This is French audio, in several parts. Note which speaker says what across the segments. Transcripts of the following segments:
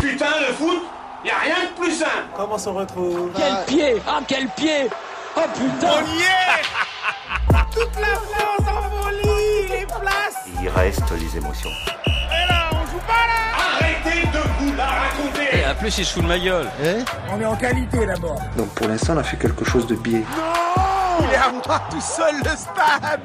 Speaker 1: Putain, le foot, y a rien de plus simple.
Speaker 2: Comment s'en retrouve
Speaker 3: Quel pied Ah, quel pied Oh putain
Speaker 1: y est Toute la France envolie, les places.
Speaker 4: Il reste les émotions.
Speaker 1: Et là, on joue pas là. Arrêtez de vous la raconter.
Speaker 3: En plus, il se fout de ma gueule
Speaker 5: Donc pour l'instant, on a fait quelque chose de biais.
Speaker 1: Il est à moi tout seul le stade.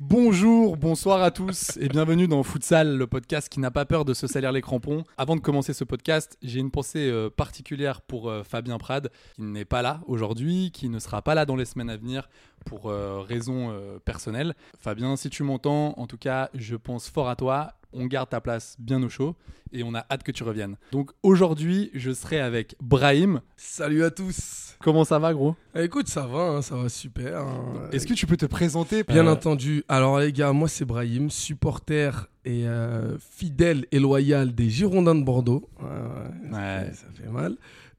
Speaker 6: Bonjour, bonsoir à tous et bienvenue dans Futsal, le podcast qui n'a pas peur de se salir les crampons. Avant de commencer ce podcast, j'ai une pensée euh, particulière pour euh, Fabien Prade, qui n'est pas là aujourd'hui, qui ne sera pas là dans les semaines à venir pour euh, raisons euh, personnelles. Fabien, si tu m'entends, en tout cas, je pense fort à toi. On garde ta place bien au chaud et on a hâte que tu reviennes. Donc aujourd'hui, je serai avec Brahim.
Speaker 7: Salut à tous.
Speaker 6: Comment ça va, gros
Speaker 7: Eh, Écoute, ça va, hein, ça va super. hein.
Speaker 6: Est-ce que tu peux te présenter
Speaker 7: Bien
Speaker 6: Euh,
Speaker 7: entendu. Alors les gars, moi c'est Brahim, supporter et euh, fidèle et loyal des Girondins de Bordeaux. Ouais, ouais,
Speaker 6: Ouais.
Speaker 7: Ça fait mal.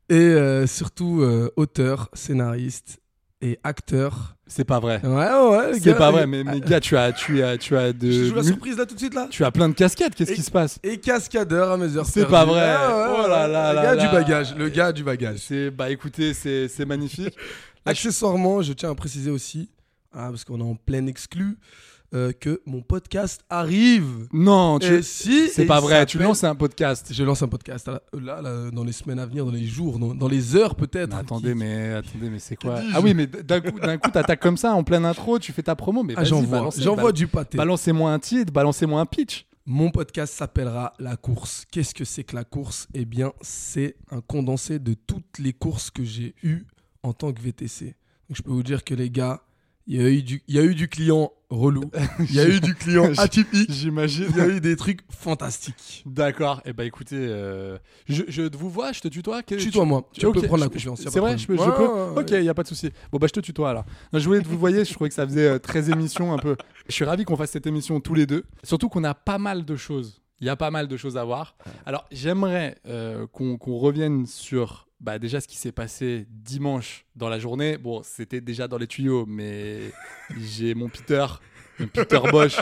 Speaker 7: Et euh, surtout euh, auteur, scénariste et acteur.
Speaker 6: C'est pas vrai.
Speaker 7: Ouais, ouais. les
Speaker 6: C'est
Speaker 7: gars,
Speaker 6: pas vrai,
Speaker 7: les-
Speaker 6: mais, mais gars, euh, tu as, tu as, tu as de.
Speaker 7: Je joue la surprise là tout de suite là.
Speaker 6: Tu as plein de casquettes, qu'est-ce
Speaker 7: Et-
Speaker 6: qui se passe
Speaker 7: Et cascadeur à mes heures.
Speaker 6: C'est
Speaker 7: perdues.
Speaker 6: pas vrai.
Speaker 7: Ah, ouais,
Speaker 6: Oh là là
Speaker 7: le
Speaker 6: là
Speaker 7: gars
Speaker 6: là.
Speaker 7: du bagage. Le gars du bagage.
Speaker 6: C'est bah écoutez, c'est c'est magnifique.
Speaker 7: Accessoirement, je tiens à préciser aussi, ah, parce qu'on est en pleine exclu, euh, que mon podcast arrive.
Speaker 6: Non, tu
Speaker 7: Et si,
Speaker 6: c'est
Speaker 7: et
Speaker 6: pas
Speaker 7: il
Speaker 6: vrai, tu
Speaker 7: s'appelle-
Speaker 6: lances un podcast.
Speaker 7: Je lance un podcast là, là, là, dans les semaines à venir, dans les jours, dans, dans les heures peut-être.
Speaker 6: Mais attendez, mais attendez, mais c'est quoi
Speaker 7: dis,
Speaker 6: Ah
Speaker 7: je-
Speaker 6: oui, mais d'un coup d'un coup t'attaques comme ça en pleine intro, tu fais ta promo mais
Speaker 7: Ah,
Speaker 6: vas-y,
Speaker 7: j'envoie,
Speaker 6: balancez-
Speaker 7: j'envoie
Speaker 6: bal-
Speaker 7: du pâté.
Speaker 6: Balancez-moi un titre, balancez-moi un pitch.
Speaker 7: Mon podcast s'appellera La course. Qu'est-ce que c'est que la course Eh bien, c'est un condensé de toutes les courses que j'ai eues en tant que VTC. Donc, je peux vous dire que les gars, il y a eu du, il y a eu du client relou, il y a eu du client atypique,
Speaker 6: J'imagine.
Speaker 7: il y a eu des trucs fantastiques.
Speaker 6: D'accord. Et bah écoutez, euh, je, je vous vois, je te tutoie. que-
Speaker 7: Tue-toi, moi. Tu,
Speaker 6: Ok,
Speaker 7: peux prendre la
Speaker 6: je- je-
Speaker 7: confiance. y a
Speaker 6: C'est
Speaker 7: pas
Speaker 6: vrai,
Speaker 7: de
Speaker 6: je, peux- je
Speaker 7: problème.
Speaker 6: peux.
Speaker 7: Ouais, ouais,
Speaker 6: ok,
Speaker 7: ouais.
Speaker 6: il n'y a pas de souci. Bon, bah, je te tutoie alors. Non, je voulais que vous voyez, je trouvais que ça faisait euh, très émission un peu. Je suis ravi qu'on fasse cette émission tous les deux. Surtout qu'on a pas mal de choses. Il y a pas mal de choses à voir. Alors, j'aimerais euh, qu'on qu'on revienne sur bah, déjà ce qui s'est passé dimanche dans la journée. Bon, c'était déjà dans les tuyaux, mais j'ai mon Peter, mon Peter Bosch.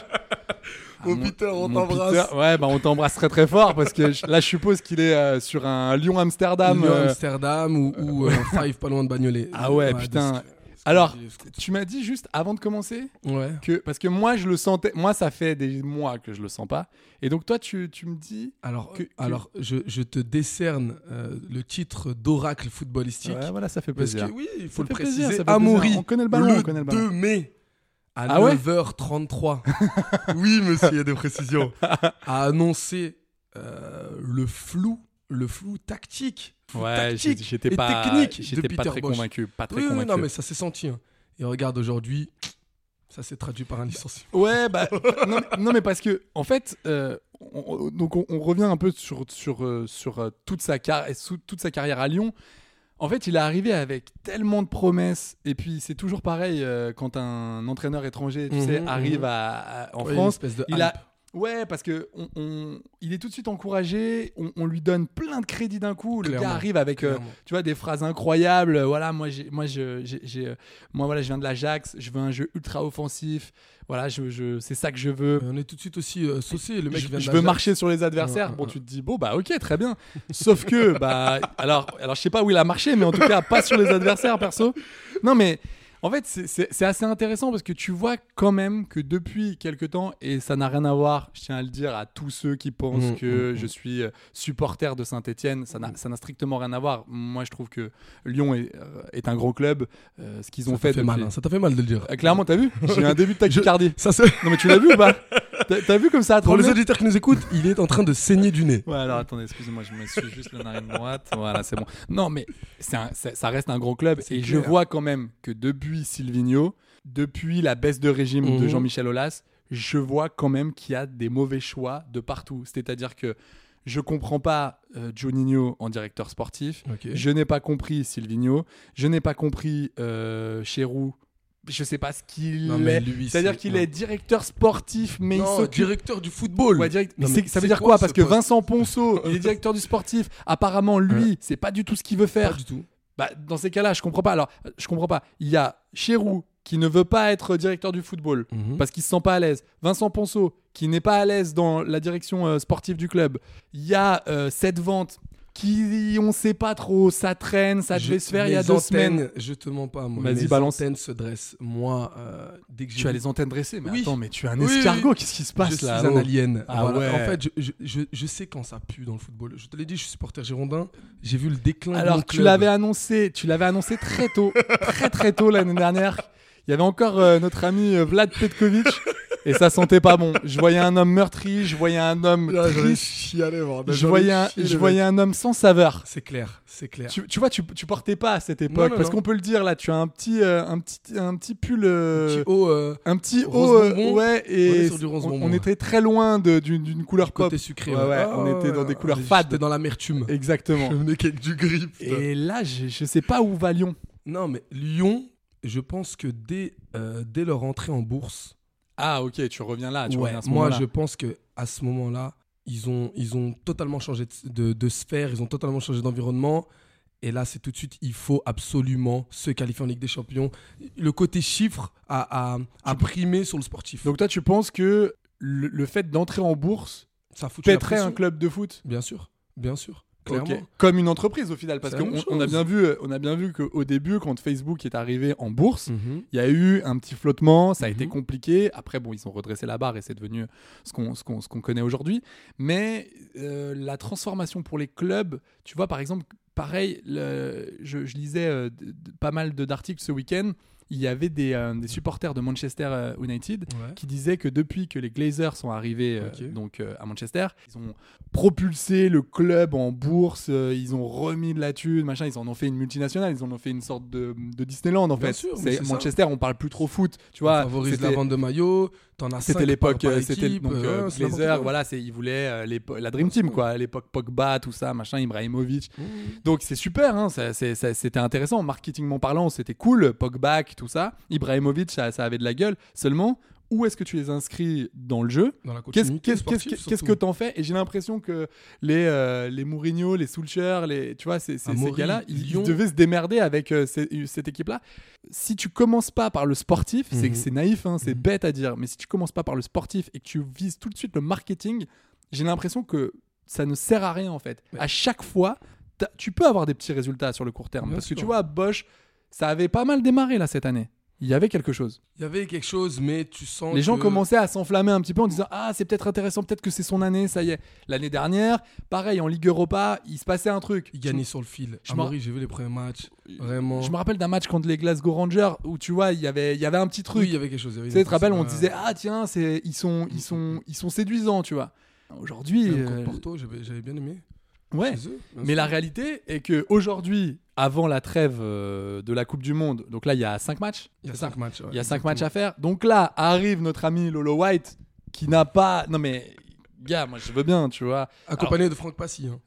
Speaker 7: Mon Peter, on t'embrasse.
Speaker 6: Peter- Ouais, bah on t'embrasse très très fort parce que je- là, je suppose qu'il est euh, sur un Lyon-Amsterdam.
Speaker 7: Lyon,
Speaker 6: euh,
Speaker 7: Amsterdam ou, ou euh, Five, pas loin de Bagnolet.
Speaker 6: Ah ouais, putain. Alors,
Speaker 7: des scouts.
Speaker 6: tu m'as dit juste avant de commencer
Speaker 7: Ouais.
Speaker 6: que parce que moi je le sentais, moi ça fait des mois que je le sens pas, et donc toi tu, tu me dis
Speaker 7: Alors,
Speaker 6: Que- que-
Speaker 7: alors je, je te décerne euh, le titre d'oracle footballistique.
Speaker 6: Ouais, voilà ça fait
Speaker 7: parce
Speaker 6: plaisir.
Speaker 7: que oui, il
Speaker 6: Ça
Speaker 7: faut le
Speaker 6: fait
Speaker 7: préciser.
Speaker 6: plaisir, ça fait
Speaker 7: Amaury,
Speaker 6: plaisir. On connaît le ballon,
Speaker 7: le
Speaker 6: on connaît le ballon.
Speaker 7: 2 mai à
Speaker 6: Ah ouais
Speaker 7: 9h33. oui, monsieur, il y a des précisions. a annoncé euh, le flou, le flou tactique. flou
Speaker 6: ouais, j'ai-
Speaker 7: tactique
Speaker 6: j'étais
Speaker 7: et
Speaker 6: pas,
Speaker 7: technique de
Speaker 6: j'étais pas
Speaker 7: Peter
Speaker 6: très
Speaker 7: Bosch.
Speaker 6: convaincu, pas très
Speaker 7: Oui, oui,
Speaker 6: convaincu.
Speaker 7: non, mais ça s'est senti. hein. Et regarde aujourd'hui, ça s'est traduit par un licenciement.
Speaker 6: Ouais, bah non, mais- non, mais parce que en fait, euh, on- on- donc on, on revient un peu sur sur euh, sur euh, toute sa carrière, toute sa carrière à Lyon. En fait, il est arrivé avec tellement de promesses, et puis c'est toujours pareil euh, quand un entraîneur étranger, tu
Speaker 7: Mhm,
Speaker 6: sais,
Speaker 7: mhm.
Speaker 6: arrive à- à- en
Speaker 7: Ouais, une
Speaker 6: France,
Speaker 7: espèce de
Speaker 6: il a
Speaker 7: hype.
Speaker 6: Ouais, parce que on, on- il est tout de suite encouragé, on, on lui donne plein de crédits d'un coup. Le
Speaker 7: Clairement,
Speaker 6: gars arrive avec, euh,
Speaker 7: clairement.
Speaker 6: tu vois, des phrases incroyables. euh, Voilà, moi, j'ai, moi, je, j'ai, j'ai, euh, moi, voilà, je viens de l'Ajax, je veux un jeu ultra offensif. Voilà, je, je- c'est ça que je veux.
Speaker 7: Et On est tout de suite aussi euh, saucé. Le mec
Speaker 6: je,
Speaker 7: vient de
Speaker 6: je
Speaker 7: la
Speaker 6: veux
Speaker 7: Jacques.
Speaker 6: marcher sur les adversaires.
Speaker 7: Ouais,
Speaker 6: bon,
Speaker 7: ouais,
Speaker 6: tu te dis bon bah ok très bien. Sauf que bah alors alors je sais pas où il a marché, mais en tout cas pas sur les adversaires perso. Non mais en fait c'est- c'est c'est assez intéressant parce que tu vois quand même que depuis quelque temps et ça n'a rien à voir. Je tiens à le dire à tous ceux qui pensent
Speaker 7: Mm,
Speaker 6: que
Speaker 7: mm,
Speaker 6: je suis euh, supporter de Saint-Étienne. Ça n'a
Speaker 7: Mmh.
Speaker 6: ça n'a strictement rien à voir. Moi je trouve que Lyon est, euh, est un gros club. Euh, ce qu'ils ont
Speaker 7: Ça
Speaker 6: fait,
Speaker 7: t'a fait
Speaker 6: depuis-
Speaker 7: mal. hein, Ça t'a fait mal de le dire.
Speaker 6: Euh, Clairement t'as vu J'ai un début de tachycardie.
Speaker 7: Ça, c'est-
Speaker 6: Non mais tu l'as vu ou pas T'as t'as vu comme ça a
Speaker 7: Pour les
Speaker 6: tremblé
Speaker 7: auditeurs qui nous écoutent, il est en train de saigner du nez.
Speaker 6: Ouais, alors attendez, excusez-moi, je me suis juste la narine droite. Voilà, c'est bon. Non, mais c'est un- c'est- ça reste un gros club. Et je
Speaker 7: clair.
Speaker 6: vois quand même que depuis Silvino, depuis la baisse de régime de
Speaker 7: Mhm.
Speaker 6: Jean-Michel Aulas, je vois quand même qu'il y a des mauvais choix de partout. C'est-à-dire que je comprends pas euh, Juninho en directeur sportif.
Speaker 7: Ok.
Speaker 6: Je n'ai pas compris Silvino. Je n'ai pas compris euh, Chéroux. Je sais pas ce qu'il
Speaker 7: Non, mais
Speaker 6: est.
Speaker 7: lui,
Speaker 6: C'est-à-dire
Speaker 7: c'est-
Speaker 6: qu'il
Speaker 7: non.
Speaker 6: est directeur sportif, mais il
Speaker 7: Non,
Speaker 6: s'occupe
Speaker 7: directeur du football.
Speaker 6: Ouais, direct.
Speaker 7: Non,
Speaker 6: Mais
Speaker 7: mais
Speaker 6: c'est- ça
Speaker 7: c'est
Speaker 6: veut dire
Speaker 7: quoi,
Speaker 6: quoi
Speaker 7: ce
Speaker 6: Parce que
Speaker 7: poste
Speaker 6: Vincent Ponceau, il est directeur du sportif. Apparemment, lui, c'est pas du tout ce qu'il veut
Speaker 7: Pas
Speaker 6: faire.
Speaker 7: du tout.
Speaker 6: Bah, dans ces cas-là, je comprends pas. Alors, euh, je comprends pas. Il y a Chérou qui ne veut pas être directeur du football
Speaker 7: Mhm.
Speaker 6: parce qu'il se sent pas à l'aise. Vincent Ponceau qui n'est pas à l'aise dans la direction euh, sportive du club. Il y a euh, cette vente qui, on sait pas trop, ça traîne, ça
Speaker 7: Je-
Speaker 6: devait se faire il y a
Speaker 7: les
Speaker 6: deux
Speaker 7: antennes,
Speaker 6: semaines.
Speaker 7: Je te mens pas, moi.
Speaker 6: Vas-y,
Speaker 7: les
Speaker 6: balance.
Speaker 7: antennes se dressent. Moi, euh, dès que j'ai
Speaker 6: Tu as
Speaker 7: vu-
Speaker 6: les antennes dressées, mais
Speaker 7: Oui.
Speaker 6: attends, mais tu es un
Speaker 7: Oui, oui,
Speaker 6: escargot.
Speaker 7: oui.
Speaker 6: Qu'est-ce qui se passe
Speaker 7: je suis
Speaker 6: là
Speaker 7: un
Speaker 6: oh
Speaker 7: alien.
Speaker 6: Ah
Speaker 7: Voilà.
Speaker 6: ouais.
Speaker 7: En fait, je, je- je- je sais quand ça pue dans le football. Je te l'ai dit, je suis supporter girondin. J'ai vu le déclin. de mon
Speaker 6: Alors tu
Speaker 7: club.
Speaker 6: l'avais annoncé, tu l'avais annoncé très tôt, très très tôt l'année dernière. Il y avait encore euh, notre ami euh, Vlad Petkovic et ça sentait pas bon. Je voyais un homme meurtri, je voyais un homme
Speaker 7: Là, j'en ai
Speaker 6: triste,
Speaker 7: chialé, bordel.
Speaker 6: je
Speaker 7: J'en ai
Speaker 6: voyais un,
Speaker 7: chialé,
Speaker 6: je
Speaker 7: mec.
Speaker 6: voyais un homme sans saveur.
Speaker 7: C'est clair, c'est clair.
Speaker 6: Tu, tu vois, tu, tu portais pas à cette époque
Speaker 7: non,
Speaker 6: parce
Speaker 7: non.
Speaker 6: qu'on peut le dire là. Tu as un petit, euh, un petit, un petit pull, euh,
Speaker 7: Petit haut, euh,
Speaker 6: un petit
Speaker 7: rose
Speaker 6: haut, euh,
Speaker 7: bonbon.
Speaker 6: ouais,
Speaker 7: On
Speaker 6: et
Speaker 7: est sur du rose
Speaker 6: on,
Speaker 7: bonbon.
Speaker 6: on était très loin de- d'une d'une couleur pop.
Speaker 7: côté sucré. Ah,
Speaker 6: Ouais, ouais, on était dans des couleurs fades.
Speaker 7: J'étais dans l'amertume.
Speaker 6: Exactement.
Speaker 7: Je venais qu'avec du grip.
Speaker 6: Et là, je, je sais pas où va Lyon.
Speaker 7: Non, mais Lyon, je pense que dès, euh, dès leur entrée en bourse,
Speaker 6: Ah ok, tu reviens là. Tu
Speaker 7: ouais,
Speaker 6: reviens à ce
Speaker 7: moi
Speaker 6: moment-là.
Speaker 7: je pense que à ce moment-là, ils ont, ils ont totalement changé de, de- de sphère, ils ont totalement changé d'environnement. Et là, c'est tout de suite, il faut absolument se qualifier en Ligue des Champions. Le côté chiffre a, a, a primé sur le sportif.
Speaker 6: Donc toi, tu penses que le, le fait d'entrer en bourse
Speaker 7: ça fout
Speaker 6: pèterait un club de foot
Speaker 7: Bien sûr, bien sûr, clairement.
Speaker 6: Ok. Comme une entreprise au final, parce
Speaker 7: C'est la même
Speaker 6: qu'on on a
Speaker 7: chose.
Speaker 6: bien vu, euh, on a bien vu qu'au début, quand Facebook est arrivé en bourse,
Speaker 7: Mhm.
Speaker 6: il y a eu un petit flottement, ça a été
Speaker 7: Mhm.
Speaker 6: compliqué. Après, bon, ils ont redressé la barre et c'est devenu ce qu'on ce qu'on- ce qu'on connaît aujourd'hui. Mais euh, la transformation pour les clubs, tu vois, par exemple, pareil, le- je, je lisais euh, d- d- pas mal de- d'articles ce week-end. Il y avait des, euh, des supporters de Manchester euh, United
Speaker 7: Ouais.
Speaker 6: qui disait que depuis que les Glazers sont arrivés euh,
Speaker 7: Ok.
Speaker 6: donc euh, à Manchester, ils ont propulsé le club en bourse, euh, ils ont remis de la thune, machin, ils en ont fait une multinationale, ils en ont fait une sorte de, de Disneyland en
Speaker 7: Bien
Speaker 6: fait.
Speaker 7: sûr, mais
Speaker 6: C'est
Speaker 7: c'est ça.
Speaker 6: Manchester, on parle plus trop foot, tu
Speaker 7: On
Speaker 6: vois.
Speaker 7: favorise
Speaker 6: Bah, c'était-
Speaker 7: la vente de maillots. T'en as
Speaker 6: C'était
Speaker 7: cinq
Speaker 6: l'époque,
Speaker 7: par- par
Speaker 6: euh, c'était
Speaker 7: équipe,
Speaker 6: donc euh,
Speaker 7: ouais, c'est n'importe
Speaker 6: Glazers,
Speaker 7: quoi.
Speaker 6: voilà, c'est ils voulaient euh, l'épo- la Dream Team quoi, à l'époque Pogba, tout ça, machin, Ibrahimovic. Donc c'est super, hein, ça- c'est- ça- c'était intéressant, marketingment parlant, c'était cool, Pogba, tout ça, Ibrahimovic, ça, ça avait de la gueule. Seulement, où est-ce que tu les inscris dans le jeu
Speaker 7: Dans la
Speaker 6: Qu'est-ce
Speaker 7: continuité
Speaker 6: qu'est-ce-
Speaker 7: sportive,
Speaker 6: qu'est-ce- qu'est-ce que
Speaker 7: surtout.
Speaker 6: t'en fais Et j'ai l'impression que les, euh, les Mourinho, les Sulcher, les, tu vois, ces, ces- ces
Speaker 7: Amaury,
Speaker 6: gars-là, ils, ils
Speaker 7: Lyon.
Speaker 6: devaient se démerder avec euh, ces- cette équipe-là. Si tu commences pas par le sportif, c'est
Speaker 7: Mhm.
Speaker 6: c'est naïf, hein, c'est bête à dire, mais si tu commences pas par le sportif et que tu vises tout de suite le marketing, j'ai l'impression que ça ne sert à rien en fait. À chaque fois, t'as- tu peux avoir des petits résultats sur le court terme.
Speaker 7: Bien
Speaker 6: parce que
Speaker 7: sûr.
Speaker 6: tu vois, Bosch, ça avait pas mal démarré là cette année. Il y avait quelque chose.
Speaker 7: Il y avait quelque chose, mais tu sens.
Speaker 6: Les gens
Speaker 7: que-
Speaker 6: commençaient à s'enflammer un petit peu en disant Ah, c'est peut-être intéressant, peut-être que c'est son année, ça y est. L'année dernière, pareil, en Ligue Europa, il se passait un truc.
Speaker 7: Ils gagnaient sur le fil.
Speaker 6: je
Speaker 7: Amaury, j'ai vu les premiers matchs. Vraiment.
Speaker 6: Je me rappelle d'un match contre les Glasgow Rangers où tu vois, il y avait, il y avait un petit truc.
Speaker 7: Oui, il y avait quelque chose. il y avait
Speaker 6: Tu
Speaker 7: une
Speaker 6: sais, tu te rappelles, on
Speaker 7: impression,
Speaker 6: disait
Speaker 7: ouais.
Speaker 6: Ah, tiens, c'est- ils sont, ils, sont, ils sont séduisants, tu vois. Aujourd'hui.
Speaker 7: Même contre
Speaker 6: euh,
Speaker 7: Porto, j'avais j'avais bien aimé.
Speaker 6: ouais.
Speaker 7: Chez eux, bien
Speaker 6: Mais
Speaker 7: sûr.
Speaker 6: la réalité est que aujourd'hui, avant la trêve euh, de la Coupe du Monde, donc là, il y a 5 matchs.
Speaker 7: Il y a
Speaker 6: c'est ça
Speaker 7: 5 matchs. ouais,
Speaker 6: Il y a cinq
Speaker 7: exactement.
Speaker 6: matchs à faire. Donc là, arrive notre ami Lolo White qui n'a pas. Non mais, gars, moi je veux bien, tu vois.
Speaker 7: Accompagné de Franck Passy. hein.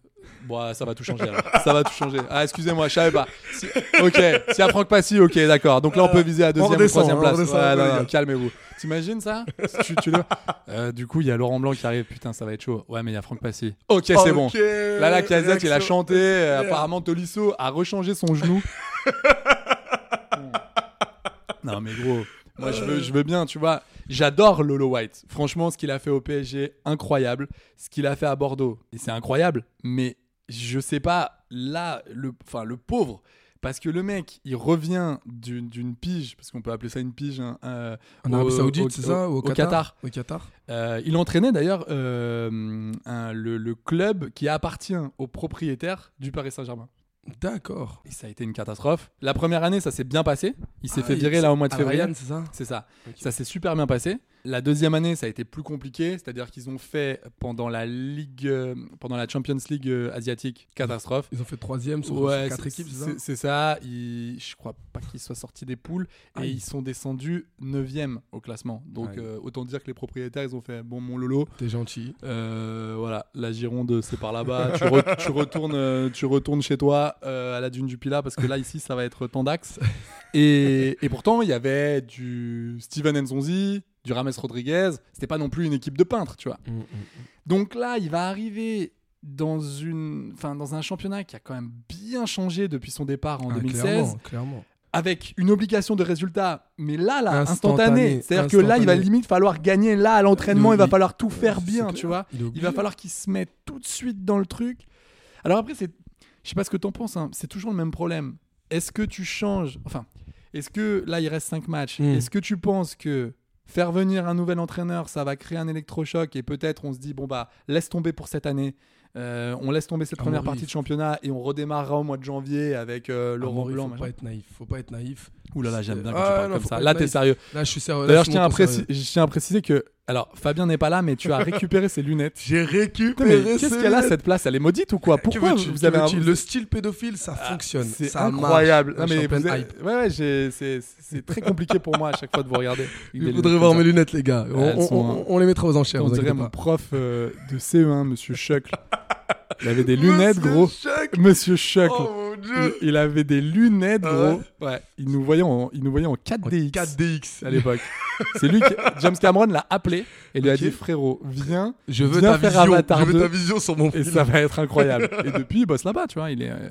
Speaker 6: Bon, ah, ça va tout changer alors. Ça va tout changer. Ah, excusez-moi, je savais pas. Si- Ok, s'il y a Franck Passy, ok, d'accord. Donc là, on peut viser à deuxième
Speaker 7: redescend,
Speaker 6: ou troisième
Speaker 7: on
Speaker 6: place.
Speaker 7: redescend,
Speaker 6: Ouais,
Speaker 7: on
Speaker 6: non,
Speaker 7: peut
Speaker 6: non,
Speaker 7: dire.
Speaker 6: calmez-vous. T'imagines ça Tu- tu le- Euh, Du coup, il y a Laurent Blanc qui arrive. Putain, ça va être chaud. Ouais, mais il y a Franck Passy. Ok,
Speaker 7: Oh,
Speaker 6: c'est bon. Là, la casette, il a
Speaker 7: Réaction.
Speaker 6: chanté. Euh, Apparemment, Tolisso a rechangé son genou. non, mais gros, moi, je veux, je veux bien, tu vois. J'adore Lolo White. Franchement, ce qu'il a fait au PSG, incroyable. Ce qu'il a fait à Bordeaux, c'est incroyable. Mais je sais pas, là, le, enfin, le pauvre. Parce que le mec, il revient d'une d'une pige, parce qu'on peut appeler ça une pige. hein, euh,
Speaker 7: En
Speaker 6: au-
Speaker 7: Arabie
Speaker 6: au-
Speaker 7: Saoudite, c'est ça
Speaker 6: Au,
Speaker 7: ou
Speaker 6: au Qatar.
Speaker 7: Au Qatar.
Speaker 6: Euh, il entraînait d'ailleurs euh, un- le, le club qui appartient au propriétaire du Paris Saint-Germain.
Speaker 7: D'accord.
Speaker 6: Et ça a été une catastrophe. La première année, ça s'est bien passé. Il s'est
Speaker 7: Ah,
Speaker 6: fait
Speaker 7: il-
Speaker 6: virer là au mois de
Speaker 7: Al
Speaker 6: février.
Speaker 7: Ryan, c'est ça
Speaker 6: C'est ça.
Speaker 7: Ok.
Speaker 6: Ça s'est super bien passé. La deuxième année, ça a été plus compliqué, c'est-à-dire qu'ils ont fait pendant la Ligue, euh, pendant la Champions League euh, asiatique, catastrophe.
Speaker 7: Ils ont fait troisième sur,
Speaker 6: Ouais,
Speaker 7: sur quatre
Speaker 6: c'est-
Speaker 7: équipes, c'est ça
Speaker 6: c'est c'est ça. Ils- je crois pas qu'ils soient sortis des poules et
Speaker 7: Aïe.
Speaker 6: ils sont descendus 9e au classement. Donc
Speaker 7: Aïe.
Speaker 6: euh, autant dire que les propriétaires, ils ont fait bon mon lolo.
Speaker 7: T'es gentil.
Speaker 6: Euh, voilà, la Gironde, c'est par là-bas. tu, re- tu retournes, euh, tu retournes chez toi euh, à la dune du Pilat parce que là, ici, ça va être Tandax. Et, et pourtant, il y avait du Steven Nzonzi, du Rames Rodriguez. C'était pas non plus une équipe de peintres, tu vois.
Speaker 7: Ah,
Speaker 6: Donc là, il va arriver dans, une, enfin, dans un championnat qui a quand même bien changé depuis son départ en
Speaker 7: Ah,
Speaker 6: 2016
Speaker 7: Clairement, clairement.
Speaker 6: avec une obligation de résultat, mais là, là, instantané.
Speaker 7: Instantané,
Speaker 6: C'est-à-dire que là, il va
Speaker 7: instantané.
Speaker 6: limite falloir gagner là à l'entraînement, il va
Speaker 7: Il-
Speaker 6: falloir tout faire
Speaker 7: c'est
Speaker 6: bien,
Speaker 7: clair.
Speaker 6: tu vois.
Speaker 7: Il est
Speaker 6: Il va
Speaker 7: obligé. Ah,
Speaker 6: falloir qu'il se mette tout de suite dans le truc. Alors après, c'est, je sais pas ce que t'en penses, hein, c'est toujours le même problème. Est-ce que tu changes, enfin, est-ce que là, il reste 5 matchs,
Speaker 7: Mm.
Speaker 6: est-ce que tu penses que faire venir un nouvel entraîneur, ça va créer un électrochoc et peut-être on se dit, bon bah, laisse tomber pour cette année. Euh, on laisse tomber cette
Speaker 7: Ah,
Speaker 6: première
Speaker 7: Maurice.
Speaker 6: partie de championnat et on redémarrera au mois de janvier avec euh, Laurent
Speaker 7: Amaury,
Speaker 6: Blanc.
Speaker 7: Faut
Speaker 6: machin.
Speaker 7: pas être naïf. Faut pas être naïf.
Speaker 6: Ouh là là, j'aime bien quand
Speaker 7: Ah,
Speaker 6: tu parles
Speaker 7: non,
Speaker 6: comme
Speaker 7: faut
Speaker 6: ça.
Speaker 7: pas
Speaker 6: Là,
Speaker 7: être
Speaker 6: t'es
Speaker 7: naïf.
Speaker 6: sérieux.
Speaker 7: Là, je suis sérieux.
Speaker 6: D'ailleurs, je
Speaker 7: Là, c'est
Speaker 6: tiens,
Speaker 7: mon
Speaker 6: à
Speaker 7: ton
Speaker 6: préci-
Speaker 7: sérieux.
Speaker 6: je tiens à préciser que. Alors, Fabien n'est pas là, mais tu as récupéré ses lunettes.
Speaker 7: J'ai
Speaker 6: Putain, mais
Speaker 7: récupéré.
Speaker 6: Qu'est-ce
Speaker 7: ces
Speaker 6: qu'elle a
Speaker 7: lunettes.
Speaker 6: cette place Elle est maudite ou quoi
Speaker 7: Que
Speaker 6: Pourquoi
Speaker 7: veux-tu,
Speaker 6: vous
Speaker 7: que
Speaker 6: avez un... Ah,
Speaker 7: veux-tu Le style pédophile, ça fonctionne.
Speaker 6: C'est
Speaker 7: ça marche.
Speaker 6: incroyable. Non,
Speaker 7: Je suis
Speaker 6: mais
Speaker 7: en pleine
Speaker 6: vous avez-
Speaker 7: hype.
Speaker 6: ouais, ouais, j'ai- c'est c'est très compliqué pour moi à chaque fois de vous regarder. avec des
Speaker 7: Il
Speaker 6: lunettes
Speaker 7: faudrait
Speaker 6: comme
Speaker 7: voir
Speaker 6: ça.
Speaker 7: mes lunettes, les gars. On,
Speaker 6: Elles
Speaker 7: on-
Speaker 6: sont,
Speaker 7: on- on les mettra aux enchères.
Speaker 6: On
Speaker 7: vous
Speaker 6: dirait
Speaker 7: inquiétez
Speaker 6: mon
Speaker 7: pas.
Speaker 6: prof euh, de CE1, Monsieur Chuckle. Il avait des lunettes, gros. Monsieur Chuckle.
Speaker 7: Oh mon
Speaker 6: il,
Speaker 7: dieu.
Speaker 6: il avait des lunettes,
Speaker 7: Ah
Speaker 6: gros. Ouais, il nous voyait en, il nous voyait en 4DX.
Speaker 7: 4DX.
Speaker 6: à l'époque. C'est lui qui, James Cameron l'a appelé et lui a
Speaker 7: Ok.
Speaker 6: dit frérot, viens
Speaker 7: Je veux
Speaker 6: Viens
Speaker 7: ta
Speaker 6: faire
Speaker 7: vision.
Speaker 6: Avatar
Speaker 7: Je veux
Speaker 6: 2.
Speaker 7: ta vision sur mon
Speaker 6: et
Speaker 7: film.
Speaker 6: ça va être incroyable. Et depuis, il bosse là-bas, tu vois. Il est. euh,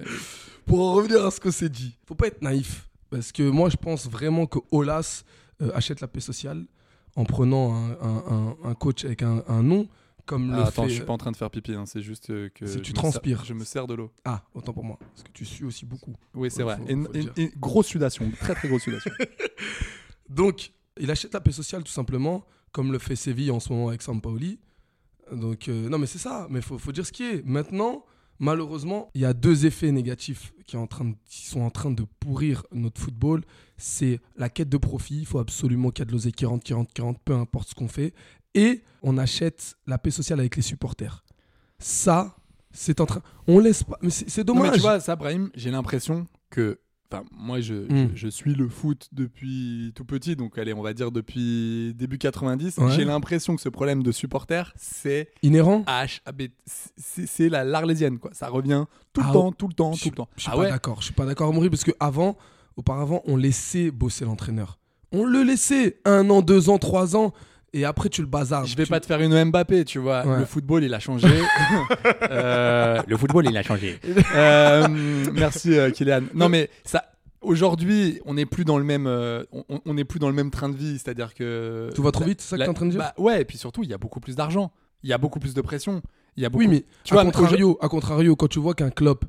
Speaker 7: Pour en revenir à ce qu'on s'est dit, faut pas être naïf. Parce que moi, je pense vraiment que Olas euh, achète la paix sociale en prenant un, un- un- un coach avec un, un nom comme
Speaker 6: Ah,
Speaker 7: le
Speaker 6: attends,
Speaker 7: fait...
Speaker 6: je suis pas en train de faire pipi. hein, C'est juste euh, que.
Speaker 7: Si tu
Speaker 6: je me
Speaker 7: transpires.
Speaker 6: sers- je me sers de l'eau.
Speaker 7: Ah, autant pour moi. Parce que tu suis aussi beaucoup.
Speaker 6: Oui, c'est
Speaker 7: Ouais,
Speaker 6: vrai.
Speaker 7: faut-
Speaker 6: Et,
Speaker 7: faut le
Speaker 6: et-
Speaker 7: dire.
Speaker 6: et grosse sudation, très très grosse sudation.
Speaker 7: Donc, il achète la paix sociale tout simplement, comme le fait Séville en ce moment avec Sampaoli. Donc, euh, non, mais c'est ça. Mais faut, faut dire ce qui est. Maintenant, malheureusement, il y a deux effets négatifs qui, est en train de- qui sont en train de pourrir notre football. C'est la quête de profit. Il faut absolument qu'il y ait de l'oseille qui rentre, qui rentre, qui rentre, peu importe ce qu'on fait. Et on achète la paix sociale avec les supporters. Ça, c'est en train. On laisse pas. Mais c'est c'est
Speaker 6: Non,
Speaker 7: dommage.
Speaker 6: mais tu vois, ça, Brahim, j'ai l'impression que. Enfin, moi, je,
Speaker 7: Mm.
Speaker 6: je, je suis le foot depuis tout petit, donc allez, on va dire depuis début 90.
Speaker 7: Ouais.
Speaker 6: J'ai l'impression que ce problème de supporter, c'est
Speaker 7: Inhérent.
Speaker 6: H, A, B, c'est c'est la l'arlésienne quoi. Ça revient tout le
Speaker 7: Ah,
Speaker 6: temps, tout le temps,
Speaker 7: Je
Speaker 6: tout
Speaker 7: suis-
Speaker 6: le temps.
Speaker 7: Je suis
Speaker 6: Ah
Speaker 7: pas
Speaker 6: ouais.
Speaker 7: d'accord. Je suis pas d'accord, Amaury, parce que avant, auparavant, on laissait bosser l'entraîneur. On le laissait un an, deux ans, trois ans, et après tu le bazardes.
Speaker 6: Je vais
Speaker 7: Tu-
Speaker 6: pas te faire une Mbappé, tu vois.
Speaker 7: Ouais.
Speaker 6: Le football, il a changé. Euh, le football, il a changé. Euh, merci, euh, Kylian. Non, mais ça. Aujourd'hui, on n'est plus dans le même, euh, on- on on n'est plus dans le même train de vie. C'est-à-dire que
Speaker 7: Tout va trop vite, c'est ça que
Speaker 6: La-
Speaker 7: t'es en train de dire
Speaker 6: bah, Ouais, et puis surtout, il y a beaucoup plus d'argent. Il y a beaucoup plus de pression. Il y a beaucoup.
Speaker 7: Oui, mais
Speaker 6: Tu
Speaker 7: à,
Speaker 6: vois,
Speaker 7: contrario, à contrario, quand tu vois qu'un club,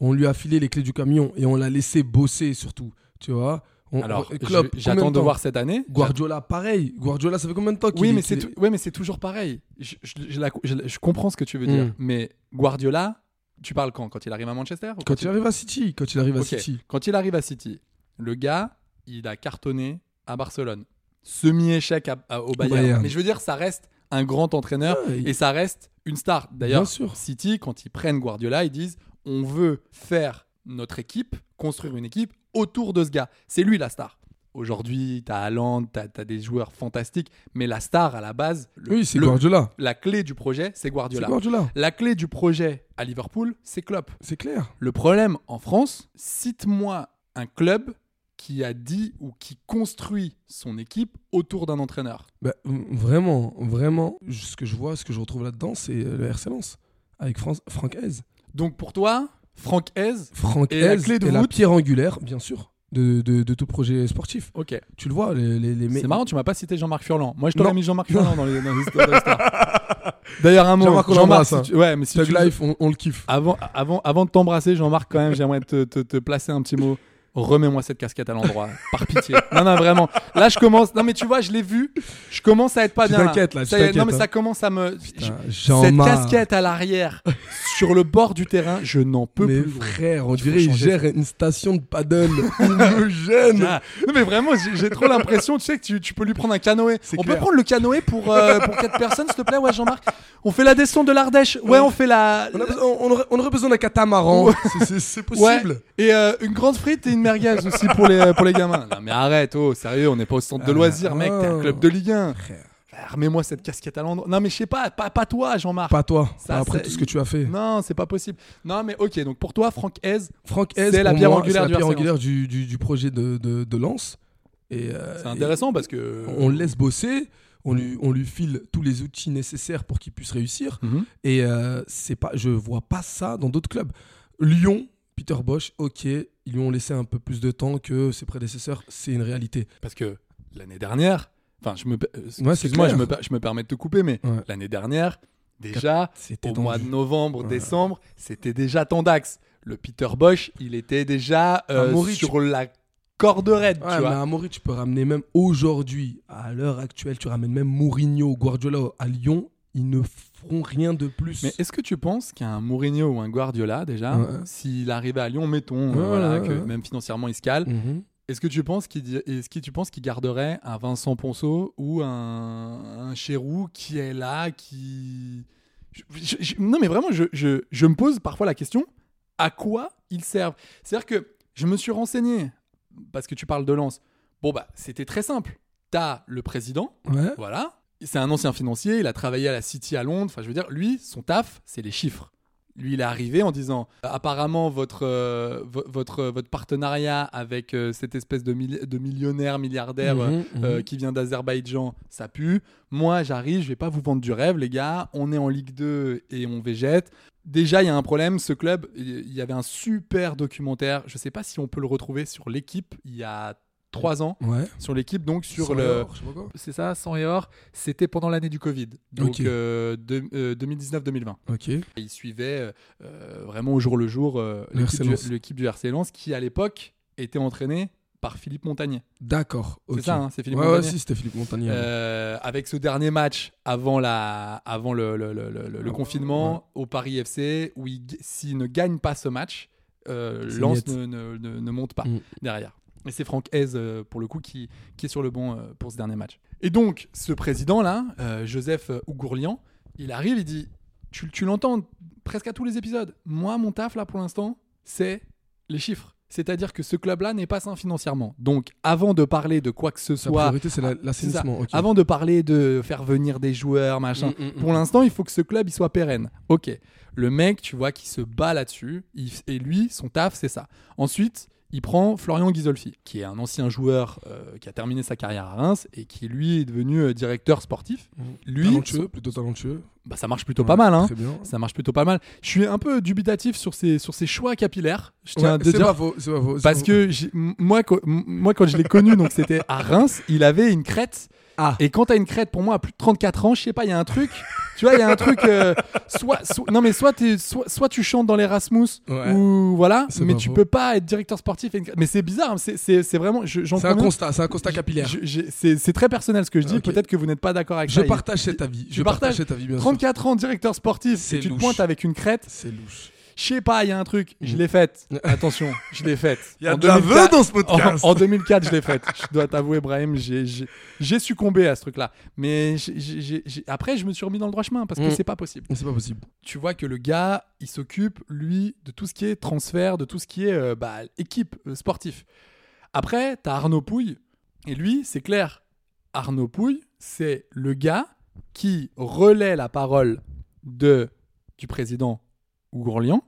Speaker 7: on lui a filé les clés du camion et on l'a laissé bosser surtout, tu vois. On-
Speaker 6: Alors,
Speaker 7: Klopp,
Speaker 6: je-
Speaker 7: combien
Speaker 6: j'attends de
Speaker 7: temps
Speaker 6: voir cette année.
Speaker 7: Guardiola, pareil. Guardiola, ça fait combien de temps qu'il
Speaker 6: Oui,
Speaker 7: est-
Speaker 6: mais
Speaker 7: qu'il
Speaker 6: c'est
Speaker 7: est-
Speaker 6: tou- ouais, mais c'est toujours pareil. Je, je- je la- je la- je comprends ce que tu veux dire,
Speaker 7: Mm.
Speaker 6: mais Guardiola, tu parles quand Quand il arrive à Manchester ou
Speaker 7: Quand il arrive à City, quand il arrive à
Speaker 6: Ok.
Speaker 7: City.
Speaker 6: Bah, Quand il arrive à City, le gars, il a cartonné à Barcelone. Semi-échec à- à- au Bayern.
Speaker 7: Bayern.
Speaker 6: Mais je veux dire, ça reste un grand entraîneur
Speaker 7: Ouais, il-
Speaker 6: et ça reste une star. D'ailleurs,
Speaker 7: Bien sûr.
Speaker 6: City, quand ils prennent Guardiola, ils disent on veut faire notre équipe, construire une équipe autour de ce gars. C'est lui la star. Aujourd'hui, t'as Haaland, t'as as des joueurs fantastiques, mais la star à la base, le-
Speaker 7: Oui, c'est
Speaker 6: le-
Speaker 7: Guardiola.
Speaker 6: la clé du projet, c'est
Speaker 7: C'est
Speaker 6: Guardiola.
Speaker 7: Guardiola,
Speaker 6: La clé du projet à Liverpool, c'est Klopp.
Speaker 7: c'est clair.
Speaker 6: Le problème en France, cite-moi un club qui a dit ou qui construit son équipe autour d'un entraîneur.
Speaker 7: Bah, v- vraiment, vraiment, j- ce que je vois, ce que je retrouve là-dedans, c'est euh, le RC Lens avec France, Franck Hez.
Speaker 6: Donc pour toi, Franck Hez,
Speaker 7: Franck
Speaker 6: Et la
Speaker 7: Hez
Speaker 6: clé de
Speaker 7: est la
Speaker 6: voûte
Speaker 7: pierre angulaire, bien sûr, de, de- de tout projet sportif.
Speaker 6: ok.
Speaker 7: Tu le vois, les, les, les
Speaker 6: C'est marrant, tu m'as pas cité Jean-Marc Furlan. Moi, je
Speaker 7: Non.
Speaker 6: t'aurais mis Jean-Marc Furlan dans les, dans les- dans les stars. D'ailleurs, un mot.
Speaker 7: Jean-Marc, on l'embrasse,
Speaker 6: si
Speaker 7: hein.
Speaker 6: tu- ouais, mais si
Speaker 7: Thug
Speaker 6: tu-
Speaker 7: Life, on, on le kiffe.
Speaker 6: Avant, avant, avant de t'embrasser, Jean-Marc, quand même, j'aimerais te, te- te placer un petit mot. remets-moi cette casquette à l'endroit, par pitié. Non, non, vraiment. Là, je commence. Non, mais tu vois, je l'ai vu. Je commence à être pas
Speaker 7: Tu
Speaker 6: bien. là.
Speaker 7: t'inquiètes, là, tu
Speaker 6: Ça y est, Non,
Speaker 7: t'inquiètes,
Speaker 6: mais
Speaker 7: hein.
Speaker 6: ça commence à me.
Speaker 7: Putain,
Speaker 6: je-
Speaker 7: j'en
Speaker 6: Cette
Speaker 7: marre.
Speaker 6: casquette à l'arrière, sur le bord du terrain, je n'en peux
Speaker 7: Mais
Speaker 6: plus. gros.
Speaker 7: frère, on
Speaker 6: Il faut
Speaker 7: dirait il
Speaker 6: changer
Speaker 7: gère une station de paddle. Il me gêne.
Speaker 6: Ah, non, mais vraiment, j'ai- j'ai trop l'impression, tu sais, que tu, tu peux lui prendre un canoë. On
Speaker 7: clair.
Speaker 6: peut prendre le canoë pour, euh, pour 4 personnes, s'il te plaît Ouais, Jean-Marc. On fait la descente de l'Ardèche. Ouais, on fait la.
Speaker 7: On, a besoin- on- on aurait, on aurait besoin d'un catamaran. C'est- c'est- C'est possible.
Speaker 6: Ouais. Et euh, une grande frite et une merguez aussi pour les, euh, pour les gamins. Non, mais arrête, oh, sérieux, on n'est pas au centre de loisirs, mec. T'es un
Speaker 7: oh.
Speaker 6: club de Ligue 1. Ah, Remets-moi cette casquette à l'endroit. Non, mais je sais pas, pas, pas toi, Jean-Marc.
Speaker 7: Pas toi.
Speaker 6: Ça,
Speaker 7: Enfin, après
Speaker 6: c'est-
Speaker 7: tout ce que tu as fait.
Speaker 6: Non, c'est pas possible. Non, mais ok, donc pour toi, Franck Hez,
Speaker 7: Franck
Speaker 6: C'est
Speaker 7: Hez,
Speaker 6: la
Speaker 7: pour
Speaker 6: pierre
Speaker 7: moi,
Speaker 6: angulaire
Speaker 7: c'est
Speaker 6: du
Speaker 7: la pierre
Speaker 6: RC Lens.
Speaker 7: angulaire du, du- du projet de, de, de Lens. Et, euh,
Speaker 6: c'est intéressant parce que.
Speaker 7: et on le laisse bosser.
Speaker 6: Mm.
Speaker 7: On lui, on lui file tous les outils nécessaires pour qu'il puisse réussir.
Speaker 6: Mhm.
Speaker 7: Et euh, c'est pas, je vois pas ça dans d'autres clubs. Lyon, Peter Bosch, ok, ils lui ont laissé un peu plus de temps que ses prédécesseurs. C'est une réalité.
Speaker 6: Parce que l'année dernière, enfin, je me. euh,
Speaker 7: Ouais, c'est
Speaker 6: Excuse-moi, je
Speaker 7: clair.
Speaker 6: me, per- je me permets de te couper, mais
Speaker 7: Ouais.
Speaker 6: l'année dernière, déjà,
Speaker 7: C'était
Speaker 6: au
Speaker 7: tendu.
Speaker 6: mois de novembre, décembre, c'était déjà Tandax. Le Peter Bosch, il était déjà euh,
Speaker 7: Ah, Maurice,
Speaker 6: sur la corde raide,
Speaker 7: Ouais,
Speaker 6: tu
Speaker 7: mais
Speaker 6: vois.
Speaker 7: à Maurice, tu peux ramener même aujourd'hui, à l'heure actuelle, tu ramènes même Mourinho ou Guardiola à Lyon, ils ne feront rien de plus.
Speaker 6: Mais est-ce que tu penses qu'un Mourinho ou un Guardiola, déjà,
Speaker 7: Ouais.
Speaker 6: s'il arrivait à Lyon, mettons, euh,
Speaker 7: Ouais,
Speaker 6: voilà,
Speaker 7: ouais,
Speaker 6: que
Speaker 7: ouais.
Speaker 6: même financièrement il se cale,
Speaker 7: Mhm.
Speaker 6: est-ce que tu penses qu'il di- est-ce que tu penses qu'il garderait un Vincent Ponceau ou un, un Chéroux qui est là, qui Je- je- je- non mais vraiment, je, je, je me pose parfois la question à quoi ils servent. C'est-à-dire que je me suis renseigné parce que tu parles de Lens. Bon bah c'était très simple. T'as le président,
Speaker 7: Ouais.
Speaker 6: voilà. C'est un ancien financier, il a travaillé à la City à Londres. Enfin, je veux dire, lui, son taf, c'est les chiffres. Lui, il est arrivé en disant euh, apparemment, votre, euh, vo- votre, votre partenariat avec euh, cette espèce de, mil- de millionnaire, milliardaire euh,
Speaker 7: Mhm, mhm.
Speaker 6: euh, qui vient d'Azerbaïdjan, ça pue. Moi, j'arrive, je vais pas vous vendre du rêve, les gars. On est en Ligue 2 et on végète. Déjà, il y a un problème. Ce club, il y avait un super documentaire. Je sais pas si on peut le retrouver sur l'équipe il y a trois ans.
Speaker 7: Ouais.
Speaker 6: Sur l'équipe, donc sur
Speaker 7: Sans
Speaker 6: le
Speaker 7: erreur, je sais pas quoi.
Speaker 6: c'est ça, 100 et or, c'était pendant l'année du Covid, donc
Speaker 7: Ok.
Speaker 6: euh, de- euh, 2019-2020.
Speaker 7: Ok.
Speaker 6: Et Ils suivaient euh, vraiment au jour le jour euh,
Speaker 7: Le
Speaker 6: l'équipe
Speaker 7: RC Lens.
Speaker 6: du- l'équipe du, RC Lens, qui à l'époque était entraînée par Philippe Montagnier.
Speaker 7: D'accord. ok.
Speaker 6: C'est ça, hein, c'est Philippe
Speaker 7: ouais, ouais,
Speaker 6: Montagnier.
Speaker 7: si, c'était Philippe Montagnier.
Speaker 6: Euh, avec ce dernier match avant, la, avant le, le- le- le- le
Speaker 7: Ah,
Speaker 6: confinement au Paris FC, où il- s'il ne gagne pas ce match, euh,
Speaker 7: C'est
Speaker 6: Lens
Speaker 7: niette.
Speaker 6: ne, ne- ne- ne monte pas
Speaker 7: Mm.
Speaker 6: derrière. Et c'est Franck Hez, euh, pour le coup, qui, qui est sur le banc euh, pour ce dernier match. Et donc, ce président-là, euh, Joseph euh, Ougourlian, il arrive, il dit Tu, tu l'entends presque à tous les épisodes. Moi, mon taf, là, pour l'instant, c'est les chiffres. C'est-à-dire que ce club-là n'est pas sain financièrement. Donc, avant de parler de quoi que ce
Speaker 7: Sa
Speaker 6: soit, ah,
Speaker 7: priorité, c'est la- l'assainissement.
Speaker 6: c'est ça.
Speaker 7: ok.
Speaker 6: Avant de parler de faire venir des joueurs, machin.
Speaker 7: Mm, mm, mm.
Speaker 6: Pour l'instant, il faut que ce club il soit pérenne. Ok. Le mec, tu vois, qui se bat là-dessus, il- et lui, son taf, c'est ça. Ensuite, il prend Florian Ghisolfi, qui est un ancien joueur euh, qui a terminé sa carrière à Reims et qui, lui, est devenu euh, directeur sportif. Lui,
Speaker 7: Mm. talentueux, plutôt talentueux.
Speaker 6: bah, ça marche plutôt
Speaker 7: Ouais,
Speaker 6: pas mal. Hein.
Speaker 7: Très bien.
Speaker 6: Ça marche plutôt pas mal. Je suis un peu dubitatif sur ses, sur ses choix capillaires. Je tiens à
Speaker 7: Ouais,
Speaker 6: te
Speaker 7: c'est
Speaker 6: dire.
Speaker 7: pas faux, c'est pas faux. c'est
Speaker 6: Parce
Speaker 7: pas
Speaker 6: que j'ai- m- moi, quand- m- moi, quand je l'ai connu, donc c'était à Reims, il avait une crête.
Speaker 7: Ah.
Speaker 6: Et quand t'as une crête, pour moi, à plus de 34 ans, je sais pas, il y a un truc. tu vois, il y a un truc. euh, soit, soit- non, mais soit, t'es- soit, soit tu chantes dans l'Erasmus,
Speaker 7: Ouais.
Speaker 6: ou voilà,
Speaker 7: C'est
Speaker 6: mais
Speaker 7: pas
Speaker 6: tu
Speaker 7: faux.
Speaker 6: peux pas être directeur sportif. et une crête. Mais c'est bizarre, hein, c'est- c'est c'est vraiment. je- j'en
Speaker 7: faux. C'est un
Speaker 6: conviens.
Speaker 7: constat, c'est un constat capillaire.
Speaker 6: Je- j'ai- C'est c'est très personnel ce que je dis.
Speaker 7: Ok.
Speaker 6: Peut-être que vous n'êtes pas d'accord avec
Speaker 7: Je
Speaker 6: ça. Il-
Speaker 7: partage cet avis.
Speaker 6: Tu
Speaker 7: Je partage
Speaker 6: partages
Speaker 7: cet avis, bien sûr.
Speaker 6: 34 ans, directeur sportif,
Speaker 7: C'est
Speaker 6: et tu te
Speaker 7: louche.
Speaker 6: pointes avec une crête.
Speaker 7: C'est louche.
Speaker 6: Je sais pas, il y a un truc. Je l'ai faite. Attention, je l'ai faite.
Speaker 7: Il y a
Speaker 6: En
Speaker 7: de la
Speaker 6: 2004
Speaker 7: veuve dans ce
Speaker 6: en-
Speaker 7: podcast.
Speaker 6: En, 2004, je l'ai faite. Je dois t'avouer, Brahim, j'ai- j'ai j'ai succombé à ce truc-là. Mais j'ai- j'ai- j'ai- après, je me suis remis dans le droit chemin parce que
Speaker 7: Mm.
Speaker 6: c'est pas possible.
Speaker 7: C'est pas possible.
Speaker 6: Tu vois que le gars, il s'occupe, lui, de tout ce qui est transfert, de tout ce qui est euh, bah, équipe euh, sportif. Après, t'as Arnaud Pouille. Et lui, c'est clair. Arnaud Pouille, c'est le gars qui relaie la parole de, du président Ougourlian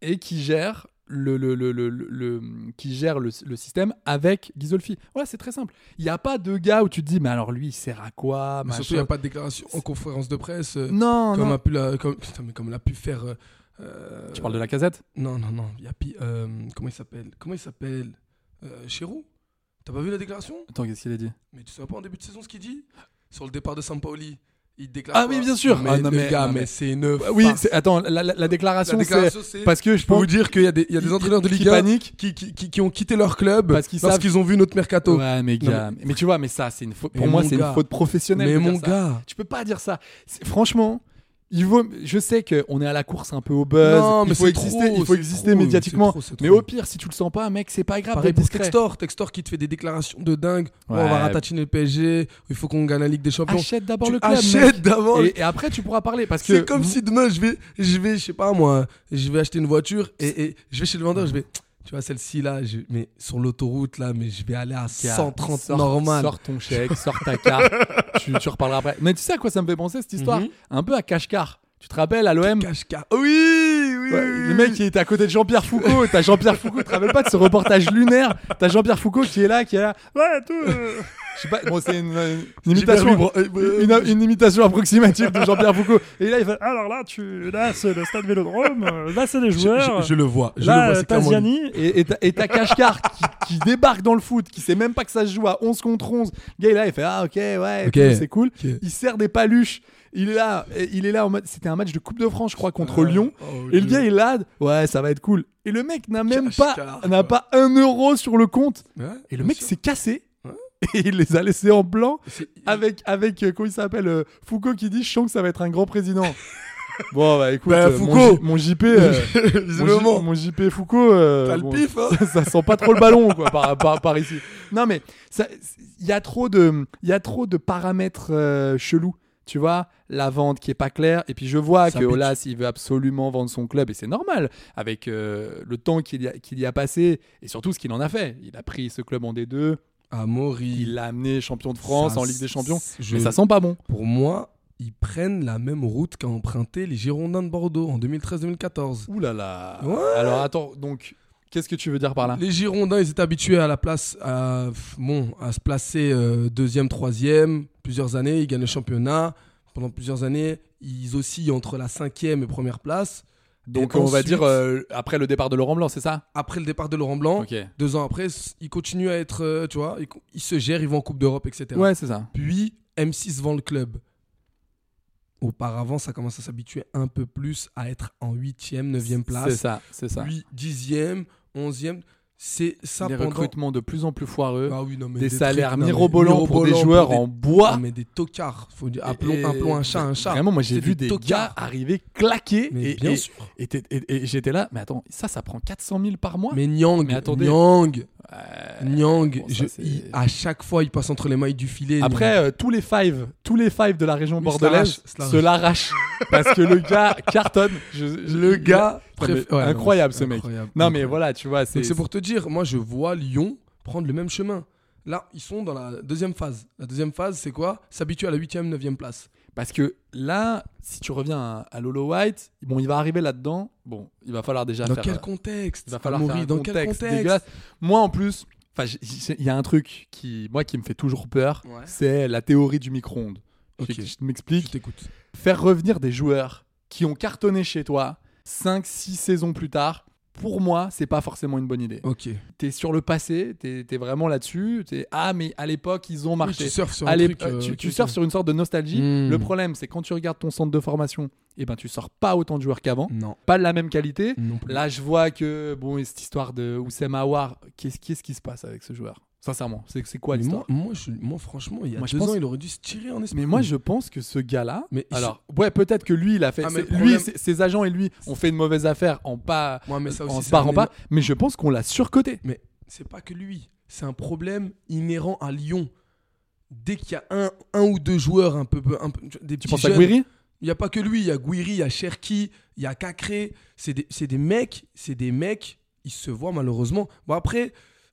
Speaker 6: et qui gère le, le, le, le, le- le- qui gère le, le système avec Ghisolfi. Voilà, c'est très simple. Il n'y a pas de gars où tu te dis, mais alors lui, il sert à quoi
Speaker 7: Mais
Speaker 6: machin.
Speaker 7: surtout, il n'y a pas de déclaration en conférence de presse. euh,
Speaker 6: Ah, Non,
Speaker 7: comme
Speaker 6: non.
Speaker 7: a pu la, comme, putain, mais comme l'a pu faire. euh, euh,
Speaker 6: Tu parles de la casette
Speaker 7: Non, non, non. Il y a pi- euh, comment il s'appelle Comment il s'appelle euh, Chéroux T'as pas vu la déclaration
Speaker 6: Attends, qu'est-ce qu'il a dit
Speaker 7: Mais tu sais pas en début de saison ce qu'il dit sur le départ de Sampaoli Il te déclare
Speaker 6: Ah
Speaker 7: pas.
Speaker 6: oui, bien sûr.
Speaker 7: Mais
Speaker 6: Ah, non,
Speaker 7: le
Speaker 6: mais-
Speaker 7: gars,
Speaker 6: non,
Speaker 7: mais,
Speaker 6: mais-
Speaker 7: c'est une
Speaker 6: Bah Oui,
Speaker 7: farce.
Speaker 6: c'est- attends, la, la- la déclaration,
Speaker 7: La déclaration, c'est-
Speaker 6: c'est parce que je
Speaker 7: Je peux
Speaker 6: pense
Speaker 7: vous dire qu'il y a des, il y a des
Speaker 6: qui-
Speaker 7: entraîneurs de
Speaker 6: qui
Speaker 7: Ligue 1
Speaker 6: paniquent.
Speaker 7: qui, qui, qui- qui ont quitté leur club
Speaker 6: Parce qu'ils
Speaker 7: lorsqu'ils ont vu notre mercato.
Speaker 6: Ouais, mais
Speaker 7: Non,
Speaker 6: gars, mais... tu vois, mais ça, c'est une faute. Pour
Speaker 7: Mais
Speaker 6: moi,
Speaker 7: mon
Speaker 6: c'est une
Speaker 7: gars.
Speaker 6: faute professionnelle.
Speaker 7: mais
Speaker 6: de dire
Speaker 7: mon
Speaker 6: ça.
Speaker 7: gars.
Speaker 6: tu peux pas dire ça. C'est- Franchement, il vaut. Je sais qu'on est à la course un peu au buzz.
Speaker 7: Non, mais
Speaker 6: il faut
Speaker 7: c'est
Speaker 6: exister,
Speaker 7: trop,
Speaker 6: il faut
Speaker 7: c'est
Speaker 6: exister
Speaker 7: trop,
Speaker 6: médiatiquement.
Speaker 7: c'est trop, c'est
Speaker 6: mais
Speaker 7: trop.
Speaker 6: au pire, si tu le sens pas, mec, c'est pas grave.
Speaker 7: Pareil
Speaker 6: d'être
Speaker 7: pour
Speaker 6: discret.
Speaker 7: Textor. Textor qui te fait des déclarations de dingue. Ouais, on
Speaker 6: Ouais.
Speaker 7: va ratatiner le PSG. Il faut qu'on gagne la Ligue des Champions.
Speaker 6: Achète d'abord
Speaker 7: Tu
Speaker 6: le club.
Speaker 7: achètes
Speaker 6: mec.
Speaker 7: d'abord le
Speaker 6: Et, et après, tu pourras parler parce que
Speaker 7: C'est comme si demain je vais, je vais, je sais pas moi, je vais acheter une voiture et, et je vais chez le vendeur, je vais, tu vois celle-ci là, je- mais sur l'autoroute là, mais je vais aller à
Speaker 6: Gars,
Speaker 7: 130
Speaker 6: sors-
Speaker 7: normal.
Speaker 6: Sors ton chèque, sors ta carte, tu, tu reparleras après. Mais tu sais à quoi ça me fait penser cette histoire Un peu à Kashkar. Tu te rappelles à l'OM
Speaker 7: Cache-ca- Mhm. Oui, oui,
Speaker 6: Ouais,
Speaker 7: oui,
Speaker 6: le mec
Speaker 7: oui.
Speaker 6: il était à côté de Jean-Pierre Foucault, t'as Jean-Pierre Foucault, tu te rappelles pas de ce reportage lunaire T'as Jean-Pierre Foucault qui est là, qui est là, ouais tout. euh. Je sais pas, bon c'est une, une- une
Speaker 7: J'ai
Speaker 6: imitation,
Speaker 7: perdu, bro- euh, euh,
Speaker 6: une, une imitation approximative de Jean-Pierre Foucault. Et là il fait, alors là tu, là c'est le stade Vélodrome, euh, là c'est les
Speaker 7: je,
Speaker 6: joueurs.
Speaker 7: je- je le vois, je le
Speaker 6: Là,
Speaker 7: vois,
Speaker 6: euh,
Speaker 7: c'est clairement lui.
Speaker 6: Taziani et, et, t'as- et t'as Kashkar qui, qui débarque dans le foot, qui sait même pas que ça se joue à 11 contre 11. Le gars, il est là, il fait Ah, ok, ouais,
Speaker 7: Ok.
Speaker 6: tout, c'est cool.
Speaker 7: Ok.
Speaker 6: Il sert des paluches. Il est là, et il est là en mode. C'était un match de Coupe de France, je crois, contre Lyon.
Speaker 7: oh,
Speaker 6: et le
Speaker 7: Dieu.
Speaker 6: gars, il est là, ouais, ça va être cool. Et le mec n'a même pas,
Speaker 7: Kashkar,
Speaker 6: n'a
Speaker 7: quoi.
Speaker 6: pas un euro sur le compte.
Speaker 7: Ouais,
Speaker 6: Et le
Speaker 7: bien
Speaker 6: mec
Speaker 7: sûr.
Speaker 6: s'est cassé. Et il les a laissés en blanc
Speaker 7: C'est-
Speaker 6: avec, avec euh, comment il s'appelle, euh, Foucault qui dit Je sens que ça va être un grand président. bon, bah écoute,
Speaker 7: Bah,
Speaker 6: euh, mon
Speaker 7: Foucault.
Speaker 6: J- mon, JP. euh, mon, J-
Speaker 7: Visiblement.
Speaker 6: mon JP Foucault, euh,
Speaker 7: T'as le
Speaker 6: bon,
Speaker 7: pif, hein.
Speaker 6: ça, ça sent pas trop le ballon quoi par, par, par ici. Non mais ça- il y a trop de, il y a trop de paramètres euh, chelous. Tu vois, la vente qui est pas claire. Et puis je vois
Speaker 7: Ça
Speaker 6: que
Speaker 7: pique.
Speaker 6: Olas, il veut absolument vendre son club et c'est normal avec euh, le temps qu'il y, a- qu'il y a passé et surtout ce qu'il en a fait. Il a pris ce club en D2,
Speaker 7: Amaury.
Speaker 6: il l'a amené champion de France
Speaker 7: Ça,
Speaker 6: Ah, en Ligue des Champions.
Speaker 7: je-
Speaker 6: Mais ça sent pas bon.
Speaker 7: Pour moi, ils prennent la même route qu'a emprunté les Girondins de Bordeaux en 2013-2014.
Speaker 6: Ouh là là.
Speaker 7: Ouais.
Speaker 6: Alors attends, donc qu'est-ce que tu veux dire par là
Speaker 7: Les Girondins, ils étaient habitués à la place, à, pff, bon, à se placer euh, deuxième, troisième, plusieurs années. Ils gagnent le championnat. Pendant plusieurs années, ils oscillent entre la cinquième et première place.
Speaker 6: Donc
Speaker 7: Et
Speaker 6: on va
Speaker 7: ensuite,
Speaker 6: dire euh, après le départ de Laurent Blanc, c'est ça
Speaker 7: après le départ de Laurent Blanc,
Speaker 6: Ok.
Speaker 7: deux ans après, s- ils continuent à être, euh, tu vois, ils, co- ils se gèrent, ils vont en Coupe d'Europe, etc.
Speaker 6: Ouais, c'est ça.
Speaker 7: Puis M6 vend le club. Auparavant, ça commence à s'habituer un peu plus à être en huitième, neuvième
Speaker 6: C'est
Speaker 7: place,
Speaker 6: ça, c'est ça.
Speaker 7: puis dixième, onzième. C'est ça
Speaker 6: des
Speaker 7: pendant-
Speaker 6: recrutements de plus en plus foireux,
Speaker 7: Ah oui, non, mais
Speaker 6: des,
Speaker 7: trucs-
Speaker 6: salaires
Speaker 7: non, mais
Speaker 6: mirobolants, pour des
Speaker 7: mirobolants,
Speaker 6: joueurs
Speaker 7: pour des-
Speaker 6: en bois.
Speaker 7: Non, mais des tocards. Faut dire, appelons,
Speaker 6: Et-
Speaker 7: appelons un chat un chat.
Speaker 6: Vraiment, moi j'ai
Speaker 7: C'est
Speaker 6: vu des gars
Speaker 7: tocards.
Speaker 6: arriver claqués
Speaker 7: Mais
Speaker 6: et,
Speaker 7: bien
Speaker 6: et-
Speaker 7: sûr.
Speaker 6: et t'es- et- et j'étais là, mais attends, ça, ça prend 400 000 par mois Euh,
Speaker 7: Mais Nyang,
Speaker 6: Mais attendez.
Speaker 7: Nyang,
Speaker 6: Ouais.
Speaker 7: Nyang,
Speaker 6: bon, ça,
Speaker 7: je-
Speaker 6: c'est-
Speaker 7: il- à chaque fois, il passe entre les mailles du filet.
Speaker 6: Après, euh, tous les fives, tous les fives de la région
Speaker 7: Oui, se
Speaker 6: bordelaise
Speaker 7: l'arrachent, se l'arrachent.
Speaker 6: se l'arrachent parce que le gars cartonne. Je- je-
Speaker 7: Le gars
Speaker 6: Non, mais
Speaker 7: préf- ouais,
Speaker 6: incroyable
Speaker 7: ouais,
Speaker 6: ce mec.
Speaker 7: incroyable,
Speaker 6: non mais
Speaker 7: incroyable.
Speaker 6: voilà, tu vois,
Speaker 7: Donc
Speaker 6: c'est
Speaker 7: c'est pour te dire, moi je vois Lyon prendre le même chemin. Là, ils sont dans la deuxième phase. La deuxième phase, c'est quoi S'habituer à la huitième, neuvième place.
Speaker 6: Parce que là, si tu reviens à, à Lolo White, bon, il va arriver là-dedans. Bon, il va falloir déjà
Speaker 7: Dans
Speaker 6: faire.
Speaker 7: quel
Speaker 6: euh,
Speaker 7: contexte
Speaker 6: il va falloir
Speaker 7: Amaury,
Speaker 6: faire un
Speaker 7: dans
Speaker 6: contexte,
Speaker 7: quel contexte
Speaker 6: dégueulasse. Moi, en plus, enfin, j'ai- j'ai- il y a un truc qui, moi, qui me fait toujours peur,
Speaker 7: Ouais.
Speaker 6: c'est la théorie du micro-ondes. Je-
Speaker 7: Ok.
Speaker 6: Je
Speaker 7: Je
Speaker 6: m'explique.
Speaker 7: t'écoute.
Speaker 6: Faire revenir des joueurs qui ont cartonné chez toi 5 six saisons plus tard. Pour moi, c'est pas forcément une bonne idée.
Speaker 7: Ok.
Speaker 6: T'es sur le passé, t'es es vraiment là-dessus. t'es- Ah, mais à l'époque, ils ont marché.
Speaker 7: Tu surfes sur un
Speaker 6: Allez,
Speaker 7: truc,
Speaker 6: euh,
Speaker 7: euh,
Speaker 6: tu, tu
Speaker 7: ok,
Speaker 6: surfes
Speaker 7: ok.
Speaker 6: sur une sorte de nostalgie.
Speaker 7: Mm.
Speaker 6: Le problème, c'est quand tu regardes ton centre de formation, et ben tu sors pas autant de joueurs qu'avant,
Speaker 7: Non.
Speaker 6: pas de la même qualité.
Speaker 7: Non plus.
Speaker 6: Là, je vois que bon, et cette histoire de Oussem Aouar, qu'est-ce qu'est-ce qui se passe avec ce joueur Sincèrement, c'est c'est quoi
Speaker 7: Mais moi,
Speaker 6: l'histoire
Speaker 7: moi, je- moi, franchement, il y a
Speaker 6: Moi, je
Speaker 7: deux
Speaker 6: pense-
Speaker 7: ans, il aurait dû se tirer en Espagne.
Speaker 6: mais moi, je pense que ce gars-là.
Speaker 7: Mais il
Speaker 6: alors, ouais, peut-être que lui, il a fait.
Speaker 7: Ah, mais
Speaker 6: c'est-
Speaker 7: le
Speaker 6: lui,
Speaker 7: problème-
Speaker 6: ses, ses agents et lui ont fait une mauvaise affaire en pas,
Speaker 7: Ouais, mais ça aussi,
Speaker 6: en se
Speaker 7: c'est
Speaker 6: barrant
Speaker 7: un
Speaker 6: pas. Mais je pense qu'on l'a surcoté.
Speaker 7: Mais c'est pas que lui. C'est un problème inhérent à Lyon. Dès qu'il y a un, un ou deux joueurs un peu, un peu des
Speaker 6: Tu
Speaker 7: petits
Speaker 6: penses à
Speaker 7: jeunes,
Speaker 6: Guiri
Speaker 7: Il n'y a pas que lui, il y a Guiri, il y a Cherki, il y a Cacré. C'est des, c'est des mecs, c'est des mecs, ils se voient malheureusement. Bon après,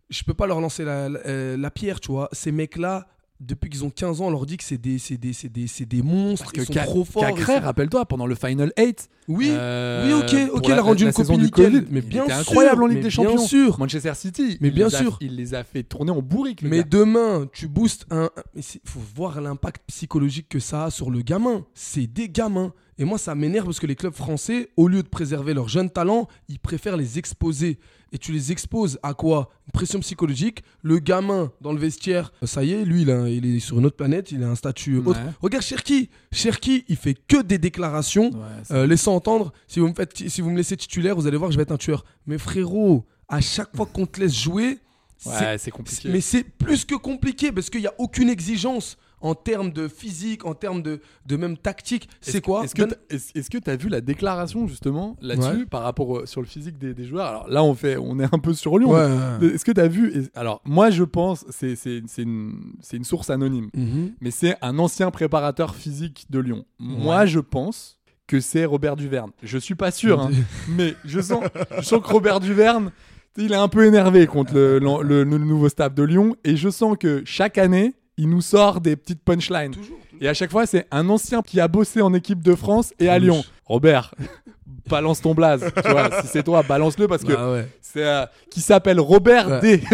Speaker 7: je peux pas leur lancer la, la- euh, la pierre, tu vois. Ces mecs-là, depuis qu'ils ont 15 ans, on leur dit que c'est des, c'est des, c'est des, c'est des monstres, ils sont
Speaker 6: Ca-
Speaker 7: trop forts.
Speaker 6: Cacré,
Speaker 7: ils sont-
Speaker 6: rappelle-toi, pendant le Final 8,
Speaker 7: Oui,
Speaker 6: Euh,
Speaker 7: oui, ok, ok,
Speaker 6: pour
Speaker 7: il a rendu
Speaker 6: la
Speaker 7: une copie
Speaker 6: saison du
Speaker 7: nickel.
Speaker 6: Covid.
Speaker 7: mais
Speaker 6: Il
Speaker 7: bien
Speaker 6: était
Speaker 7: sûr,
Speaker 6: incroyable en Ligue
Speaker 7: mais
Speaker 6: des Champions.
Speaker 7: Bien sûr.
Speaker 6: Manchester City.
Speaker 7: Mais
Speaker 6: il
Speaker 7: bien
Speaker 6: les a-
Speaker 7: sûr.
Speaker 6: il les a fait tourner en bourrique. le
Speaker 7: Mais
Speaker 6: gars.
Speaker 7: demain, tu boostes un. mais c'est- faut voir l'impact psychologique que ça a sur le gamin. C'est des gamins. Et moi, ça m'énerve parce que les clubs français, au lieu de préserver leurs jeunes talents, ils préfèrent les exposer. Et tu les exposes à quoi Une pression psychologique. Le gamin dans le vestiaire, ça y est, lui, là, il est sur une autre planète, il a un statut autre.
Speaker 6: Ouais.
Speaker 7: Regarde Cherki. Cherki, il fait que des déclarations
Speaker 6: c'est-
Speaker 7: euh, laissant entendre si vous, me faites, si vous me laissez titulaire, vous allez voir, je vais être un tueur. Mais frérot, à chaque fois qu'on te laisse jouer,
Speaker 6: Ouais, c'est compliqué.
Speaker 7: mais c'est plus que compliqué parce qu'il n'y a aucune exigence en termes de physique, en termes de, de même tactique. C'est quoi Ben-
Speaker 6: Est-ce que
Speaker 7: Donne-
Speaker 6: t'as- est-ce- est-ce que tu as vu la déclaration justement là-dessus
Speaker 7: Ouais.
Speaker 6: par rapport euh, sur le physique des, des joueurs Alors là, on fait, on est un peu sur Lyon.
Speaker 7: Ouais,
Speaker 6: mais
Speaker 7: ouais,
Speaker 6: Est-ce que tu as vu et- Alors moi, je pense, c'est c'est- c'est une, c'est une source anonyme,
Speaker 7: Mhm.
Speaker 6: mais c'est un ancien préparateur physique de Lyon. Moi, je pense que c'est Robert Duverne. Je suis pas sûr, hein, mais je sens, je sens que Robert Duverne, il est un peu énervé contre le, l'en- le- le nouveau staff de Lyon, et je sens que chaque année, il nous sort des petites punchlines. Et à chaque fois, c'est un ancien qui a bossé en équipe de France et à
Speaker 7: Ouch.
Speaker 6: Lyon. Robert, balance ton blaze. tu vois, si c'est toi, balance-le parce que
Speaker 7: Bah ouais.
Speaker 6: c'est euh, qui s'appelle Robert
Speaker 7: Ouais.
Speaker 6: D.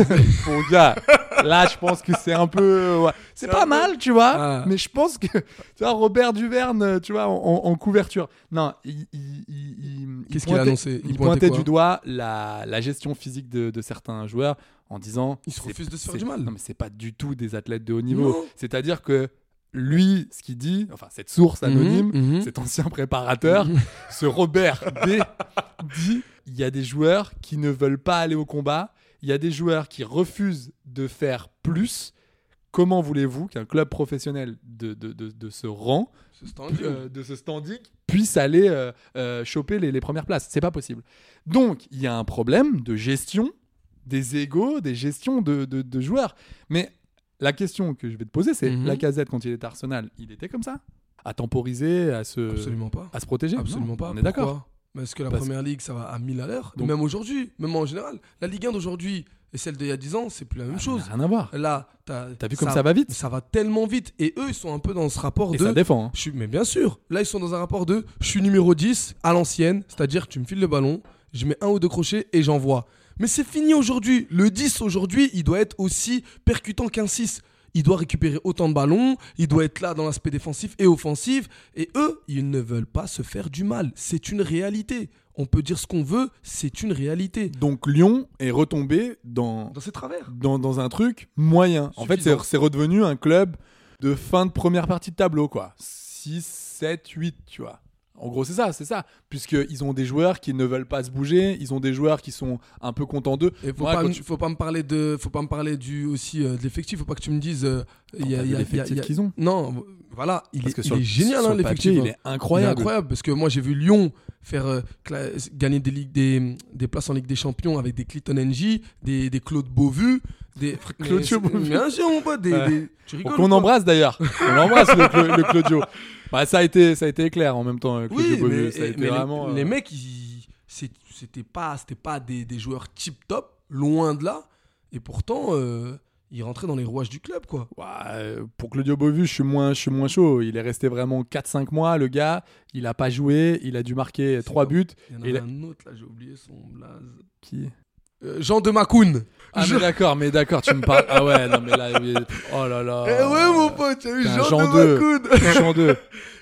Speaker 6: Bon gars, là je pense que c'est un peu euh, ouais. c'est pas mal, tu vois,
Speaker 7: Ah.
Speaker 6: mais je pense que tu vois Robert Duverne, euh, tu vois en, en- en couverture. Non, il il- il- il- il
Speaker 7: Qu'est-ce qu'il a
Speaker 6: pointait-
Speaker 7: annoncé
Speaker 6: Il,
Speaker 7: Il pointait
Speaker 6: pointait
Speaker 7: quoi
Speaker 6: du doigt la, la gestion physique de, de certains joueurs en disant
Speaker 7: Ils se
Speaker 6: c'est-
Speaker 7: refusent de se faire
Speaker 6: c'est-
Speaker 7: du mal.
Speaker 6: Non mais c'est pas du tout des athlètes de haut niveau.
Speaker 7: Non.
Speaker 6: C'est-à-dire que lui, ce qu'il dit, enfin cette source anonyme,
Speaker 7: mhm.
Speaker 6: cet ancien préparateur, ce Robert D, dit il y a des joueurs qui ne veulent pas aller au combat, il y a des joueurs qui refusent de faire plus. Comment voulez-vous qu'un club professionnel de, de, de- de ce rang, euh, de ce standing, puisse aller euh, euh, choper les, les premières places C'est pas possible. Donc, il y a un problème de gestion des égaux, des gestions de, de- de joueurs. Mais la question que je vais te poser, c'est
Speaker 7: Mhm.
Speaker 6: la casette, quand il était à Arsenal, il était comme ça À temporiser, à se,
Speaker 7: Absolument pas.
Speaker 6: à se protéger
Speaker 7: Absolument
Speaker 6: Non,
Speaker 7: pas.
Speaker 6: On est d'accord.
Speaker 7: Pourquoi Ben, Parce que la
Speaker 6: Parce-
Speaker 7: première ligue, ça va à 1000 à l'heure.
Speaker 6: Donc-
Speaker 7: Même aujourd'hui, même en général. La Ligue 1 d'aujourd'hui et celle d'il y a 10 ans, c'est plus la même
Speaker 6: Ah,
Speaker 7: chose.
Speaker 6: Rien à voir.
Speaker 7: Là, t'as
Speaker 6: T'as vu comme ça va vite
Speaker 7: Ça va tellement vite. Et eux, ils sont un peu dans ce rapport
Speaker 6: Et
Speaker 7: de.
Speaker 6: ça défend. hein.
Speaker 7: Je suis, mais bien sûr, là ils sont dans un rapport de je suis numéro 10 à l'ancienne, c'est-à-dire tu me files le ballon, je mets un ou deux crochets et j'envoie. Mais c'est fini aujourd'hui. Le 10 aujourd'hui, il doit être aussi percutant qu'un 6. Il doit récupérer autant de ballons, il doit être là dans l'aspect défensif et offensif. Et eux, ils ne veulent pas se faire du mal. C'est une réalité. On peut dire ce qu'on veut, c'est une réalité.
Speaker 6: Donc Lyon est retombé dans,
Speaker 7: Dans ses travers.
Speaker 6: dans, dans un truc moyen. En fait, c'est
Speaker 7: Suffisant.
Speaker 6: c'est redevenu un club de fin de première partie de tableau, quoi. 6, 7, 8, tu vois. En gros, c'est ça, c'est ça. Puisqu'ils ont des joueurs qui ne veulent pas se bouger, ils ont des joueurs qui sont un peu contents d'eux.
Speaker 7: Et faut,
Speaker 6: Moi,
Speaker 7: pas,
Speaker 6: quand
Speaker 7: me-
Speaker 6: tu-
Speaker 7: faut pas me parler de, faut pas me parler du aussi euh, de l'effectif. Faut pas que tu me dises. euh, il y a-
Speaker 6: t'as vu
Speaker 7: il y a-
Speaker 6: l'effectif
Speaker 7: il y a-
Speaker 6: qu'ils ont.
Speaker 7: Non, voilà, il
Speaker 6: Parce
Speaker 7: est,
Speaker 6: que
Speaker 7: il
Speaker 6: sur
Speaker 7: est
Speaker 6: le-
Speaker 7: génial
Speaker 6: sur
Speaker 7: hein,
Speaker 6: le papier,
Speaker 7: l'effectif.
Speaker 6: il
Speaker 7: hein.
Speaker 6: est incroyable.
Speaker 7: incroyable parce que moi j'ai vu Lyon faire euh, cla- gagner des, ligues- des des places en Ligue des Champions avec des Clinton NJ, des, des Claude Beauvu, des mais
Speaker 6: Claudio
Speaker 7: c'est-
Speaker 6: Beauvu.
Speaker 7: Bien sûr mon pote, des,
Speaker 6: Ouais.
Speaker 7: des- tu rigoles. ou
Speaker 6: Qu'on
Speaker 7: quoi
Speaker 6: embrasse d'ailleurs. On l'embrasse, le, Cla- le Claudio. Bah, ça a été, ça a été éclair en même temps, euh, Claudio
Speaker 7: Oui,
Speaker 6: Beauvau.
Speaker 7: mais, eh,
Speaker 6: Ça a été
Speaker 7: mais les-
Speaker 6: vraiment,
Speaker 7: les,
Speaker 6: euh,
Speaker 7: mecs, ils- c'est- c'était pas, c'était pas des, des joueurs tip top, loin de là, et pourtant euh, ils rentraient dans les rouages du club quoi.
Speaker 6: Ouais, euh, pour Claudio Bovu, je suis moins, je suis moins chaud. Il est resté vraiment 4-5 mois, le gars. Il a pas joué. Il a dû marquer 3
Speaker 7: bon.
Speaker 6: buts.
Speaker 7: Il y en
Speaker 6: Et
Speaker 7: avait
Speaker 6: la-
Speaker 7: un autre là, j'ai oublié son blaze.
Speaker 6: Qui
Speaker 7: Euh, Jean de Macoun.
Speaker 6: Ah, mais
Speaker 7: Je-
Speaker 6: d'accord, mais d'accord, tu me parles. Ah ouais, non, mais là, oui. oh là là.
Speaker 7: Eh ouais mon pote, il y a eu
Speaker 6: T'as un
Speaker 7: Jean,
Speaker 6: Jean
Speaker 7: de
Speaker 6: de-
Speaker 7: Macoun.
Speaker 6: Chant deux.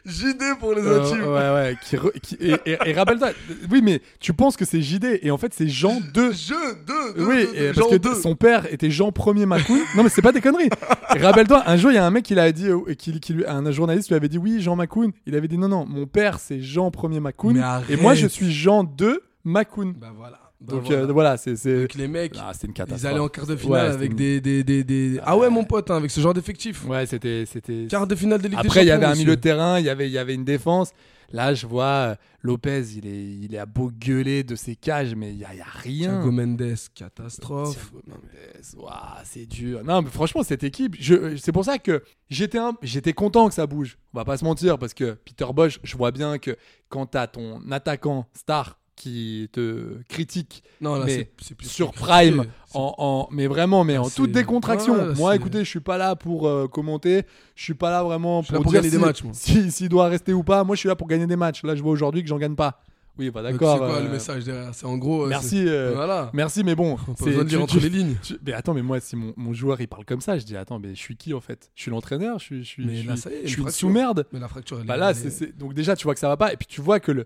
Speaker 7: JD pour les
Speaker 6: Euh,
Speaker 7: intimes.
Speaker 6: ouais, ouais. Qui re- qui- et et- et rappelle-toi, oui, mais tu penses que c'est JD, et en fait, c'est Jean 2.
Speaker 7: Je, deux, deux,
Speaker 6: Euh, Oui,
Speaker 7: deux,
Speaker 6: et
Speaker 7: deux,
Speaker 6: parce
Speaker 7: Jean
Speaker 6: que
Speaker 7: Euh, deux.
Speaker 6: son père était Jean 1er Macoun. non, mais c'est pas des conneries. Et Rappelle-toi, un jour, il y a un mec qui l'a dit, euh, qui, qui lui- un journaliste lui avait dit Oui, Jean Macoun. Il avait dit Non, non, mon père, c'est Jean 1er Macoun.
Speaker 7: Mais
Speaker 6: Et
Speaker 7: arrête.
Speaker 6: moi, je suis Jean 2 Macoun.
Speaker 7: Bah voilà. Bah
Speaker 6: Donc
Speaker 7: voilà.
Speaker 6: euh, voilà, c'est. c'est-
Speaker 7: Donc les mecs,
Speaker 6: Ah, c'était une catastrophe.
Speaker 7: ils allaient en quart de finale
Speaker 6: Ouais, c'était
Speaker 7: avec
Speaker 6: une-
Speaker 7: des, des, des, des- Ah ouais, mon pote, hein, avec ce genre d'effectif.
Speaker 6: Ouais, c'était. c'était...
Speaker 7: Quart de finale de Ligue des
Speaker 6: Après, il y avait
Speaker 7: Champions,
Speaker 6: un milieu
Speaker 7: monsieur.
Speaker 6: de terrain, il y avait, il y avait une défense. Là, je vois euh, Lopez, il est, il est à beau gueuler de ses cages, mais il n'y a, il y a rien.
Speaker 7: Thiago Mendes, catastrophe.
Speaker 6: Thiago Mendes, ouah, c'est dur. Non, mais franchement, cette équipe, je- c'est pour ça que j'étais un- j'étais content que ça bouge. On va pas se mentir, parce que Peter Bosch, je vois bien que quand t'as ton attaquant star qui te critique
Speaker 7: Non, là,
Speaker 6: Mais
Speaker 7: c'est- c'est plus
Speaker 6: sur
Speaker 7: que
Speaker 6: Prime,
Speaker 7: critiqué. C'est- Ah,
Speaker 6: en, en- mais vraiment, mais en
Speaker 7: c'est-
Speaker 6: toute décontraction.
Speaker 7: Ouais,
Speaker 6: Moi,
Speaker 7: c'est-
Speaker 6: écoutez, je suis pas là pour euh, commenter, je suis pas là vraiment
Speaker 7: Je suis là
Speaker 6: pour,
Speaker 7: pour
Speaker 6: dire
Speaker 7: gagner des
Speaker 6: si-
Speaker 7: matchs, moi.
Speaker 6: si- s'il doit rester ou pas. Moi, je suis là pour gagner des matchs. Là, je vois aujourd'hui que j'en gagne pas. Oui, bah
Speaker 7: Donc,
Speaker 6: d'accord.
Speaker 7: C'est quoi
Speaker 6: euh,
Speaker 7: le message derrière C'est en gros. euh, c'est-
Speaker 6: Merci. euh,
Speaker 7: Voilà.
Speaker 6: Merci, mais bon.
Speaker 7: On a pas
Speaker 6: c'est-
Speaker 7: besoin de lire
Speaker 6: tu-
Speaker 7: entre
Speaker 6: tu-
Speaker 7: les lignes.
Speaker 6: tu- mais attends, mais moi, si mon, mon joueur il parle comme ça, je dis attends, mais je suis qui en fait Je suis l'entraîneur Je suis, je suis,
Speaker 7: Mais
Speaker 6: je
Speaker 7: là,
Speaker 6: suis-
Speaker 7: ça y est,
Speaker 6: je
Speaker 7: une
Speaker 6: suis une
Speaker 7: fracture.
Speaker 6: sous-merde
Speaker 7: Mais la fracture, elle
Speaker 6: Bah
Speaker 7: est-
Speaker 6: là,
Speaker 7: elle
Speaker 6: c'est,
Speaker 7: est-
Speaker 6: c'est- donc déjà, tu vois que ça va pas. Et puis tu vois que le.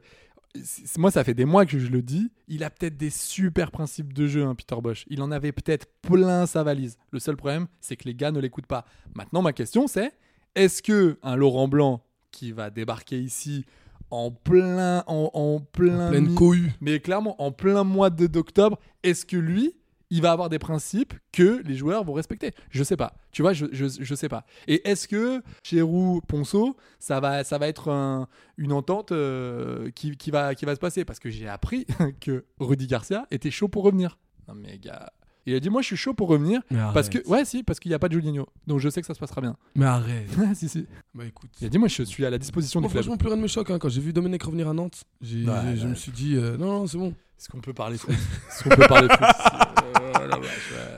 Speaker 6: c'est- Moi, ça fait des mois que je le dis. Il a peut-être des super principes de jeu, hein, Peter Bosch. Il en avait peut-être plein sa valise. Le seul problème, c'est que les gars ne l'écoutent pas. Maintenant, ma question, c'est est-ce que un Laurent Blanc qui va débarquer ici en plein, en, en plein,
Speaker 7: En pleine
Speaker 6: mi-
Speaker 7: cohue.
Speaker 6: mais clairement en plein mois de- d'octobre, est-ce que lui, il va avoir des principes que les joueurs vont respecter Je sais pas. Tu vois, je, je, je sais pas. Et est-ce que chez Roux Ponceau, ça va, ça va être un- une entente euh, qui, qui, va, qui va se passer Parce que j'ai appris que Rudy Garcia était chaud pour revenir. Non mais gars. Il a dit moi je suis chaud pour revenir
Speaker 7: Mais
Speaker 6: parce que
Speaker 7: arrête.
Speaker 6: ouais si parce qu'il n'y a pas de Julinho donc je sais que ça se passera bien Ah,
Speaker 7: Mais arrête.
Speaker 6: si si
Speaker 7: Bah écoute.
Speaker 6: il a dit moi je suis à la disposition
Speaker 7: Moi,
Speaker 6: du club
Speaker 7: Oh, franchement, plus rien ne me choque. hein. Quand j'ai vu Dominique revenir à Nantes, j'ai-
Speaker 6: Ouais,
Speaker 7: j'ai- je
Speaker 6: ouais.
Speaker 7: me suis dit, euh, non, non, c'est bon.
Speaker 6: est-ce qu'on peut parler foot est-ce qu'on peut parler foot Oh,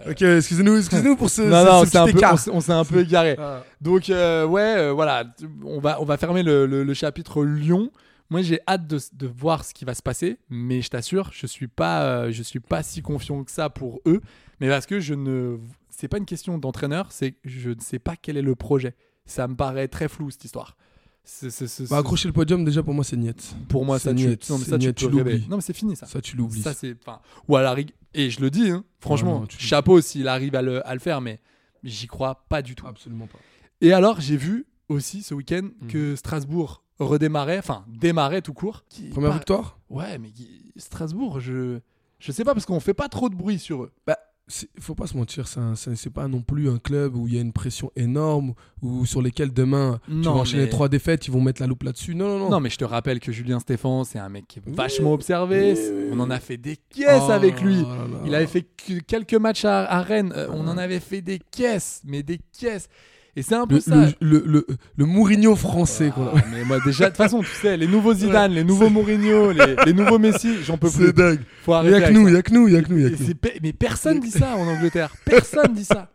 Speaker 7: Ok, excusez-nous, excusez-nous pour ce,
Speaker 6: non
Speaker 7: ce-
Speaker 6: non
Speaker 7: ce
Speaker 6: c'est un
Speaker 7: petit
Speaker 6: peu
Speaker 7: écart.
Speaker 6: on s'est- on s'est un peu égaré
Speaker 7: Ah.
Speaker 6: Donc euh, ouais, euh, voilà, t- on va, on va fermer le, le- le chapitre Lyon. Moi, j'ai hâte de, de voir ce qui va se passer, mais je t'assure, je suis pas, euh, je suis pas si confiant que ça pour eux. Mais parce que je ne, c'est pas une question d'entraîneur, c'est que je ne sais pas quel est le projet. Ça me paraît très flou cette histoire. C'est- c'est- c'est-
Speaker 7: Bah, accrocher le podium, déjà, pour moi, c'est niette.
Speaker 6: pour moi,
Speaker 7: c'est
Speaker 6: ça tu,
Speaker 7: niet,
Speaker 6: non, mais
Speaker 7: c'est
Speaker 6: ça, tu
Speaker 7: niet, tu
Speaker 6: peux rêver.
Speaker 7: l'oublies.
Speaker 6: Non, mais c'est fini ça.
Speaker 7: Ça, tu l'oublies.
Speaker 6: Bah, Ça, c'est, enfin, ou à la rigue- Et je le dis, hein, franchement,
Speaker 7: non, tu-
Speaker 6: chapeau s'il arrive à le, à le faire, mais j'y crois pas du tout.
Speaker 7: Absolument pas.
Speaker 6: Et alors, j'ai vu aussi ce week-end
Speaker 7: Mhm.
Speaker 6: que Strasbourg redémarrait, enfin démarrait tout court. Qui-
Speaker 7: Première
Speaker 6: pas-
Speaker 7: victoire
Speaker 6: Ouais, mais qui- Strasbourg, je je sais pas parce qu'on fait pas trop de bruit sur eux.
Speaker 7: Bah, c'est- faut pas se mentir, c'est un- c'est c'est pas non plus un club où il y a une pression énorme ou sur lesquels demain tu vas
Speaker 6: Non,
Speaker 7: enchaîner
Speaker 6: mais-
Speaker 7: trois défaites, ils vont mettre la loupe là-dessus. Non, non, non.
Speaker 6: Non, mais je te rappelle que Julien Stéphan, c'est un mec qui est vachement observé. c'est- On en a fait des
Speaker 7: Oh
Speaker 6: caisses avec lui.
Speaker 7: là là.
Speaker 6: Il avait fait que- quelques matchs à, à Rennes. euh, on en avait fait des caisses, mais des caisses. Et c'est un peu
Speaker 7: le,
Speaker 6: ça.
Speaker 7: le, le, le, le Mourinho français. qu'on
Speaker 6: Ah, mais moi déjà, de toute façon, tu sais, les nouveaux Zidane, les nouveaux Mourinho, les, les nouveaux Messi, j'en peux plus.
Speaker 7: dingue.
Speaker 6: Faut
Speaker 7: Il y
Speaker 6: arrêter
Speaker 7: a que
Speaker 6: avec
Speaker 7: nous,
Speaker 6: ça.
Speaker 7: il y a que nous, il y a que nous, il y a
Speaker 6: Et
Speaker 7: que
Speaker 6: c'est
Speaker 7: nous.
Speaker 6: pe- mais personne dit ça en Angleterre. Personne dit ça.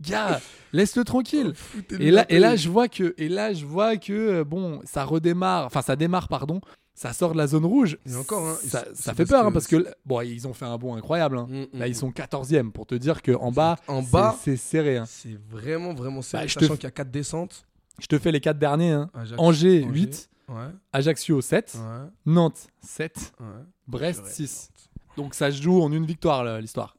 Speaker 6: Gars, laisse-le tranquille.
Speaker 7: Oh,
Speaker 6: Et là, et là, je vois que, et là, je vois que, euh, bon, ça redémarre. Enfin, ça démarre, pardon. Ça sort de la zone rouge.
Speaker 7: Et encore, hein,
Speaker 6: ça, ça
Speaker 7: c'est- c'est
Speaker 6: fait
Speaker 7: parce
Speaker 6: peur, hein,
Speaker 7: que-
Speaker 6: parce que bon, ils ont fait un bond incroyable. hein.
Speaker 7: Mm, mm,
Speaker 6: Là,
Speaker 7: mm.
Speaker 6: ils sont 14e pour te dire que en bas,
Speaker 7: En
Speaker 6: c'est-
Speaker 7: bas-
Speaker 6: c'est serré. hein.
Speaker 7: C'est vraiment, vraiment
Speaker 6: Bah,
Speaker 7: sérieux.
Speaker 6: je te
Speaker 7: sachant
Speaker 6: f-
Speaker 7: qu'il y a quatre descentes.
Speaker 6: Je te fais les quatre derniers. hein.
Speaker 7: Ajaccio,
Speaker 6: Angers,
Speaker 7: Angers.
Speaker 6: 8,
Speaker 7: Ouais,
Speaker 6: Ajaccio 7,
Speaker 7: ouais,
Speaker 6: Nantes 7,
Speaker 7: ouais.
Speaker 6: Brest
Speaker 7: Purée,
Speaker 6: 6. Donc ça se joue en une victoire là, l'histoire.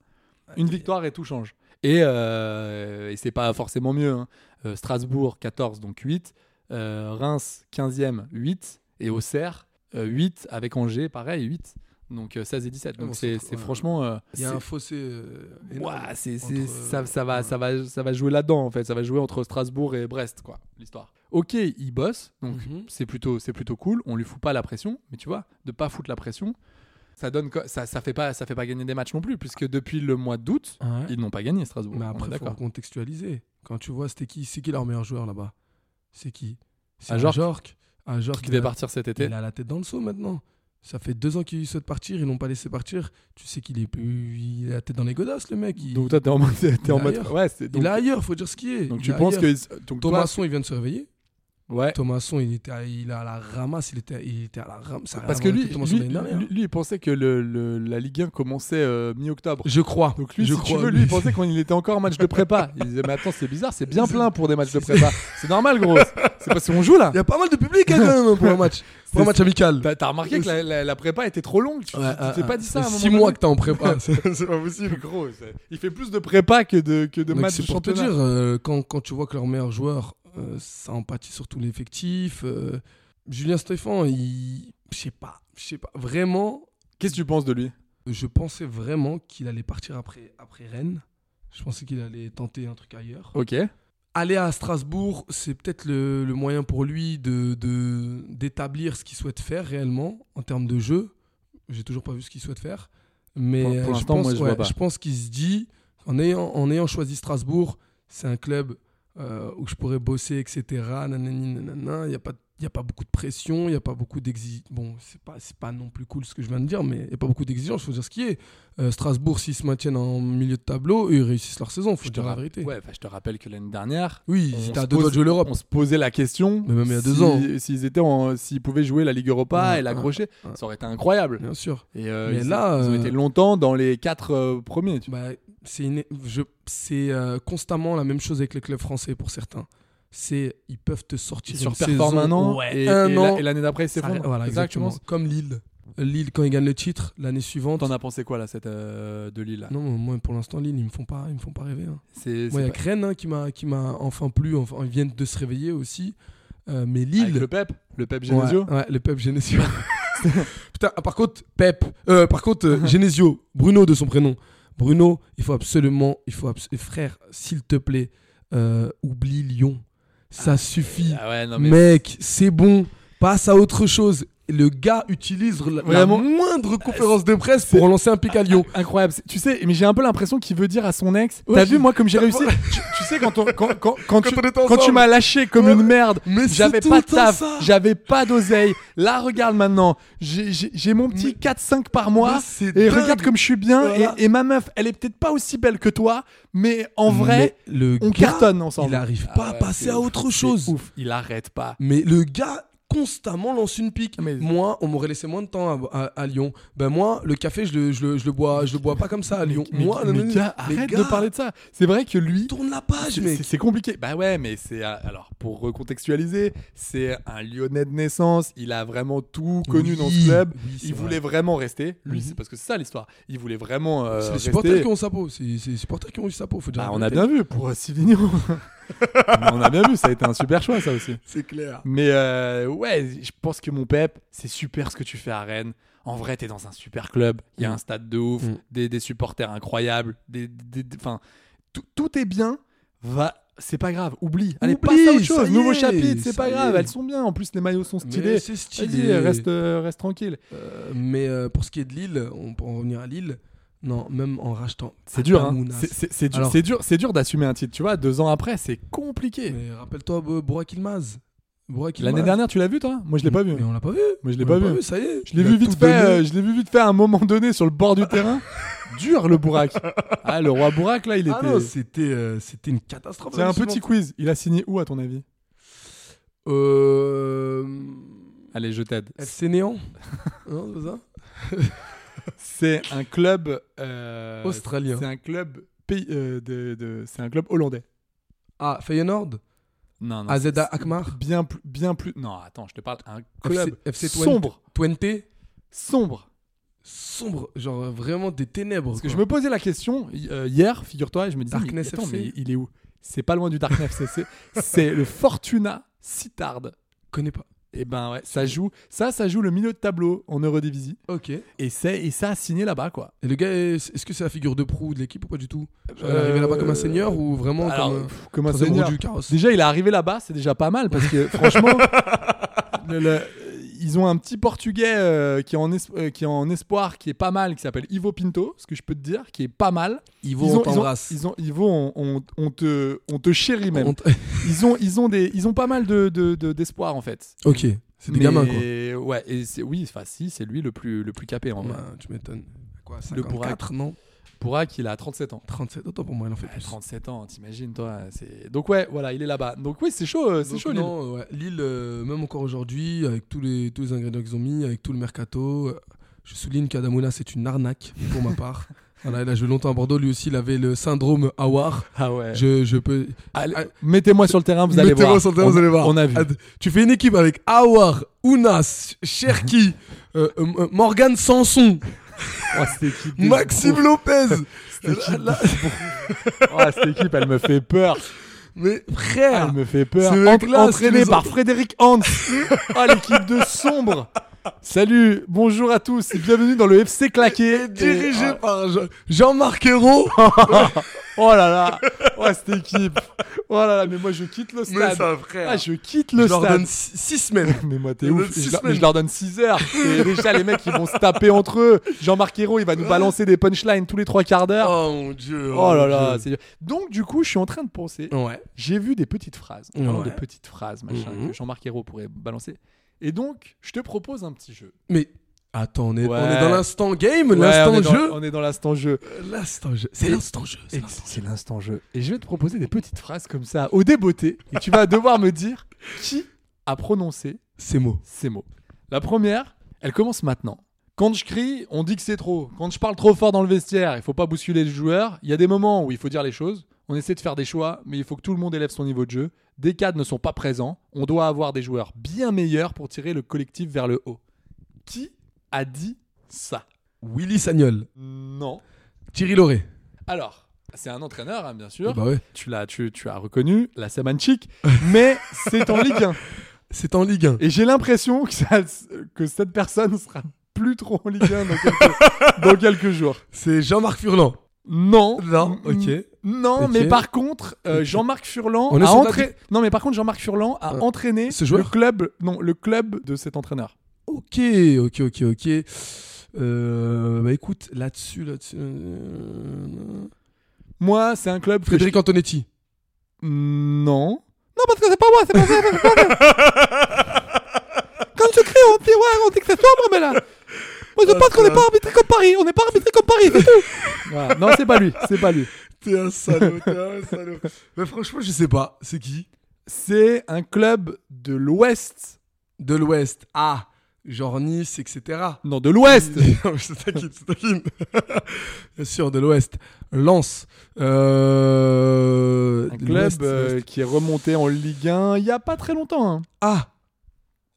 Speaker 7: Ah,
Speaker 6: Une victoire et tout change. Et, euh, et c'est pas forcément mieux. hein. Euh, Strasbourg 14, donc 8. Euh, Reims 15e, 8. Et Auxerre euh, 8 avec Angers, pareil, 8. Donc euh, 16 et 17.
Speaker 7: Ah
Speaker 6: Donc
Speaker 7: bon,
Speaker 6: c'est
Speaker 7: c'est-
Speaker 6: c'est
Speaker 7: ouais.
Speaker 6: franchement. euh,
Speaker 7: Il y a
Speaker 6: c'est-
Speaker 7: un fossé. euh, énorme
Speaker 6: Ouah, c'est-
Speaker 7: entre,
Speaker 6: c'est- ça, ça va,
Speaker 7: ouais.
Speaker 6: ça, va, ça va jouer là-dedans en fait. Ça va jouer entre Strasbourg et Brest, quoi, l'histoire. Ok, il bosse, donc
Speaker 7: Mhm.
Speaker 6: c'est plutôt, c'est plutôt cool. On lui fout pas la pression, mais tu vois, de pas foutre la pression, ça donne, co- ça, ça fait pas, ça fait pas gagner des matchs non plus, puisque depuis le mois d'août,
Speaker 7: Ouais.
Speaker 6: ils n'ont pas gagné Strasbourg.
Speaker 7: Mais
Speaker 6: On est
Speaker 7: après, faut
Speaker 6: d'accord.
Speaker 7: contextualiser. Quand tu vois, c'était qui C'est qui leur meilleur joueur là-bas C'est qui C'est
Speaker 6: Ajorque.
Speaker 7: Ajorque. Ajorque,
Speaker 6: Qui
Speaker 7: il
Speaker 6: devait
Speaker 7: a-
Speaker 6: partir cet été
Speaker 7: Il a la tête dans le seau maintenant. Ça fait deux ans qu'il souhaite partir, ils l'ont pas laissé partir. Tu sais qu'il est, il a la tête dans les godasses, le mec. Il,
Speaker 6: Donc toi, t'es en mode, t'es en
Speaker 7: est
Speaker 6: mode,
Speaker 7: ailleurs.
Speaker 6: ouais, c'est- donc,
Speaker 7: il est ailleurs, faut dire ce qui est.
Speaker 6: donc
Speaker 7: Il
Speaker 6: tu
Speaker 7: est
Speaker 6: penses
Speaker 7: ailleurs.
Speaker 6: que, donc toi-
Speaker 7: Thomasson, il vient de se réveiller.
Speaker 6: ouais.
Speaker 7: Thomasson, il était, à, il est à la ramasse, il était, il était à la ramasse. Ça a
Speaker 6: Parce que
Speaker 7: rien à voir
Speaker 6: lui,
Speaker 7: avec Thomasson
Speaker 6: lui,
Speaker 7: l'année dernière.
Speaker 6: lui- lui, il pensait que le- le- la Ligue 1 commençait euh, mi-octobre.
Speaker 7: je crois.
Speaker 6: Donc lui,
Speaker 7: je
Speaker 6: si
Speaker 7: crois,
Speaker 6: tu veux, lui, il pensait qu'on il était encore en match de prépa. Il disait, mais attends, c'est bizarre, c'est bien plein pour des matchs de prépa. C'est normal, gros. C'est parce qu'on joue là.
Speaker 7: Il y a pas mal de public hein, quand même pour un match, pour un match amical.
Speaker 6: Bah, T'as t'as remarqué que la, la- la prépa était trop longue. Tu tu- tu t'es pas dit ça à un moment
Speaker 7: 6 euh, mois que t'es en prépa.
Speaker 6: c'est pas possible, gros. c'est- Il fait plus de prépa que de, que de
Speaker 7: Donc,
Speaker 6: matchs
Speaker 7: c'est
Speaker 6: de
Speaker 7: pour te
Speaker 6: championnat.
Speaker 7: dire, euh, quand, quand tu vois que leur meilleur joueur, euh, ça empathie sur tout l'effectif. euh, Julien Stéphan, il. Je sais pas, je sais pas. Vraiment,
Speaker 6: Qu'est-ce que tu penses de lui
Speaker 7: je pensais vraiment qu'il allait partir après, après Rennes. Je pensais qu'il allait tenter un truc ailleurs.
Speaker 6: Ok.
Speaker 7: Aller à Strasbourg, c'est peut-être le, le moyen pour lui d'établir de, d'établir ce qu'il souhaite faire réellement en termes de jeu. J'ai toujours pas vu ce qu'il souhaite faire. Mais
Speaker 6: Pour- pour
Speaker 7: euh, je
Speaker 6: l'instant,
Speaker 7: pense-
Speaker 6: moi, je
Speaker 7: ouais,
Speaker 6: vois pas.
Speaker 7: je pense qu'il se dit, en ayant, en ayant choisi Strasbourg, c'est un club euh, où je pourrais bosser, etc. nanani, nanana, Il n'y a pas de il n'y a pas beaucoup de pression, il n'y a pas beaucoup d'exigence. Bon, c'est pas, c'est pas non plus cool ce que je viens de dire, mais il n'y a pas beaucoup d'exigence, faut dire ce qui est. Euh, Strasbourg, s'ils se maintiennent en milieu de tableau, eux, ils réussissent leur saison, faut
Speaker 6: Je te,
Speaker 7: dire la
Speaker 6: rapp-
Speaker 7: vérité.
Speaker 6: ouais, enfin, je te rappelle que l'année dernière,
Speaker 7: Oui,
Speaker 6: on
Speaker 7: ils étaient
Speaker 6: se
Speaker 7: à deux doigts
Speaker 6: pose-
Speaker 7: de jouer l'Europe.
Speaker 6: on se posait la question.
Speaker 7: Mais même il y a deux
Speaker 6: si-
Speaker 7: ans.
Speaker 6: S'ils étaient en- s'ils pouvaient jouer la Ligue Europa
Speaker 7: Ouais,
Speaker 6: et
Speaker 7: ouais,
Speaker 6: l'accrocher,
Speaker 7: ouais.
Speaker 6: ça aurait été incroyable.
Speaker 7: Bien sûr.
Speaker 6: Et euh,
Speaker 7: Mais
Speaker 6: ils,
Speaker 7: là,
Speaker 6: ils ont
Speaker 7: euh,
Speaker 6: été longtemps dans les quatre euh, premiers. tu vois.
Speaker 7: Bah, c'est une- je- c'est, euh, constamment la même chose avec les clubs français pour certains. C'est ils peuvent te sortir
Speaker 6: Ils
Speaker 7: une
Speaker 6: surperforment
Speaker 7: saison
Speaker 6: un an
Speaker 7: ouais,
Speaker 6: et,
Speaker 7: un
Speaker 6: et
Speaker 7: an,
Speaker 6: la- et l'année d'après, ils
Speaker 7: ça-
Speaker 6: s'effondrent.
Speaker 7: voilà,
Speaker 6: C'est ça que tu
Speaker 7: exactement.
Speaker 6: penses
Speaker 7: Comme Lille. Euh, Lille quand ils gagnent le titre l'année suivante.
Speaker 6: T'en as pensé quoi là, cette euh, de Lille là
Speaker 7: Non, mais moi pour l'instant Lille ils me font pas ils me font pas rêver. hein.
Speaker 6: C'est
Speaker 7: Moi il y
Speaker 6: c'est
Speaker 7: a
Speaker 6: pas-
Speaker 7: que Rennes hein, qui m'a qui m'a enfin plu. Enfin, ils viennent de se réveiller aussi. Euh, mais
Speaker 6: avec
Speaker 7: Lille.
Speaker 6: le Pep, le Pep Genesio.
Speaker 7: Ouais, ouais, le Pep Genesio. Putain, ah, par contre, Pep, euh, par contre, euh, Genesio, Bruno de son prénom. Bruno, il faut absolument, il faut abs- frère, s'il te plaît, euh, oublie Lyon. Ça suffit.
Speaker 6: Ah ouais, non, mais
Speaker 7: Mec, c'est bon, passe à autre chose. Le gars utilise la, la
Speaker 6: Vraiment. Ah,
Speaker 7: moindre conférence de presse pour relancer un pic à Lyon.
Speaker 6: Incroyable. C'est- Tu sais, mais j'ai un peu l'impression qu'il veut dire à son ex
Speaker 7: Ouais,
Speaker 6: T'as
Speaker 7: j'ai-
Speaker 6: vu, moi, comme j'ai réussi. tu, tu sais, quand, on- quand, quand, quand tu,
Speaker 7: on était
Speaker 6: quand tu
Speaker 7: ensemble.
Speaker 6: m'as lâché comme
Speaker 7: Ouais.
Speaker 6: une merde,
Speaker 7: Mais c'est
Speaker 6: j'avais
Speaker 7: tout
Speaker 6: pas
Speaker 7: le
Speaker 6: de
Speaker 7: temps
Speaker 6: taf,
Speaker 7: ça.
Speaker 6: j'avais pas d'oseille. Là, regarde maintenant, j'ai- j'ai j'ai mon
Speaker 7: Mais-
Speaker 6: petit 4-5 par mois.
Speaker 7: Mais c'est
Speaker 6: Et
Speaker 7: dingue.
Speaker 6: regarde comme je suis bien.
Speaker 7: Voilà.
Speaker 6: Et, et ma meuf, elle est peut-être pas aussi belle que toi, mais en vrai,
Speaker 7: Mais le
Speaker 6: on
Speaker 7: gars,
Speaker 6: cartonne ensemble.
Speaker 7: Il n'arrive pas
Speaker 6: Ah
Speaker 7: à
Speaker 6: ouais,
Speaker 7: passer
Speaker 6: c'est
Speaker 7: à
Speaker 6: ouf.
Speaker 7: autre
Speaker 6: C'est
Speaker 7: chose.
Speaker 6: Ouf, il arrête pas.
Speaker 7: Mais le gars constamment lance une pique.
Speaker 6: Mais-
Speaker 7: Moi, on m'aurait laissé moins de temps à, à- à Lyon. Ben moi, le café, je le, je le, je le bois, je le bois pas comme ça à Lyon.
Speaker 6: Mais,
Speaker 7: moi,
Speaker 6: mais
Speaker 7: nanani.
Speaker 6: gars,
Speaker 7: Mais
Speaker 6: arrête
Speaker 7: gars,
Speaker 6: de parler de ça. C'est vrai que lui,
Speaker 7: Tourne la page,
Speaker 6: C'est-
Speaker 7: mec.
Speaker 6: c'est- C'est compliqué. Bah ouais, mais c'est euh, alors pour recontextualiser, c'est un Lyonnais de naissance. Il a vraiment tout connu
Speaker 7: Oui,
Speaker 6: dans ce club.
Speaker 7: oui, c'est
Speaker 6: il
Speaker 7: vrai.
Speaker 6: voulait vraiment rester. Lui,
Speaker 7: Mhm.
Speaker 6: c'est parce que c'est ça l'histoire. Il voulait vraiment euh,
Speaker 7: C'est les
Speaker 6: rester.
Speaker 7: supporters qui ont eu sa peau. C'est c'est les supporters qui ont eu sa peau. Faut dire
Speaker 6: Bah,
Speaker 7: la
Speaker 6: on a
Speaker 7: vérité.
Speaker 6: bien vu pour euh, Silvino. Mais on a bien vu, ça a été un super choix ça aussi.
Speaker 7: C'est clair.
Speaker 6: Mais euh, ouais, je pense que mon Pep, c'est super ce que tu fais à Rennes. En vrai, t'es dans un super club. Il y a
Speaker 7: Mm.
Speaker 6: un stade de ouf,
Speaker 7: Mm.
Speaker 6: des, des supporters incroyables, des, des- des- enfin, tout, tout est bien. Va, c'est pas grave. Oublie. Allez,
Speaker 7: Oublie,
Speaker 6: passe à autre
Speaker 7: ça
Speaker 6: chose.
Speaker 7: y
Speaker 6: Nouveau
Speaker 7: est,
Speaker 6: chapitre, c'est
Speaker 7: ça
Speaker 6: pas
Speaker 7: y
Speaker 6: grave.
Speaker 7: est.
Speaker 6: Elles sont bien. En plus, les maillots sont
Speaker 7: Mais
Speaker 6: stylés.
Speaker 7: C'est
Speaker 6: Vas-y,
Speaker 7: stylé.
Speaker 6: reste, euh, reste tranquille.
Speaker 7: Euh, mais euh, pour ce qui est de Lille, on peut en revenir à Lille. Non, même en rachetant.
Speaker 6: C'est dur, hein.
Speaker 7: Atamounas.
Speaker 6: C'est- c'est c'est dur,
Speaker 7: Alors-
Speaker 6: c'est dur, c'est dur d'assumer un titre. Tu vois, deux ans après, c'est compliqué.
Speaker 7: Mais rappelle-toi, euh, Bo- Burak Ilmaz. Burak
Speaker 6: L'année
Speaker 7: Yilmaz.
Speaker 6: dernière, tu l'as vu, toi Moi, je l'ai pas vu.
Speaker 7: Mm. Mais on l'a pas vu.
Speaker 6: Moi, je l'ai
Speaker 7: On
Speaker 6: pas
Speaker 7: l'a
Speaker 6: vu.
Speaker 7: Ça y est.
Speaker 6: Je l'ai
Speaker 7: Il a
Speaker 6: vu
Speaker 7: tout
Speaker 6: vite fait,
Speaker 7: donné.
Speaker 6: euh, je l'ai vu vite fait à un moment donné sur le bord du terrain. Dur le bourrac. Ah le roi bourrac là, il était.
Speaker 7: Ah non, c'était euh, c'était une catastrophe.
Speaker 6: C'est un
Speaker 7: absolument.
Speaker 6: petit quiz. Il a signé où à ton avis
Speaker 7: Euh...
Speaker 6: Allez, je t'aide.
Speaker 7: FC Néant Non, c'est ça
Speaker 6: C'est un club euh,
Speaker 7: Australien.
Speaker 6: C'est un club pays euh, de, de- c'est un club hollandais.
Speaker 7: Ah, Feyenoord
Speaker 6: Non non.
Speaker 7: AZ
Speaker 6: c'est-
Speaker 7: Akmar
Speaker 6: Bien plus bien plus. Non attends, je te parle un club
Speaker 7: FC Twente.
Speaker 6: sombre
Speaker 7: Twente
Speaker 6: sombre.
Speaker 7: Sombre, genre euh, vraiment des ténèbres.
Speaker 6: Parce que je
Speaker 7: quoi.
Speaker 6: me posais la question hi- euh, hier, figure-toi, et je me disais, mais,
Speaker 7: Darkness
Speaker 6: attends,
Speaker 7: FC.
Speaker 6: mais il est où C'est pas loin du Darkness FC. C'est le Fortuna Sittard.
Speaker 7: connais pas.
Speaker 6: Et ben ouais, ça joue, ça, ça joue le milieu de tableau en Eurodivisie.
Speaker 7: Ok. Et
Speaker 6: Et c'est et ça a signé là-bas quoi.
Speaker 7: le gars, est- est-ce que c'est la figure de proue de l'équipe ou pas du tout Genre, Il est
Speaker 6: Euh, bah,
Speaker 7: arrivé là-bas comme un seigneur ou vraiment
Speaker 6: Alors,
Speaker 7: comme euh, un
Speaker 6: pff, comme un
Speaker 7: troisième roue
Speaker 6: seigneur.
Speaker 7: du carrosse
Speaker 6: Déjà, il est arrivé là-bas, c'est déjà pas mal parce que franchement, le- le- ils ont un petit Portugais euh, qui, est en es- euh, qui est en espoir, qui est pas mal, qui s'appelle Ivo Pinto, ce que je peux te dire, qui est pas mal.
Speaker 7: Ivo,
Speaker 6: Ils
Speaker 7: on
Speaker 6: ont- ils ont-
Speaker 7: t'embrasse.
Speaker 6: Ils ont, Ivo, on, on- on te, on te chérit même.
Speaker 7: On t-
Speaker 6: Ils ont, ils ont des, ils ont pas mal de, de- de- d'espoir en fait.
Speaker 7: Ok, c'est des
Speaker 6: Mais-
Speaker 7: gamins quoi.
Speaker 6: Ouais, et c'est, oui, enfin si, c'est lui le plus, le plus capé en vrai.
Speaker 7: Bah, tu m'étonnes. Quoi,
Speaker 6: Le Burak.
Speaker 7: 54 non
Speaker 6: Pourak, il a 37 ans.
Speaker 7: 37, autant pour moi, il en fait
Speaker 6: Ouais,
Speaker 7: plus.
Speaker 6: 37 ans, t'imagines toi. c'est- Donc ouais, voilà, il est là-bas. Donc oui, c'est chaud, euh, c'est
Speaker 7: Donc
Speaker 6: chaud Lille.
Speaker 7: non, ouais, Lille, euh, même encore aujourd'hui, avec tous les, tous les ingrédients qu'ils ont mis, avec tout le mercato, euh, je souligne qu'Adamouna, c'est une arnaque pour ma part. Voilà, il a joué longtemps à Bordeaux, lui aussi, il avait le syndrome Awar.
Speaker 6: Ah ouais.
Speaker 7: Je, je peux.
Speaker 6: Allez,
Speaker 7: Ah,
Speaker 6: Mettez-moi sur le terrain, vous allez
Speaker 7: Mettez-moi
Speaker 6: voir.
Speaker 7: sur le terrain,
Speaker 6: on,
Speaker 7: vous allez voir.
Speaker 6: On a vu.
Speaker 7: Ad- Tu fais une équipe avec Awar, Ounas, Cherki, euh, euh, euh, Morgan Sanson,
Speaker 6: Oh, cette équipe, de-
Speaker 7: Maxime Lopez. Là- là-
Speaker 6: Oh, cette équipe, elle me fait peur.
Speaker 7: mais frère,
Speaker 6: Elle me fait peur.
Speaker 7: Ah, Ce mec
Speaker 6: Ent-
Speaker 7: là, c'est
Speaker 6: entraîné
Speaker 7: les
Speaker 6: par
Speaker 7: autres.
Speaker 6: Frédéric Hans. oh, l'équipe de sombre. Salut, bonjour à tous et Ah. bienvenue dans le FC Claqué.
Speaker 7: dirigé
Speaker 6: Et-
Speaker 7: par Jean- Jean-Marc Ayrault.
Speaker 6: Oh là là Oh, cette équipe Oh là là, mais moi, je quitte le stade.
Speaker 2: Mais ça, frère.
Speaker 6: Ah, je quitte
Speaker 7: Je
Speaker 6: le
Speaker 7: leur
Speaker 6: stade.
Speaker 7: donne 6 semaines.
Speaker 6: Mais moi, t'es
Speaker 7: Je leur
Speaker 6: ouf. Et
Speaker 7: donne
Speaker 6: Je
Speaker 7: six
Speaker 6: leur, mais
Speaker 7: semaines.
Speaker 6: je leur donne 6 heures. Et déjà, les mecs, ils vont se taper entre eux. Jean-Marc Hérault, il va nous balancer des punchlines tous les trois quarts d'heure.
Speaker 7: Oh mon dieu.
Speaker 6: Oh, là
Speaker 7: mon
Speaker 6: là,
Speaker 7: Dieu.
Speaker 6: c'est dur. Donc, du coup, je suis en train de penser.
Speaker 7: Ouais.
Speaker 6: J'ai vu des petites phrases. en parlant
Speaker 7: Ouais.
Speaker 6: de petites phrases, machin,
Speaker 7: Mhm.
Speaker 6: que Jean-Marc Hérault pourrait balancer. Et donc, je te propose un petit jeu.
Speaker 7: Mais attends, on est, on
Speaker 6: Ouais.
Speaker 7: est dans l'instant game,
Speaker 6: Ouais, on
Speaker 7: l'instant
Speaker 6: est dans-
Speaker 7: jeu.
Speaker 6: On est dans l'instant jeu.
Speaker 7: L'instant jeu. C'est l'instant jeu. c'est
Speaker 6: Et
Speaker 7: l'instant
Speaker 6: C'est l'instant jeu. Et je vais te proposer des petites phrases comme ça, au débeauté. Et tu vas devoir me dire qui a prononcé
Speaker 7: jeu. Ces mots.
Speaker 6: ces mots. La première, elle commence maintenant. Quand je crie, on dit que c'est trop. Quand je parle trop fort dans le vestiaire, il faut pas bousculer le joueur. Il y a des moments où il faut dire les choses. On essaie de faire des choix, mais il faut que tout le monde élève son niveau de jeu. Des cadres ne sont pas présents. On doit avoir des joueurs bien meilleurs pour tirer le collectif vers le haut. Qui a dit ça
Speaker 7: Willy Sagnol.
Speaker 6: Non.
Speaker 7: Thierry Loré.
Speaker 6: Alors, c'est un entraîneur, hein, bien sûr.
Speaker 7: Bah ouais.
Speaker 6: tu l'as tu, tu as reconnu la Samanchik mais c'est en Ligue 1
Speaker 7: C'est en Ligue 1.
Speaker 6: et j'ai l'impression que, ça- que cette personne sera plus trop en Ligue 1 dans quelques, dans quelques jours
Speaker 7: C'est Jean-Marc Furlan.
Speaker 6: non
Speaker 7: Non,
Speaker 6: Mm,
Speaker 7: ok.
Speaker 6: non
Speaker 7: Ok.
Speaker 6: mais par contre euh, Jean-Marc Furlan
Speaker 7: On est
Speaker 6: a
Speaker 7: sur la
Speaker 6: entraîné non mais par contre Jean-Marc Furlan a
Speaker 7: Euh,
Speaker 6: entraîné
Speaker 7: ce joueur
Speaker 6: le club non le club de cet entraîneur
Speaker 7: Ok, ok, ok, ok. Euh, bah écoute, là-dessus, là-dessus. euh,
Speaker 6: moi c'est un club que
Speaker 7: Frédéric Antonetti.
Speaker 6: je- non non parce que c'est pas moi c'est pas moi, c'est pas moi quand je crie on dit ouais on dit que c'est toi mais là
Speaker 7: Oh,
Speaker 6: moi je pense qu'on n'est pas arbitré comme Paris on n'est pas arbitré comme Paris c'est tout non c'est pas lui c'est pas lui
Speaker 7: T'es un salaud, t'es un salaud. Mais franchement, je sais pas. C'est qui
Speaker 6: c'est un club de l'Ouest
Speaker 7: De l'Ouest. Ah, genre Nice, etc.
Speaker 6: non de l'Ouest
Speaker 7: Non, je taquine, je taquine. Bien sûr, de l'Ouest. Lens. Euh...
Speaker 6: un
Speaker 7: de
Speaker 6: club
Speaker 7: l'Ouest,
Speaker 6: euh,
Speaker 7: l'Ouest.
Speaker 6: qui est remonté en Ligue 1 il y a pas très longtemps hein.
Speaker 7: Ah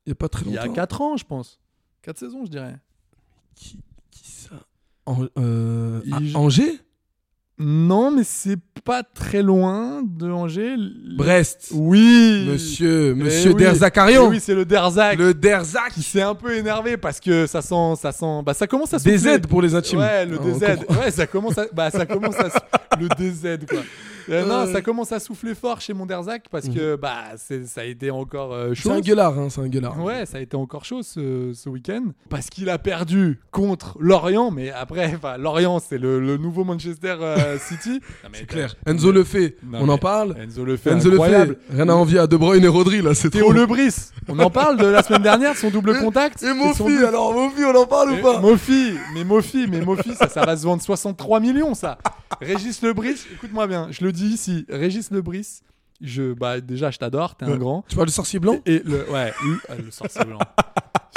Speaker 7: Il n'y a pas très
Speaker 6: il y
Speaker 7: longtemps.
Speaker 6: a 4 ans je pense 4 saisons je dirais
Speaker 7: Qui, qui ça En- euh, à
Speaker 6: Il-
Speaker 7: Angers
Speaker 6: non mais c'est pas très loin de Angers L-
Speaker 7: Brest.
Speaker 6: oui
Speaker 7: Monsieur,
Speaker 6: Eh
Speaker 7: monsieur
Speaker 6: oui.
Speaker 7: Derzakarian.
Speaker 6: Eh oui c'est le Derzac
Speaker 7: Le Derzak.
Speaker 6: qui s'est un peu énervé parce que ça sent ça sent bah ça commence à
Speaker 7: Des
Speaker 6: souffler.
Speaker 7: aides pour les intimes.
Speaker 6: Ouais, le
Speaker 7: Ah, on
Speaker 6: DZ.
Speaker 7: comprend.
Speaker 6: Ouais, ça commence à. Bah, ça commence à. sou- le DZ, quoi. Euh, non, ça commence à souffler fort chez Monderzac parce que, bah, c'est- ça a été encore euh,
Speaker 7: Mhm. C'est
Speaker 6: chaud.
Speaker 7: un gueulard, hein, c'est un gueulard.
Speaker 6: Ouais, ça a été encore chaud ce, ce week-end parce qu'il a perdu contre Lorient, mais après, enfin, Lorient, c'est le, le nouveau Manchester euh, City. Non, mais
Speaker 7: C'est clair. Enzo Le Fay,
Speaker 6: Non,
Speaker 7: on
Speaker 6: mais
Speaker 7: en parle.
Speaker 6: Enzo Le Fay,
Speaker 7: Enzo Le
Speaker 6: incroyable.
Speaker 7: Fay, rien à envier à De Bruyne et Rodri, là, c'est
Speaker 6: Théo
Speaker 7: trop.
Speaker 6: Lebris, on en parle de la semaine dernière, son double contact.
Speaker 7: Et mon
Speaker 6: son
Speaker 7: fils,
Speaker 6: but.
Speaker 7: alors, mon fils, on en parle ou
Speaker 6: Mais
Speaker 7: pas
Speaker 6: Mofi, mais Mofi, mais Mofi, ça, ça va se vendre 63 millions, ça. Régis Lebris, écoute-moi bien, je le dis ici, Régis Lebris, je, bah, déjà, je t'adore, t'es un grand.
Speaker 7: Tu vois le sorcier blanc
Speaker 6: Et le, ouais, le, ah, le sorcier blanc.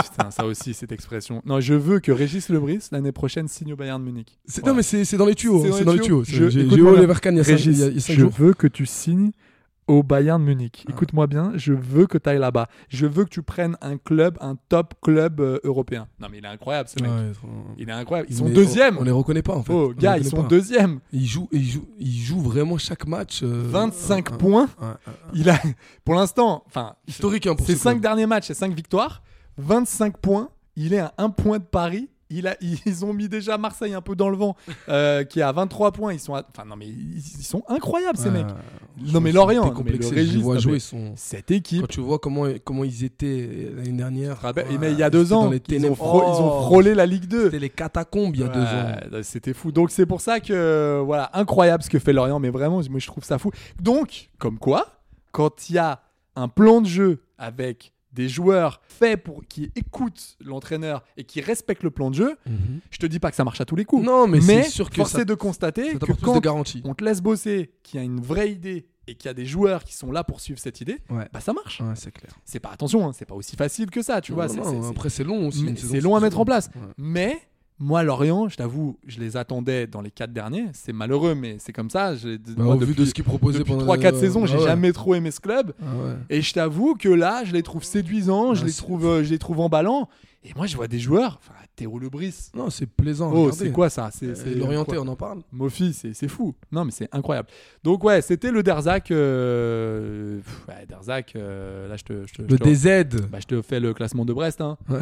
Speaker 6: Putain, ça aussi, cette expression. Non, je veux que Régis Lebris, l'année prochaine, signe au Bayern de Munich.
Speaker 7: C'est-
Speaker 6: Voilà.
Speaker 7: Non, mais c'est c'est dans les tuyaux. hein, C'est dans les tuyaux.
Speaker 6: Je-
Speaker 7: C'est- J'ai j'ai eu
Speaker 6: écoute-moi bien.
Speaker 7: Oliver Kahn il y a cinq- il
Speaker 6: Régis,
Speaker 7: y a- il y a 5
Speaker 6: je
Speaker 7: jours. Ah.
Speaker 6: veux que tu signes au Bayern de Munich. Écoute-moi bien, je veux que tu ailles là-bas. Je veux que tu prennes un club, un top club euh, européen. Non, mais il est incroyable, ce mec.
Speaker 7: Ouais, on-
Speaker 6: Il est incroyable. Ils sont
Speaker 7: mais
Speaker 6: deuxièmes.
Speaker 7: On, on les reconnaît pas, en fait. On
Speaker 6: Oh,
Speaker 7: les
Speaker 6: gars, ils
Speaker 7: reconnaît
Speaker 6: sont
Speaker 7: pas.
Speaker 6: deuxièmes.
Speaker 7: Ils jouent, ils, jouent, ils jouent vraiment chaque match. euh,
Speaker 6: 25
Speaker 7: un- un-
Speaker 6: points.
Speaker 7: un- un-
Speaker 6: Il a, pour l'instant, enfin,
Speaker 7: Historique, hein, pour
Speaker 6: ses
Speaker 7: ce
Speaker 6: 5
Speaker 7: club.
Speaker 6: derniers matchs, c'est 5 victoires. 25 points. Il est à 1 point de Paris. Il a, ils ont mis déjà Marseille un peu dans le vent, euh, qui est à 23 points. Ils sont, à- enfin non mais ils, ils sont incroyables ces
Speaker 7: Ouais,
Speaker 6: mecs.
Speaker 7: ouais,
Speaker 6: Non mais Lorient, non, mais le
Speaker 7: décomplexés, je les
Speaker 6: Régis,
Speaker 7: vois
Speaker 6: non,
Speaker 7: jouer,
Speaker 6: mais
Speaker 7: ils sont-
Speaker 6: cette équipe.
Speaker 7: Quand tu vois comment, comment ils étaient euh, l'année dernière.
Speaker 6: Ah bah,
Speaker 7: ouais,
Speaker 6: mais il y a
Speaker 7: ils étaient
Speaker 6: deux ans,
Speaker 7: dans les
Speaker 6: ils ont,
Speaker 7: ténèbres.
Speaker 6: frô- ils ont
Speaker 7: Oh,
Speaker 6: frôlé la Ligue 2.
Speaker 7: C'était les catacombes il y a deux ans.
Speaker 6: Ouais, C'était fou. Donc c'est pour ça que euh, voilà, incroyable ce que fait Lorient, mais vraiment, moi je trouve ça fou. Donc, comme quoi, quand il y a un plan de jeu avec des joueurs faits pour qui écoutent l'entraîneur et qui respectent le plan de jeu, je te dis pas que ça marche à tous les coups.
Speaker 7: Non, mais c'est sûr que
Speaker 6: Mhm. force
Speaker 7: ça-
Speaker 6: est de constater
Speaker 7: ça
Speaker 6: que
Speaker 7: t'apporte plus de
Speaker 6: quand
Speaker 7: garanties.
Speaker 6: on te laisse bosser, qu'il y a une vraie idée et qu'il y a des joueurs qui sont là pour suivre cette idée,
Speaker 7: Ouais.
Speaker 6: bah ça marche.
Speaker 7: Ouais, c'est clair.
Speaker 6: C'est pas attention, hein, c'est pas aussi facile que ça, tu vois.
Speaker 7: Non,
Speaker 6: c'est-
Speaker 7: non,
Speaker 6: c'est- c'est-
Speaker 7: après, c'est long aussi.
Speaker 6: mais
Speaker 7: une saison,
Speaker 6: c'est long à
Speaker 7: c'est
Speaker 6: mettre en place.
Speaker 7: Ouais.
Speaker 6: Mais moi, Lorient, je t'avoue, je les attendais dans les quatre derniers. C'est malheureux, mais c'est comme ça. J'ai-
Speaker 7: Bah,
Speaker 6: moi,
Speaker 7: au vu de ce qu'ils proposaient
Speaker 6: depuis
Speaker 7: pendant-
Speaker 6: 3-4 saisons,
Speaker 7: Ah
Speaker 6: j'ai
Speaker 7: ouais.
Speaker 6: jamais trop aimé ce club.
Speaker 7: Ah ouais.
Speaker 6: Et je t'avoue que là, je les trouve séduisants, je
Speaker 7: Ouais,
Speaker 6: les
Speaker 7: Ah, c'est-
Speaker 6: trouve, euh, je les trouve emballants. Et moi, je vois des joueurs, enfin, Théo Lebris.
Speaker 7: Non, c'est plaisant. à
Speaker 6: Oh,
Speaker 7: regarder.
Speaker 6: c'est quoi ça C'est
Speaker 7: C'est
Speaker 6: c'est
Speaker 7: Euh, l'orienté,
Speaker 6: quoi
Speaker 7: on en parle.
Speaker 6: Mofi, c'est c'est fou. Non, mais c'est incroyable. Donc, ouais, c'était le Derzac. euh, pff, ouais, Derzac, euh, là, je te. je te- je
Speaker 7: Le
Speaker 6: te-
Speaker 7: DZ.
Speaker 6: bah, je te fais le classement de Brest. Hein.
Speaker 7: Ouais.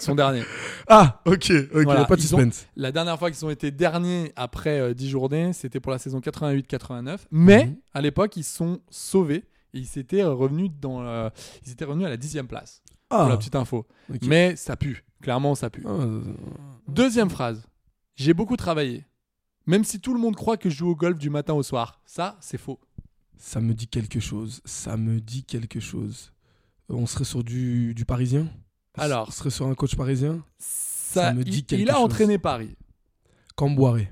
Speaker 6: Son dernier.
Speaker 7: Ah, ok, ok,
Speaker 6: Voilà,
Speaker 7: pas de
Speaker 6: ils ont-
Speaker 7: suspense.
Speaker 6: La dernière fois qu'ils ont été derniers après euh, 10 journées, c'était pour la saison 88-89. Mais
Speaker 7: Mhm.
Speaker 6: à l'époque, ils sont sauvés. Et ils étaient revenus dans, euh, ils étaient revenus à la dixième place. Pour la
Speaker 7: Ah,
Speaker 6: petite info.
Speaker 7: ok.
Speaker 6: Mais ça pue. Clairement, ça pue.
Speaker 7: Ah, euh,
Speaker 6: Deuxième phrase. J'ai beaucoup travaillé. Même si tout le monde croit que je joue au golf du matin au soir. Ça, c'est faux.
Speaker 7: ça me dit quelque chose. Ça me dit quelque chose. Euh, On serait sur du, du parisien
Speaker 6: Alors.
Speaker 7: On serait sur un coach parisien
Speaker 6: Ça,
Speaker 7: me
Speaker 6: il-
Speaker 7: dit
Speaker 6: il,
Speaker 7: quelque
Speaker 6: a
Speaker 7: chose.
Speaker 6: entraîné Paris.
Speaker 7: Camboiré.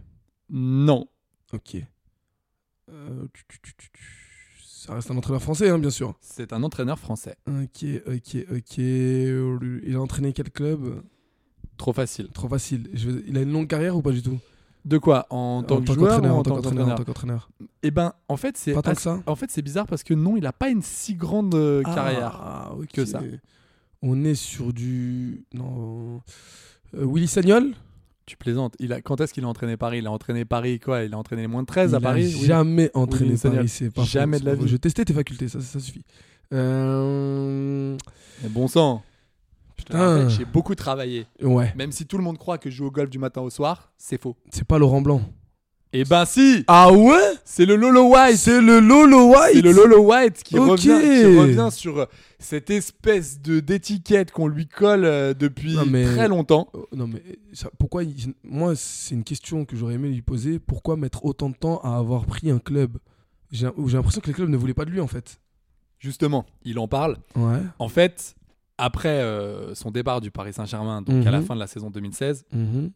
Speaker 6: Non.
Speaker 7: Ok. Euh, tu- tu- tu- tu- tu- Ça reste un entraîneur français, hein, bien sûr.
Speaker 6: C'est un entraîneur français.
Speaker 7: Ok, ok, ok. Il a entraîné quel club
Speaker 6: Trop facile.
Speaker 7: Trop facile. Je vais- Il a une longue carrière ou pas du tout
Speaker 6: De quoi En tant que joueur ou
Speaker 7: qu'entraîneur,
Speaker 6: en tant
Speaker 7: en
Speaker 6: qu'entraîneur
Speaker 7: tant qu'entraîneur.
Speaker 6: Eh ben, en fait, c'est
Speaker 7: Pas tant que
Speaker 6: assez-
Speaker 7: ça
Speaker 6: En fait, c'est bizarre parce que non, il a pas une si grande euh, carrière.
Speaker 7: Ah, ok.
Speaker 6: que ça.
Speaker 7: On est sur du. Non. Euh, Willy Sagnol
Speaker 6: Tu plaisantes. Il a... Quand est-ce qu'il a entraîné Paris Il a entraîné Paris quoi Il a entraîné les moins de 13
Speaker 7: Il
Speaker 6: à
Speaker 7: a
Speaker 6: Paris oui.
Speaker 7: jamais entraîné
Speaker 6: Willy Sagnol.
Speaker 7: Paris, c'est pas faux,
Speaker 6: Jamais
Speaker 7: c'est
Speaker 6: de la
Speaker 7: pas faux.
Speaker 6: vie.
Speaker 7: Je testais tes facultés, ça, ça suffit. Euh,
Speaker 6: Mais Bon sang. Je te le
Speaker 7: Putain.
Speaker 6: rappelle, J'ai beaucoup travaillé.
Speaker 7: Ouais,
Speaker 6: Même si tout le monde croit que je joue au golf du matin au soir, c'est faux.
Speaker 7: c'est pas Laurent Blanc.
Speaker 6: Eh ben si
Speaker 7: Ah ouais
Speaker 6: C'est le Lolo White
Speaker 7: Eh, C'est le Lolo White
Speaker 6: C'est le Lolo White qui,
Speaker 7: Ok.
Speaker 6: revient, qui revient sur euh, cette espèce de d'étiquette qu'on lui colle euh, depuis
Speaker 7: Non, mais-
Speaker 6: très longtemps.
Speaker 7: Oh, Non mais ça, pourquoi il- moi c'est une question que j'aurais aimé lui poser. Pourquoi mettre autant de temps à avoir pris un club J'ai j'ai l'impression que les clubs ne voulaient pas de lui en fait.
Speaker 6: Justement, il en parle.
Speaker 7: Ouais.
Speaker 6: En fait, après euh, son départ du Paris Saint-Germain, donc à la
Speaker 7: Mhm.
Speaker 6: fin de la saison 2016,
Speaker 7: Mm-hmm.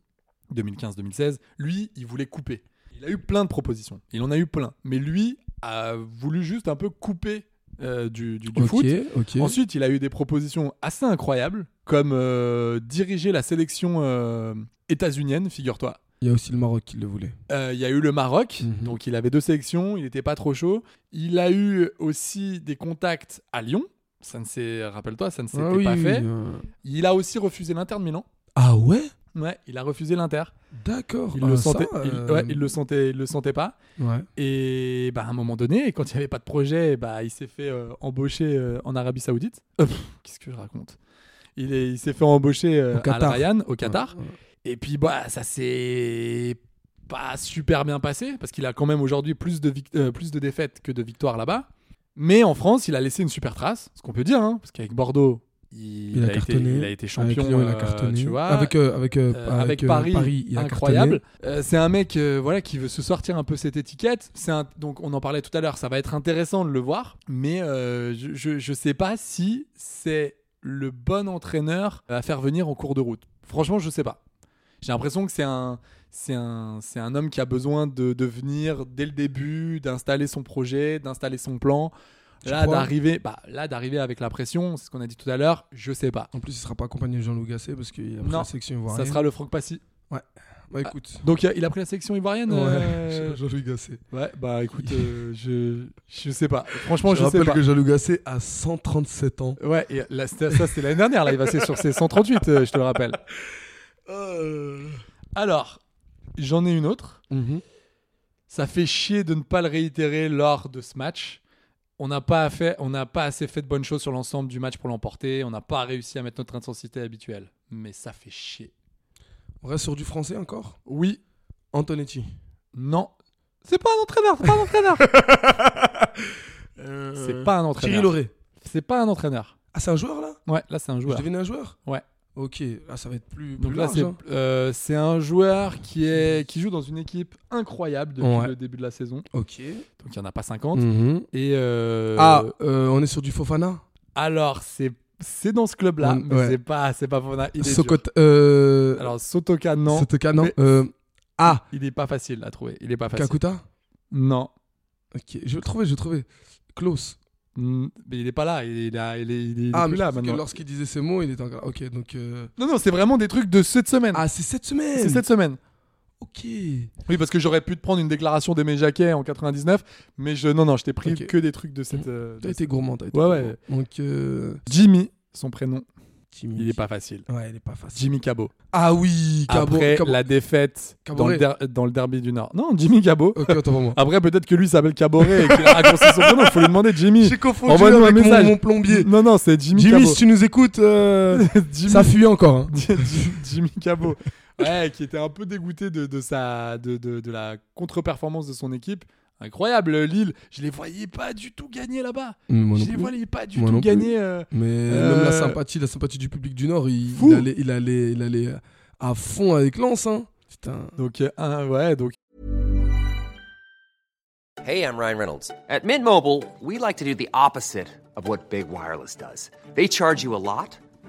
Speaker 6: 2015-2016, lui, il voulait couper. Il a eu plein de propositions. Il en a eu plein. Mais lui a voulu juste un peu couper euh, du, du- du
Speaker 7: ok.
Speaker 6: foot.
Speaker 7: Ok.
Speaker 6: Ensuite, il a eu des propositions assez incroyables, comme euh, diriger la sélection euh, états-unienne, figure-toi.
Speaker 7: Il y a aussi le Maroc qui le voulait.
Speaker 6: Euh, Il y a eu le Maroc,
Speaker 7: Mhm.
Speaker 6: donc il avait deux sélections, il n'était pas trop chaud. Il a eu aussi des contacts à Lyon. Ça ne s'est, rappelle-toi, ça ne s'était
Speaker 7: Ah oui,
Speaker 6: pas
Speaker 7: oui,
Speaker 6: fait.
Speaker 7: oui, euh.
Speaker 6: Il a aussi refusé l'Inter de Milan.
Speaker 7: Ah ouais
Speaker 6: Ouais, il a refusé l'Inter.
Speaker 7: D'accord.
Speaker 6: Il
Speaker 7: Ah,
Speaker 6: le
Speaker 7: ça,
Speaker 6: sentait. il-
Speaker 7: euh,
Speaker 6: ouais, il le sentait. Il le sentait pas.
Speaker 7: ouais.
Speaker 6: Et bah, à un moment donné, quand il n'y avait pas de projet, bah, il s'est fait euh, embaucher euh, en Arabie Saoudite. Euh, pff, Qu'est-ce que je raconte Il, est- il s'est fait embaucher euh,
Speaker 7: Au Qatar.
Speaker 6: à Ryan au Qatar.
Speaker 7: Ouais, ouais.
Speaker 6: Et puis bah, ça s'est pas super bien passé parce qu'il a quand même aujourd'hui plus de vic- euh, plus de défaites que de victoires là-bas. Mais en France, il a laissé une super trace, ce qu'on peut dire, hein, parce qu'avec Bordeaux, il,
Speaker 7: Il a
Speaker 6: été,
Speaker 7: cartonné.
Speaker 6: il a été
Speaker 7: Avec
Speaker 6: champion,
Speaker 7: Lyon, il a
Speaker 6: euh,
Speaker 7: cartonné.
Speaker 6: tu vois.
Speaker 7: avec euh, avec, euh,
Speaker 6: Euh, avec,
Speaker 7: euh,
Speaker 6: Paris,
Speaker 7: il a
Speaker 6: incroyable.
Speaker 7: cartonné.
Speaker 6: Euh, c'est un mec euh, voilà qui veut se sortir un peu cette étiquette. C'est un- donc on en parlait tout à l'heure, ça va être intéressant de le voir, mais euh, je, je je sais pas si c'est le bon entraîneur à faire venir en cours de route. Franchement, je sais pas. J'ai l'impression que c'est un c'est un c'est un homme qui a besoin de, de venir dès le début, d'installer son projet, d'installer son plan.
Speaker 7: Tu
Speaker 6: Là
Speaker 7: crois
Speaker 6: d'arriver bah là d'arriver avec la pression, c'est ce qu'on a dit tout à l'heure, je sais pas.
Speaker 7: En plus, il sera pas accompagné de Jean-Loup Gasset parce qu'il a pris
Speaker 6: Non,
Speaker 7: la section ivoirienne.
Speaker 6: Ça sera le Franck Passy.
Speaker 7: Bah écoute.
Speaker 6: Donc euh, il a pris la sélection ivoirienne euh,
Speaker 7: Ouais, Jean-Louis Gasset.
Speaker 6: Ouais, bah écoute, euh, je, je sais pas. Franchement, je,
Speaker 7: je
Speaker 6: sais
Speaker 7: rappelle
Speaker 6: pas.
Speaker 7: que Jean-Loup Gasset a 137 ans.
Speaker 6: Ouais, et là, c'était- ça c'était l'année dernière, là, il va c'est sur ses 138, euh, je te le rappelle. Euh. Alors, j'en ai une autre.
Speaker 7: Mhm.
Speaker 6: Ça fait chier de ne pas le réitérer lors de ce match. On n'a pas, fait- on n'a pas assez fait de bonnes choses sur l'ensemble du match pour l'emporter. On n'a pas réussi à mettre notre intensité habituelle. Mais ça fait chier.
Speaker 7: On reste sur du français encore
Speaker 6: Oui,
Speaker 7: Antonetti.
Speaker 6: non. C'est pas un entraîneur, c'est pas un entraîneur. c'est pas un
Speaker 7: Thierry
Speaker 6: entraîneur.
Speaker 7: Lauré.
Speaker 6: C'est pas un entraîneur.
Speaker 7: Ah, c'est un joueur là
Speaker 6: Ouais, là c'est un joueur.
Speaker 7: Je devine un joueur
Speaker 6: Ouais.
Speaker 7: Ok, là ça va être plus, plus
Speaker 6: Donc là,
Speaker 7: large.
Speaker 6: c'est
Speaker 7: hein.
Speaker 6: euh, c'est un joueur qui, est, qui joue dans une équipe incroyable depuis
Speaker 7: Ouais.
Speaker 6: le début de la saison.
Speaker 7: Ok.
Speaker 6: Donc il n'y en a pas 50. Et euh,
Speaker 7: Ah, euh, on est sur du Fofana
Speaker 6: alors c'est c'est dans ce club-là,
Speaker 7: On-
Speaker 6: mais
Speaker 7: Mm, ouais.
Speaker 6: c'est pas c'est pas Fofana. Il est
Speaker 7: Sokota. Euh...
Speaker 6: dur. Alors Sotoka non,
Speaker 7: Sotoka, non.
Speaker 6: Mais-
Speaker 7: Euh, Ah,
Speaker 6: il est pas facile à trouver. Il est pas facile.
Speaker 7: Kakuta
Speaker 6: Non,
Speaker 7: Ok, je vais le trouver, je vais le trouver. Klaus.
Speaker 6: Mm, mais il est pas là. Il est là- il est, il est- il est
Speaker 7: ah,
Speaker 6: plus
Speaker 7: mais
Speaker 6: là
Speaker 7: je pense que
Speaker 6: maintenant.
Speaker 7: lorsqu'il disait ces mots, il était encore là. Ok, donc. euh,
Speaker 6: Non non, c'est vraiment des trucs de cette semaine.
Speaker 7: Ah, c'est cette semaine
Speaker 6: c'est cette semaine.
Speaker 7: Ok.
Speaker 6: Oui, parce que j'aurais pu te prendre une déclaration d'Aimé Jacquet en 99, mais je non non, je t'ai pris
Speaker 7: Ok.
Speaker 6: que des trucs de cette. euh, de
Speaker 7: T'as été gourmand, t'as été
Speaker 6: Ouais,
Speaker 7: gourmand. Donc, euh,
Speaker 6: Jimmy, son prénom.
Speaker 7: Jimmy.
Speaker 6: Il est pas facile.
Speaker 7: Ouais, il est pas facile.
Speaker 6: Jimmy Cabot.
Speaker 7: Ah oui, Cabot.
Speaker 6: Après
Speaker 7: Cabot.
Speaker 6: la défaite dans
Speaker 7: Caboret.
Speaker 6: le, der- dans le derby du Nord. Non, Jimmy Cabot.
Speaker 7: Ok, attends pour moi.
Speaker 6: Après, peut-être que lui s'appelle Caboret et qu'il a raccourci son prénom. Faut lui demander Jimmy.
Speaker 7: J'ai confondu
Speaker 6: Envoie-nous un
Speaker 7: avec mon,
Speaker 6: message.
Speaker 7: mon plombier.
Speaker 6: Non, non, c'est Jimmy,
Speaker 7: Jimmy,
Speaker 6: Cabot.
Speaker 7: si tu nous écoutes, euh,
Speaker 6: Jimmy-
Speaker 7: ça fuit encore. hein.
Speaker 6: Jimmy Cabot. Ouais, qui était un peu dégoûté de, de sa, de, de- de la contre-performance de son équipe. Incroyable, Lille. Je les voyais pas du tout gagner là-bas.
Speaker 7: Moi non
Speaker 6: Je les
Speaker 7: plus.
Speaker 6: voyais pas du
Speaker 7: Moi
Speaker 6: tout
Speaker 7: non plus.
Speaker 6: gagner. euh,
Speaker 7: Mais
Speaker 6: Euh,
Speaker 7: même la sympathie, la sympathie du public du Nord, il,
Speaker 6: Fou.
Speaker 7: il allait, il, allait, il allait à fond avec Lens. Hein. Putain.
Speaker 6: Donc, euh, un- ouais, donc
Speaker 8: Hey, I'm Ryan Reynolds. At Mint Mobile, we like to do the opposite of what Big Wireless does. They charge you a lot,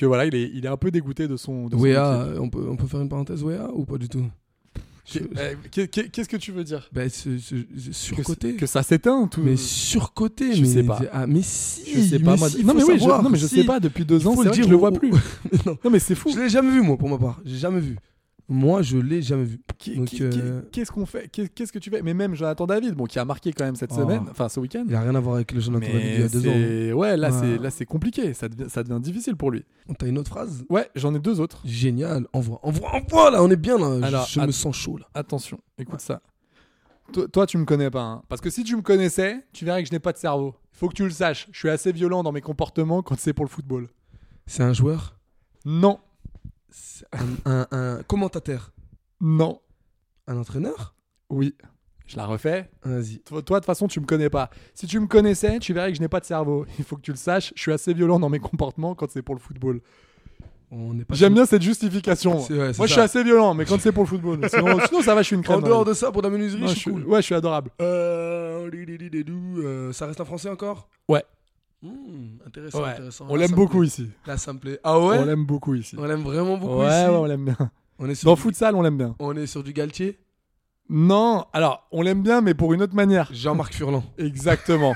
Speaker 6: que voilà, il est, il est un peu dégoûté de son. de son
Speaker 7: Wea, on peut, on peut faire une parenthèse Wea ou pas du tout Je-
Speaker 6: équipe. Euh, qu'est- qu'est- Qu'est-ce que tu veux dire
Speaker 7: Ben, c'est- c'est-
Speaker 6: que,
Speaker 7: c'est surcoté.
Speaker 6: que ça s'éteint tout.
Speaker 7: Mais surcoté,
Speaker 6: Je
Speaker 7: mais
Speaker 6: sais pas.
Speaker 7: Ah, mais si,
Speaker 6: je sais pas.
Speaker 7: mais
Speaker 6: moi,
Speaker 7: si,
Speaker 6: non,
Speaker 7: faut
Speaker 6: mais oui, je,
Speaker 7: savoir,
Speaker 6: non, mais je
Speaker 7: si.
Speaker 6: sais pas. Depuis deux
Speaker 7: Il
Speaker 6: ans,
Speaker 7: faut
Speaker 6: c'est
Speaker 7: le
Speaker 6: vrai que
Speaker 7: dire
Speaker 6: je le
Speaker 7: au-
Speaker 6: vois plus.
Speaker 7: non.
Speaker 6: Non, mais c'est fou.
Speaker 7: Je l'ai jamais vu, moi, pour ma part. J'ai jamais vu. Moi, je l'ai jamais vu.
Speaker 6: Qui-
Speaker 7: Donc,
Speaker 6: qui- qui-
Speaker 7: euh,
Speaker 6: Qu'est-ce qu'on fait Qu'est- Qu'est-ce que tu fais Mais même Jonathan David, bon, qui a marqué quand même cette
Speaker 7: Oh.
Speaker 6: semaine, enfin ce week-end.
Speaker 7: Il a rien à voir avec le Jonathan David il y
Speaker 6: Mais
Speaker 7: a deux ans.
Speaker 6: c'est- hein. ouais, là
Speaker 7: Ouais.
Speaker 6: c'est là c'est compliqué. Ça devient, ça devient difficile pour lui.
Speaker 7: On T'as une autre phrase
Speaker 6: Ouais, j'en ai deux autres.
Speaker 7: Génial. Envoie, envoie, envoie là. On est bien là. Je-
Speaker 6: Alors,
Speaker 7: je
Speaker 6: att-
Speaker 7: me sens chaud là.
Speaker 6: Attention, écoute ça. Toi, toi, tu me connais pas, hein. parce que si tu me connaissais, tu verrais que je n'ai pas de cerveau. Faut que tu le saches. Je suis assez violent dans mes comportements quand c'est pour le football.
Speaker 7: C'est un joueur
Speaker 6: Non,
Speaker 7: C'est un, un- un commentateur
Speaker 6: non,
Speaker 7: Un entraîneur Ah,
Speaker 6: oui. Je la refais.
Speaker 7: Vas-y.
Speaker 6: Toi, toi, de toute façon, tu me connais pas. Si tu me connaissais, tu verrais que je n'ai pas de cerveau. Il faut que tu le saches. Je suis assez violent dans mes comportements quand c'est pour le football.
Speaker 7: On n'est pas.
Speaker 6: J'aime bien cette justification. Moi,
Speaker 7: C'est vrai, c'est
Speaker 6: Moi, je suis
Speaker 7: ça.
Speaker 6: assez violent, mais quand c'est pour le football. Sinon, sinon, ça va, je suis une crème.
Speaker 7: En
Speaker 6: dans la
Speaker 7: dehors
Speaker 6: vie.
Speaker 7: de ça, pour la menuiserie,
Speaker 6: Non,
Speaker 7: je
Speaker 6: je
Speaker 7: suis
Speaker 6: suis-
Speaker 7: cool.
Speaker 6: Ouais, je suis adorable.
Speaker 7: Euh, li- li- li- li- li- euh, ça reste un français encore
Speaker 6: Ouais.
Speaker 7: Hmm, intéressant,
Speaker 6: Ouais.
Speaker 7: intéressant.
Speaker 6: On
Speaker 7: Là,
Speaker 6: l'aime
Speaker 7: ça me
Speaker 6: beaucoup
Speaker 7: plaît.
Speaker 6: ici.
Speaker 7: Là, ça me plaît. Ah ouais
Speaker 6: On l'aime beaucoup ici.
Speaker 7: On l'aime vraiment beaucoup
Speaker 6: ouais,
Speaker 7: ici.
Speaker 6: ouais, on l'aime bien.
Speaker 7: on est sur
Speaker 6: Dans
Speaker 7: du-
Speaker 6: futsal, on l'aime bien.
Speaker 7: On est sur du Galtier
Speaker 6: Non, alors, on l'aime bien, mais pour une autre manière.
Speaker 7: Jean-Marc Furlan.
Speaker 6: Exactement.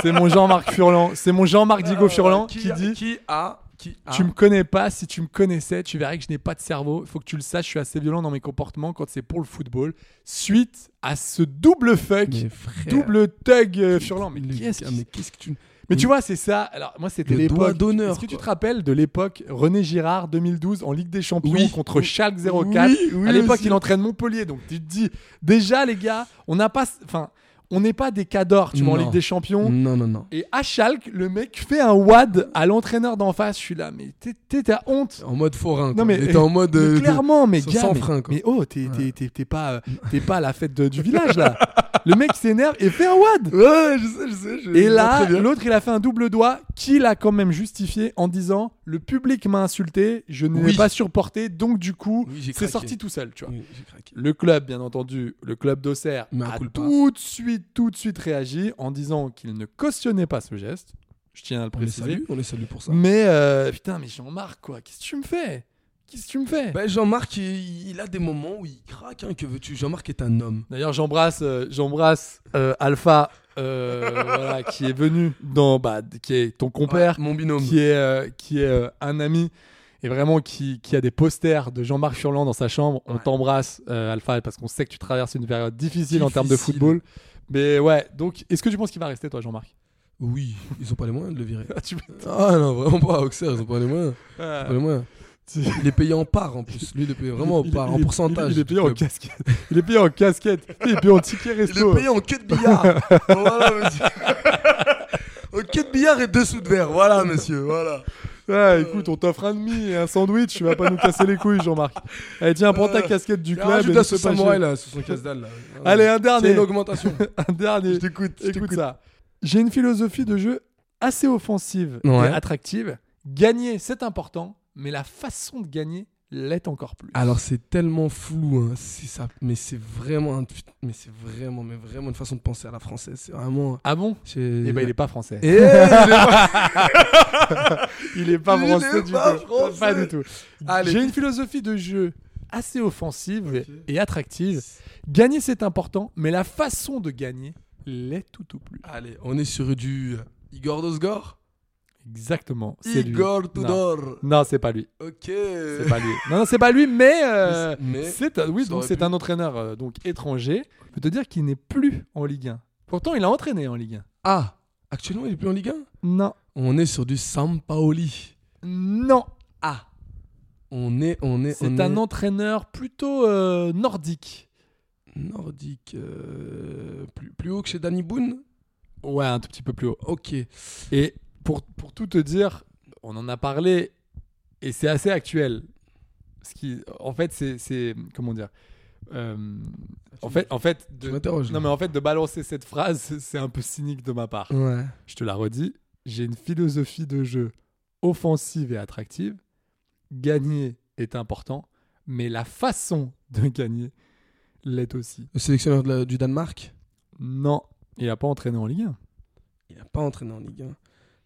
Speaker 6: c'est mon Jean-Marc Furlan. C'est mon Jean-Marc Digo Furlan qui,
Speaker 7: a-
Speaker 6: dit
Speaker 7: Ah, Qui a Qui a
Speaker 6: Tu me connais pas, si tu me connaissais, tu verrais que je n'ai pas de cerveau. Faut que tu le saches, je suis assez violent dans mes comportements quand c'est pour le football. Suite à ce double fuck,
Speaker 7: Mais frère.
Speaker 6: double thug euh, Furlan. Mais
Speaker 7: Lucas,
Speaker 6: qui est-ce qui-
Speaker 7: mais qu'est-ce que tu.
Speaker 6: Mais tu vois, c'est ça. Alors, moi, c'était
Speaker 7: Le doigt
Speaker 6: l'époque.
Speaker 7: d'honneur,
Speaker 6: Est-ce que tu
Speaker 7: quoi.
Speaker 6: te rappelles de l'époque René Girard 2012 en Ligue des Champions
Speaker 7: Oui.
Speaker 6: contre
Speaker 7: Oui.
Speaker 6: Schalke 04
Speaker 7: Oui, oui,
Speaker 6: À l'époque,
Speaker 7: aussi.
Speaker 6: il entraîne Montpellier. Donc, tu te dis, déjà, les gars, on n'a pas. Enfin, on n'est pas des cadors, tu vois, en
Speaker 7: Non.
Speaker 6: Ligue des Champions.
Speaker 7: Non, non, non.
Speaker 6: Et à Schalke, le mec fait un wad à l'entraîneur d'en face. Je suis là, mais t'es- t'es t'as honte.
Speaker 7: En mode forain.
Speaker 6: Non mais,
Speaker 7: T'es en mode. euh, de-
Speaker 6: clairement, mais
Speaker 7: sans-
Speaker 6: gars,
Speaker 7: sans
Speaker 6: mais,
Speaker 7: frein, quoi.
Speaker 6: mais oh, t'es t'es- t'es- t'es pas euh, t'es pas à la fête de- du village là. le mec s'énerve et fait un wad.
Speaker 7: Ouais, je sais, je sais. je-
Speaker 6: Et
Speaker 7: je vois
Speaker 6: là,
Speaker 7: très bien.
Speaker 6: l'autre, il a fait un double doigt qui l'a quand même justifié en disant le public m'a insulté, je ne
Speaker 7: Oui.
Speaker 6: l'ai pas supporté, donc du coup,
Speaker 7: Oui, j'ai
Speaker 6: c'est
Speaker 7: craqué.
Speaker 6: sorti tout seul, tu vois.
Speaker 7: Oui, j'ai craqué.
Speaker 6: Le club, bien entendu, le club d'Auxerre
Speaker 7: Mea
Speaker 6: a
Speaker 7: culpa.
Speaker 6: tout de suite, tout de suite réagi en disant qu'il ne cautionnait pas ce geste. Je tiens à le
Speaker 7: On les
Speaker 6: préciser.
Speaker 7: salue, on les salue pour Oh, ça.
Speaker 6: Mais euh, putain, mais Jean-Marc, quoi, qu'est-ce que tu me fais Qu'est-ce que tu me fais
Speaker 7: Ben, Jean-Marc, il, il a des moments où il craque, hein, que veux-tu Jean-Marc est un homme.
Speaker 6: D'ailleurs, j'embrasse, euh, j'embrasse euh, Alpha, euh, voilà, qui est venu dans, bah, qui est ton compère.
Speaker 7: Ouais, mon binôme.
Speaker 6: qui est, euh, qui est euh, un ami et vraiment qui, qui a des posters de Jean-Marc Furlan dans sa chambre. On t'embrasse, euh, Alpha, parce qu'on sait que tu traverses une période difficile, en termes de
Speaker 7: Difficile.
Speaker 6: football. Mais ouais, donc est-ce que tu penses qu'il va rester, toi, Jean-Marc
Speaker 7: Oui, ils ont pas les moyens de le virer.
Speaker 6: Ah, tu-
Speaker 7: Ah non, vraiment pas, Auxerre, ils ont pas les moyens. Ils ont pas
Speaker 6: Euh,
Speaker 7: les moyens.
Speaker 6: tu-
Speaker 7: Il est payé en part en plus. Lui, il est payé vraiment en
Speaker 6: il est-
Speaker 7: part,
Speaker 6: il
Speaker 7: en
Speaker 6: est- il est-
Speaker 7: pourcentage.
Speaker 6: Il est payé en
Speaker 7: du club.
Speaker 6: casquette. Il est payé en casquette. Putain, Il est payé en ticket
Speaker 7: Il est
Speaker 6: resto.
Speaker 7: payé en queue de billard. voilà, monsieur. en queue de billard et deux sous de verre. Voilà, monsieur, voilà.
Speaker 6: Ouais, écoute, on t'offre un demi et un sandwich. Tu vas pas nous casser les couilles, Jean-Marc. Allez, tiens, prends ta casquette du club.
Speaker 7: Rajoute
Speaker 6: et
Speaker 7: la
Speaker 6: nous fais
Speaker 7: sauce
Speaker 6: pas chier.
Speaker 7: samouraï là, Euh, Ah, sur son casse-dalle là. Voilà.
Speaker 6: Allez, un
Speaker 7: C'est
Speaker 6: dernier.
Speaker 7: une augmentation.
Speaker 6: un dernier.
Speaker 7: Je t'écoute, je
Speaker 6: Écoute
Speaker 7: t'écoute.
Speaker 6: ça. J'ai une philosophie de jeu assez offensive
Speaker 7: Ouais.
Speaker 6: et attractive. Gagner, c'est important, mais la façon de gagner l'est encore plus.
Speaker 7: Alors c'est tellement flou, hein, c'est ça, mais c'est vraiment, un- mais c'est vraiment, mais vraiment une façon de penser à la française. C'est vraiment.
Speaker 6: Ah bon
Speaker 7: j'ai-
Speaker 6: Eh ben, il est pas français.
Speaker 7: Eh, il est-
Speaker 6: Il est pas
Speaker 7: Il
Speaker 6: français
Speaker 7: est
Speaker 6: du
Speaker 7: pas
Speaker 6: tout.
Speaker 7: français.
Speaker 6: Pas du tout.
Speaker 7: Allez.
Speaker 6: J'ai une philosophie de jeu assez offensive et attractive. Gagner, c'est important, mais la façon de gagner l'est tout au plus.
Speaker 7: Allez, on est sur du Igor Dosgor
Speaker 6: Exactement. C'est lui.
Speaker 7: Igor
Speaker 6: Non,
Speaker 7: Tudor.
Speaker 6: non c'est pas lui.
Speaker 7: Ok.
Speaker 6: C'est pas lui. Non, non, c'est pas lui, mais, euh,
Speaker 7: Mais-
Speaker 6: c'est un, oui,
Speaker 7: ça
Speaker 6: donc
Speaker 7: aurait
Speaker 6: c'est
Speaker 7: pu.
Speaker 6: un entraîneur euh, donc étranger. Je peux te dire qu'il n'est plus en Ligue 1. Pourtant, il a entraîné en Ligue 1.
Speaker 7: Ah, actuellement, il est plus en Ligue 1
Speaker 6: Non,
Speaker 7: On est sur du Sampaoli.
Speaker 6: non.
Speaker 7: Ah. On est, on est,
Speaker 6: C'est
Speaker 7: on
Speaker 6: un
Speaker 7: est
Speaker 6: entraîneur plutôt euh, nordique.
Speaker 7: nordique. euh, plus, plus haut que chez Danny Boone
Speaker 6: Ouais, un tout petit peu plus haut.
Speaker 7: Ok.
Speaker 6: Et pour, pour tout te dire, on en a parlé et c'est assez actuel. Ce qui, en fait, c'est- c'est comment dire. euh, en fait, en fait, de,
Speaker 7: Tu m'interroges, là.
Speaker 6: non mais en fait, de balancer cette phrase, c'est un peu cynique de ma part.
Speaker 7: Ouais.
Speaker 6: Je te la redis, j'ai une philosophie de jeu offensive et attractive. Gagner est important, mais la façon de gagner l'est aussi.
Speaker 7: Le sélectionneur de la- du Danemark
Speaker 6: Non, il n'a pas entraîné en Ligue 1.
Speaker 7: Il n'a pas entraîné en Ligue 1.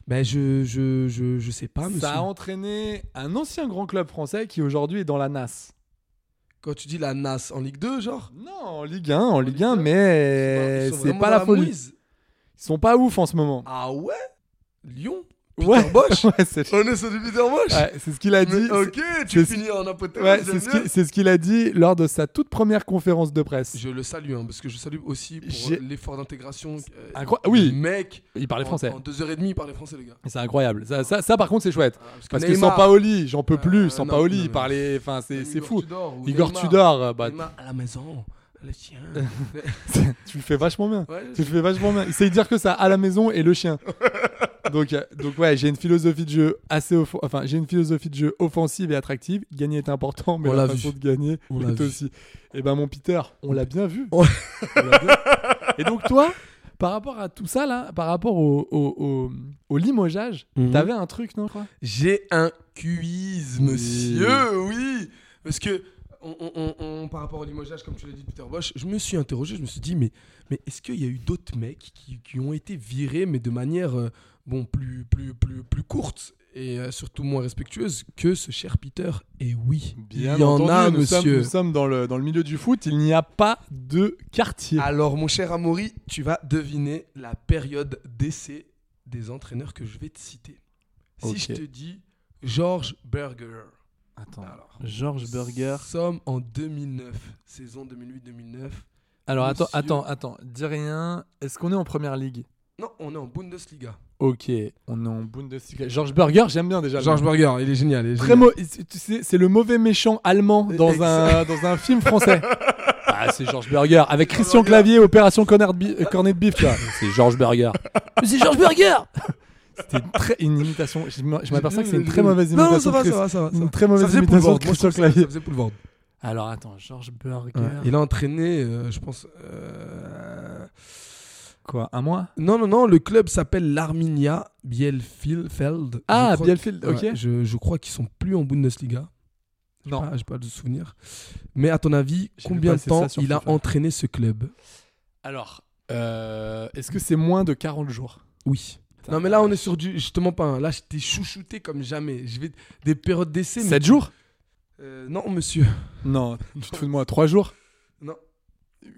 Speaker 7: Ben, je, je, je, je sais pas, monsieur.
Speaker 6: Ça a entraîné un ancien grand club français qui aujourd'hui est dans la NAS.
Speaker 7: Quand tu dis la NAS en Ligue 2, genre
Speaker 6: Non, en Ligue 1, en Ligue
Speaker 7: Ligue
Speaker 6: 1,
Speaker 7: un,
Speaker 6: mais
Speaker 7: Ils sont
Speaker 6: Eh, c'est
Speaker 7: vraiment
Speaker 6: pas
Speaker 7: dans
Speaker 6: la folie.
Speaker 7: mouise.
Speaker 6: Ils sont pas ouf en ce moment.
Speaker 7: Ah ouais Lyon Peter
Speaker 6: Ouais,
Speaker 7: Bosch
Speaker 6: ouais, c'est
Speaker 7: On est sur du Peter Bosch
Speaker 6: ouais, c'est ce qu'il a dit.
Speaker 7: Mais Ok, tu
Speaker 6: c'est-
Speaker 7: finis en
Speaker 6: c'est-
Speaker 7: apothéose.
Speaker 6: ouais,
Speaker 7: j'aime
Speaker 6: c'est ce
Speaker 7: bien.
Speaker 6: qu'il- c'est ce qu'il a dit lors de sa toute première conférence de presse.
Speaker 7: Je le salue, hein, parce que je salue aussi pour
Speaker 6: J'ai-
Speaker 7: euh, l'effort d'intégration. euh,
Speaker 6: Incro- oui.
Speaker 7: du Mec,
Speaker 6: Il parlait
Speaker 7: en-
Speaker 6: français.
Speaker 7: En deux heures et demie, il parlait français, les gars.
Speaker 6: C'est incroyable. Ça, ça, ça, par contre, c'est chouette.
Speaker 7: parce que
Speaker 6: Parce que
Speaker 7: Neymar-
Speaker 6: sans Paoli, j'en peux plus.
Speaker 7: Euh,
Speaker 6: Sans
Speaker 7: non,
Speaker 6: Paoli,
Speaker 7: non,
Speaker 6: il
Speaker 7: non.
Speaker 6: parlait. Enfin, c'est
Speaker 7: Même
Speaker 6: c'est
Speaker 7: Igor
Speaker 6: fou.
Speaker 7: Tudor ou
Speaker 6: Igor
Speaker 7: Neymar.
Speaker 6: Tudor, euh, bah,
Speaker 7: Neymar à la maison, le chien.
Speaker 6: tu le fais vachement bien.
Speaker 7: Ouais,
Speaker 6: Tu le fais vachement bien. Il sait dire que ça à la maison et le chien. Donc, euh, donc ouais, j'ai une philosophie de jeu assez offo- enfin, j'ai une philosophie de jeu offensive et attractive. Gagner est important, mais
Speaker 7: On
Speaker 6: la
Speaker 7: l'a
Speaker 6: façon
Speaker 7: vu.
Speaker 6: de gagner
Speaker 7: On l'a
Speaker 6: est
Speaker 7: vu.
Speaker 6: aussi. Et ben mon Peter, on l'a bien vu.
Speaker 7: On-
Speaker 6: On l'a bien- Et donc toi, par rapport à tout ça là, par rapport au au, au- au limogeage,
Speaker 7: Mhm.
Speaker 6: t'avais un truc non quoi
Speaker 7: J'ai un quiz, monsieur, oui. Parce que, on, on- on- on- par rapport au limogeage, comme tu l'as dit, Peter Bosch, je me suis interrogé, je me suis dit, mais, mais est-ce qu'il y a eu d'autres mecs qui, qui ont été virés, mais de manière euh, bon, plus, plus, plus, plus courte et euh, surtout moins respectueuse que ce cher Peter Et oui, il y en
Speaker 6: entendu,
Speaker 7: a,
Speaker 6: nous sommes-
Speaker 7: monsieur.
Speaker 6: nous sommes dans le dans le milieu du foot, il n'y a pas de quartier.
Speaker 7: Alors, mon cher Amaury, tu vas deviner la période d'essai des entraîneurs que je vais te citer.
Speaker 6: Ok.
Speaker 7: Si je te dis George Berger.
Speaker 6: Attends.
Speaker 7: Alors,
Speaker 6: George Burger.
Speaker 7: Somme en 2009, saison 2008-2009.
Speaker 6: Alors attends,
Speaker 7: Monsieur.
Speaker 6: attends, attends, dis rien. Est-ce qu'on est en première ligue
Speaker 7: Non, on est en Bundesliga.
Speaker 6: Ok, on est en Bundesliga. George Burger, j'aime bien déjà. le nom.
Speaker 7: Burger, il est génial. Il est
Speaker 6: Très mau- c'est- tu sais, c'est le mauvais méchant allemand dans un, dans un film français. Ah, c'est George Burger avec Christian
Speaker 7: Burger.
Speaker 6: Clavier, opération Cornet de Bi- euh, Cornet de Bif. tu vois. C'est George Burger. Mais c'est George Burger. C'était une, très- une imitation. Je m- je m'aperçois que c'est une très mauvaise imitation.
Speaker 7: Non, non, ça va,
Speaker 6: de
Speaker 7: ça
Speaker 6: Chris-
Speaker 7: va, ça va. ça
Speaker 6: Une
Speaker 7: va.
Speaker 6: très
Speaker 7: Ça
Speaker 6: mauvaise
Speaker 7: faisait
Speaker 6: imitation
Speaker 7: Poulvord,
Speaker 6: de
Speaker 7: moi, je
Speaker 6: Christian
Speaker 7: trouve que ça-
Speaker 6: Clavier.
Speaker 7: Ça faisait Poulvord.
Speaker 6: Alors attends, George Burger.
Speaker 7: Ouais, Il a entraîné, euh, je pense. euh,
Speaker 6: Quoi, un mois
Speaker 7: Non, non, non, le club s'appelle l'Arminia Bielefeld.
Speaker 6: Ah,
Speaker 7: Je crois-
Speaker 6: Bielefeld, ok.
Speaker 7: Ouais, je, je crois qu'ils sont plus en Bundesliga.
Speaker 6: Non.
Speaker 7: Ah, j'ai pas de souvenir. Mais à ton avis,
Speaker 6: J'ai vu
Speaker 7: combien de
Speaker 6: passer ça
Speaker 7: temps
Speaker 6: sur
Speaker 7: il a
Speaker 6: FIFA.
Speaker 7: entraîné ce club
Speaker 6: Alors, euh, est-ce que c'est moins de 40 jours
Speaker 7: Oui.
Speaker 6: Putain,
Speaker 7: Non mais là on est sur du justement pas un. là je t'ai chouchouté comme jamais. Je vais des périodes d'essai mais
Speaker 6: 7 jours
Speaker 7: Euh, non monsieur.
Speaker 6: Non, tu te fous de moi. 3 jours
Speaker 7: Non.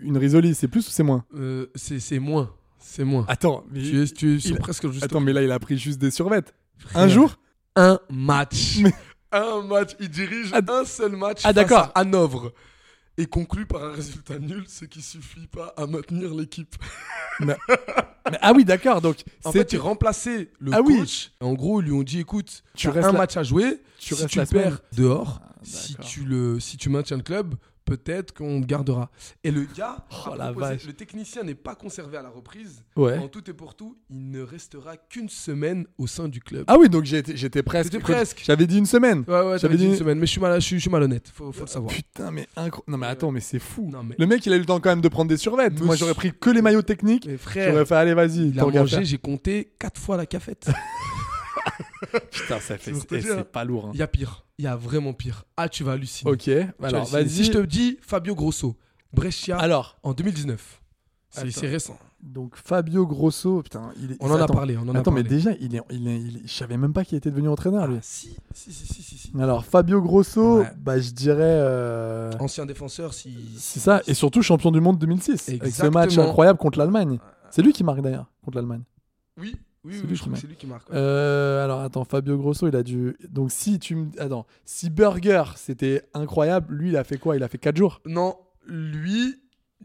Speaker 6: Une risolie, c'est plus ou c'est moins
Speaker 7: Euh, c'est c'est moins, c'est moins.
Speaker 6: Attends, mais,
Speaker 7: tu es tu es sur
Speaker 6: Ah, il-
Speaker 7: presque juste
Speaker 6: attends, mais là, il a pris juste des survettes.
Speaker 7: Frère,
Speaker 6: Un jour
Speaker 7: un match. Un match, il dirige
Speaker 6: Ah,
Speaker 7: un seul match
Speaker 6: ah,
Speaker 7: face
Speaker 6: d'accord.
Speaker 7: à Hanovre et conclut par un résultat nul ce qui suffit pas à maintenir l'équipe.
Speaker 6: Mais- Ah oui, d'accord, donc
Speaker 7: En
Speaker 6: c'est-
Speaker 7: fait, il remplaçait le
Speaker 6: Ah oui.
Speaker 7: coach. En gros, ils lui ont dit écoute,
Speaker 6: Tu
Speaker 7: tu as
Speaker 6: restes
Speaker 7: un
Speaker 6: la-
Speaker 7: match à jouer.
Speaker 6: tu
Speaker 7: si
Speaker 6: restes
Speaker 7: tu
Speaker 6: la semaine.
Speaker 7: perds dehors,
Speaker 6: Ah,
Speaker 7: si
Speaker 6: d'accord.
Speaker 7: tu le, si tu maintiens le club, peut-être qu'on te gardera. Et le gars, a
Speaker 6: Oh, la
Speaker 7: proposé-
Speaker 6: vache.
Speaker 7: le technicien n'est pas conservé à la reprise.
Speaker 6: Ouais.
Speaker 7: En tout et pour tout, il ne restera qu'une semaine au sein du club.
Speaker 6: Ah oui, donc j'étais j'étais presque.
Speaker 7: T'étais presque.
Speaker 6: J'avais dit une semaine.
Speaker 7: ouais, ouais, j'avais dit une
Speaker 6: dit-
Speaker 7: semaine, mais je suis, mal, je suis, je suis malhonnête, faut, faut le savoir.
Speaker 6: Putain, mais incroyable. Non, mais attends, mais c'est fou.
Speaker 7: Non, mais-
Speaker 6: Le mec, il a eu le temps quand même de prendre des survettes. Moi, j'aurais pris que les maillots techniques.
Speaker 7: Mais frère,
Speaker 6: J'aurais fait, allez, vas-y.
Speaker 7: il
Speaker 6: tant
Speaker 7: a
Speaker 6: qu'à
Speaker 7: mangé,
Speaker 6: faire.
Speaker 7: j'ai compté 4 fois la cafette.
Speaker 6: Putain, ça fait.
Speaker 7: pour te
Speaker 6: eh,
Speaker 7: dire.
Speaker 6: C'est pas lourd. hein.
Speaker 7: Il y a pire, il y a vraiment pire. Ah, tu vas halluciner.
Speaker 6: Ok,
Speaker 7: Tu vas
Speaker 6: alors
Speaker 7: halluciner.
Speaker 6: vas-y.
Speaker 7: Si je te dis Fabio Grosso, Brescia
Speaker 6: Alors,
Speaker 7: en 2019, c'est
Speaker 6: Attends.
Speaker 7: c'est récent.
Speaker 6: Donc Fabio Grosso, putain, il est.
Speaker 7: On en a
Speaker 6: attends,
Speaker 7: parlé, on en a
Speaker 6: Attends, mais
Speaker 7: parlé.
Speaker 6: déjà, il est, il est- il est- je savais même pas qu'il était devenu entraîneur lui.
Speaker 7: Ah, Si, si, si, si, si, si.
Speaker 6: Alors Fabio Grosso,
Speaker 7: Ah, Ouais.
Speaker 6: bah je dirais. euh,
Speaker 7: Ancien défenseur, si.
Speaker 6: C'est ça, et surtout champion du monde 2006 avec ce match
Speaker 7: Exactement.
Speaker 6: incroyable contre l'Allemagne. C'est lui qui marque d'ailleurs contre l'Allemagne.
Speaker 7: Ah, Oui, oui,
Speaker 6: C'est lui
Speaker 7: oui, je
Speaker 6: qui
Speaker 7: crois que
Speaker 6: marque.
Speaker 7: c'est lui qui marque. ouais.
Speaker 6: Euh, alors attends, Fabio Grosso, il a dû. Donc si tu me. Attends, si Burger c'était incroyable, lui il a fait quoi Il a fait 4 jours.
Speaker 7: Non, lui,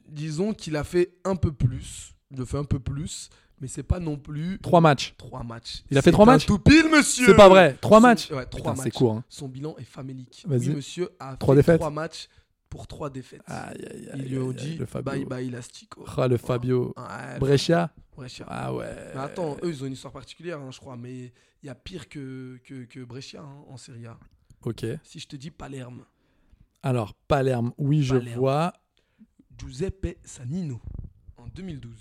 Speaker 7: disons qu'il a fait un peu plus. Il a fait un peu plus, mais c'est pas non plus
Speaker 6: 3 matchs.
Speaker 7: trois matchs.
Speaker 6: Il a fait
Speaker 7: C'est
Speaker 6: trois
Speaker 7: un
Speaker 6: matchs
Speaker 7: Tout pile, monsieur.
Speaker 6: C'est pas vrai, 3
Speaker 7: Son-
Speaker 6: matchs.
Speaker 7: Ouais,
Speaker 6: Putain,
Speaker 7: trois matchs.
Speaker 6: c'est court. hein.
Speaker 7: Son bilan est famélique.
Speaker 6: Vas-y.
Speaker 7: Oui, monsieur a
Speaker 6: Trois
Speaker 7: fait
Speaker 6: défaites.
Speaker 7: trois matchs pour trois défaites.
Speaker 6: Aïe, aïe, aïe,
Speaker 7: Ils lui ont
Speaker 6: aïe, aïe,
Speaker 7: dit
Speaker 6: le Fabio.
Speaker 7: bye bye Elastico.
Speaker 6: Ah, le Fabio.
Speaker 7: Ouais,
Speaker 6: Brescia.
Speaker 7: ouais, cher.
Speaker 6: Ah ouais.
Speaker 7: Mais attends, eux, ils ont une histoire particulière, hein, je crois, mais il y a pire que, que, que Brescia hein, en Serie A.
Speaker 6: Ok.
Speaker 7: Si je te dis Palerme,
Speaker 6: Alors, Palerme, oui, je
Speaker 7: Palerme.
Speaker 6: vois.
Speaker 7: Giuseppe Sanino, en 2012.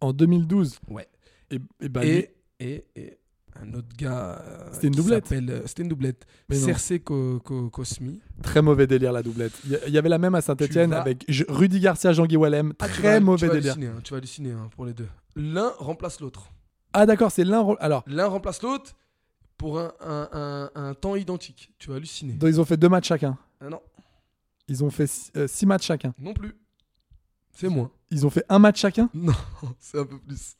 Speaker 6: En 2012.
Speaker 7: Ouais.
Speaker 6: Et, et bah, lui-
Speaker 7: et, et, et un autre gars. euh,
Speaker 6: C'était une
Speaker 7: qui
Speaker 6: doublette.
Speaker 7: s'appelle, euh, C'était une doublette.
Speaker 6: Mais non.
Speaker 7: Circe Co- Co- Cosmi.
Speaker 6: très mauvais délire, la doublette. Il y a- il y, avait la même à Saint-Etienne
Speaker 7: vas-
Speaker 6: avec Je- Rudy Garcia, Jean-Guy Wallem.
Speaker 7: Ah, tu
Speaker 6: très
Speaker 7: vas-
Speaker 6: mauvais
Speaker 7: tu vas
Speaker 6: délire.
Speaker 7: halluciner, hein, tu vas halluciner hein, pour les deux. L'un remplace l'autre.
Speaker 6: Ah, d'accord, c'est l'un. Alors,
Speaker 7: L'un remplace l'autre pour un, un, un, un temps identique. Tu vas halluciner.
Speaker 6: donc ils ont fait deux matchs chacun.
Speaker 7: Ah non,
Speaker 6: Ils ont fait six, euh, six matchs chacun.
Speaker 7: non plus. C'est moins.
Speaker 6: Ils ont fait un match chacun,
Speaker 7: Non, c'est un peu plus.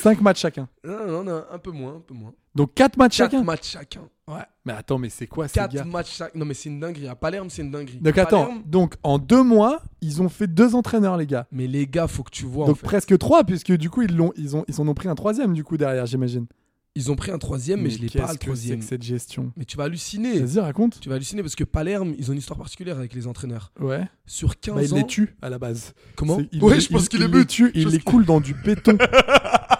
Speaker 6: cinq matchs chacun.
Speaker 7: Non, non, non, un peu moins, un peu moins.
Speaker 6: Donc quatre matchs
Speaker 7: Quatre
Speaker 6: chacun.
Speaker 7: matchs chacun. Ouais.
Speaker 6: Mais attends, mais c'est quoi ces
Speaker 7: Quatre
Speaker 6: gars
Speaker 7: matchs chacun. Non, mais c'est une dinguerie. À Palerme, c'est une dinguerie.
Speaker 6: Donc attends,
Speaker 7: Palerme-
Speaker 6: donc en deux mois, ils ont fait deux entraîneurs, les gars.
Speaker 7: Mais les gars, faut que tu vois. en
Speaker 6: Donc
Speaker 7: fait.
Speaker 6: presque trois, puisque du coup, ils, l'ont, ils, ont, ils en ont pris un troisième, du coup, derrière, j'imagine.
Speaker 7: Ils ont pris un troisième, Eh, mais, je l'ai pas
Speaker 6: qu'est-ce
Speaker 7: le
Speaker 6: que c'est
Speaker 7: troisième. Eh.
Speaker 6: que cette gestion
Speaker 7: Mais tu vas halluciner.
Speaker 6: Vas-y, raconte.
Speaker 7: Tu vas halluciner parce que Palerme, ils ont une histoire particulière avec les entraîneurs.
Speaker 6: Ouais.
Speaker 7: Sur 15
Speaker 6: Bah, il
Speaker 7: ans.
Speaker 6: les tue à la base.
Speaker 7: Comment
Speaker 6: C'est- il
Speaker 7: Ouais,
Speaker 6: les-
Speaker 7: je pense
Speaker 6: il-
Speaker 7: qu'il
Speaker 6: il
Speaker 7: les
Speaker 6: les
Speaker 7: bute.
Speaker 6: tue, et il
Speaker 7: Je
Speaker 6: les
Speaker 7: pense-
Speaker 6: coule dans du béton,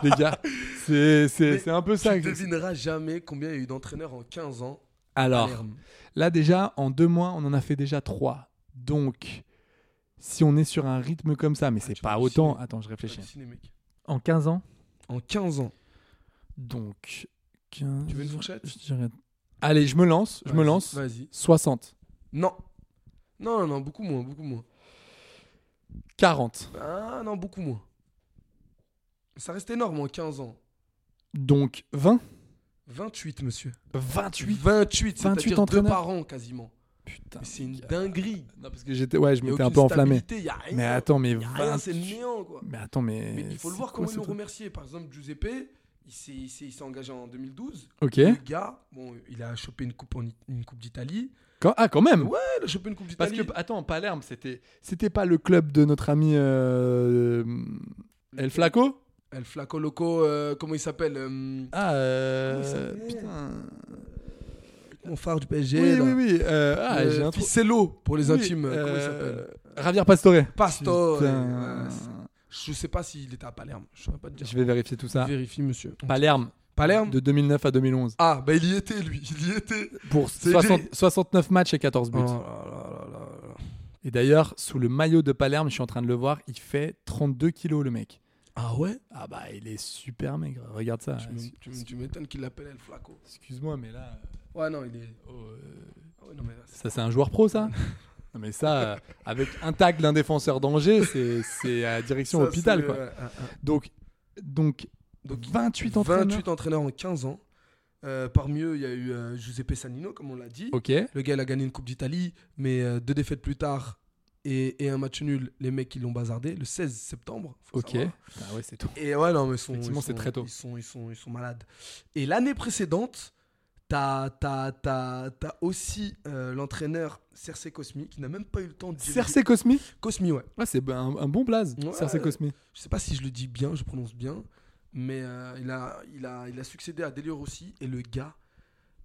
Speaker 6: les gars. C'est c'est-
Speaker 7: Mais
Speaker 6: c'est un peu ça.
Speaker 7: Tu
Speaker 6: que-
Speaker 7: devineras jamais combien il y a eu d'entraîneurs en 15 ans.
Speaker 6: Alors,
Speaker 7: Palerme.
Speaker 6: là déjà, en deux mois, on en a fait déjà trois. Donc, si on est sur un rythme comme ça, mais
Speaker 7: Ah,
Speaker 6: c'est
Speaker 7: tu
Speaker 6: pas
Speaker 7: vas
Speaker 6: autant.
Speaker 7: halluciner.
Speaker 6: Attends, je réfléchis.
Speaker 7: Halluciner, mec.
Speaker 6: En 15 ans
Speaker 7: En 15 ans.
Speaker 6: Donc, 15...
Speaker 7: Tu veux une fourchette
Speaker 6: je dirais- Allez, je me lance, je me
Speaker 7: Vas-y,
Speaker 6: lance.
Speaker 7: Vas-y.
Speaker 6: 60,
Speaker 7: Non. Non, non, non, beaucoup moins, beaucoup moins.
Speaker 6: 40.
Speaker 7: Ah non, beaucoup moins. Ça reste énorme en 15 ans.
Speaker 6: Donc, 20
Speaker 7: 28, monsieur.
Speaker 6: 28
Speaker 7: 28,
Speaker 6: 28
Speaker 7: c'est-à-dire deux
Speaker 6: entraîneurs.
Speaker 7: par an quasiment.
Speaker 6: Putain.
Speaker 7: Mais c'est une dinguerie.
Speaker 6: Non, parce que j'étais... Ouais, je
Speaker 7: Il y a
Speaker 6: m'étais un
Speaker 7: aucune
Speaker 6: peu enflammé.
Speaker 7: stabilité, il y a rien.
Speaker 6: Mais attends, mais
Speaker 7: Il y a rien, c'est le
Speaker 6: 28.
Speaker 7: néant, quoi.
Speaker 6: Mais attends, mais...
Speaker 7: Mais il faut le
Speaker 6: c'est quoi
Speaker 7: voir comment ils l'ont
Speaker 6: ce truc
Speaker 7: remercié. Par exemple, Giuseppe, il s'est- il s'est il s'est engagé en 2012.
Speaker 6: Ok.
Speaker 7: Le gars, bon, il a chopé une coupe, en, I- une coupe d'Italie.
Speaker 6: Quand- Ah, quand même
Speaker 7: Ouais, bah, il a chopé une coupe
Speaker 6: Parce
Speaker 7: d'Italie.
Speaker 6: que, attends, Palerme, c'était, c'était pas le club de notre ami euh, El Flaco
Speaker 7: El Flaco Loco, euh, comment il s'appelle euh,
Speaker 6: Ah,
Speaker 7: Comment
Speaker 6: euh,
Speaker 7: il s'appelait
Speaker 6: putain.
Speaker 7: Mon phare du
Speaker 6: Oui,
Speaker 7: PSG.
Speaker 6: oui, oui. euh, ah, j'ai un
Speaker 7: Picello,
Speaker 6: trou.
Speaker 7: pour les
Speaker 6: Oui,
Speaker 7: intimes.
Speaker 6: euh,
Speaker 7: Comment il s'appelle
Speaker 6: Javier Pastore.
Speaker 7: Pastore,
Speaker 6: Putain.
Speaker 7: ouais, Je sais pas s'il était à Palerme. Je saurais pas te dire.
Speaker 6: Je vais vérifier tout ça.
Speaker 7: Vérifie, monsieur.
Speaker 6: Palerme.
Speaker 7: Palerme
Speaker 6: De 2009 à 2011.
Speaker 7: Ah, bah il y était, lui. Il y était.
Speaker 6: Pour
Speaker 7: C'est-
Speaker 6: 60 69 matchs et 14
Speaker 7: Oh
Speaker 6: buts.
Speaker 7: là là là là là.
Speaker 6: Et d'ailleurs, sous le maillot de Palerme, je suis en train de le voir, il fait 32 kilos le mec.
Speaker 7: Ah ouais
Speaker 6: Ah bah, il est super maigre. Regarde ça.
Speaker 7: Tu me- tu me- Tu m'étonnes qu'il l'appelle El Flaco.
Speaker 6: Excuse-moi, mais là. euh,
Speaker 7: Ouais, non, il est.
Speaker 6: oh, euh,
Speaker 7: Ah ouais, non, mais là, c'est-
Speaker 6: Ça, c'est un joueur pro, ça Non, mais ça, euh, avec un tag d'un défenseur d'Angers, c'est- c'est à direction
Speaker 7: ça,
Speaker 6: hôpital,
Speaker 7: c'est-
Speaker 6: quoi.
Speaker 7: ouais, ouais, ouais.
Speaker 6: Donc, donc,
Speaker 7: Donc,
Speaker 6: 28 entraîneurs.
Speaker 7: 28 entraîneurs en 15 ans. Euh, parmi eux, il y a eu euh, Giuseppe Sanino, comme on l'a dit.
Speaker 6: Ok.
Speaker 7: Le gars, il a gagné une Coupe d'Italie, mais euh, deux défaites plus tard et, et un match nul, les mecs, ils l'ont bazardé le 16 septembre. faut
Speaker 6: Ok.
Speaker 7: savoir.
Speaker 6: Ah ouais, c'est tout.
Speaker 7: Et ouais, non, mais ils sont,
Speaker 6: Effectivement,
Speaker 7: ils
Speaker 6: c'est
Speaker 7: sont-
Speaker 6: très tôt.
Speaker 7: Ils sont, ils sont, ils sont malades. Et l'année précédente, t'as t'as- t'as- t'as aussi euh, l'entraîneur Cerce Cosmi, qui n'a même pas eu le temps de diriger-
Speaker 6: Cercé Cosmi
Speaker 7: Cosmi, ouais.
Speaker 6: Ouais, c'est un, un bon blaze,
Speaker 7: Ouais.
Speaker 6: Cercé Cosmi.
Speaker 7: Je sais pas si je le dis bien, je prononce bien, mais euh, il, a, il, a, il a succédé à Delio Rossi et le gars,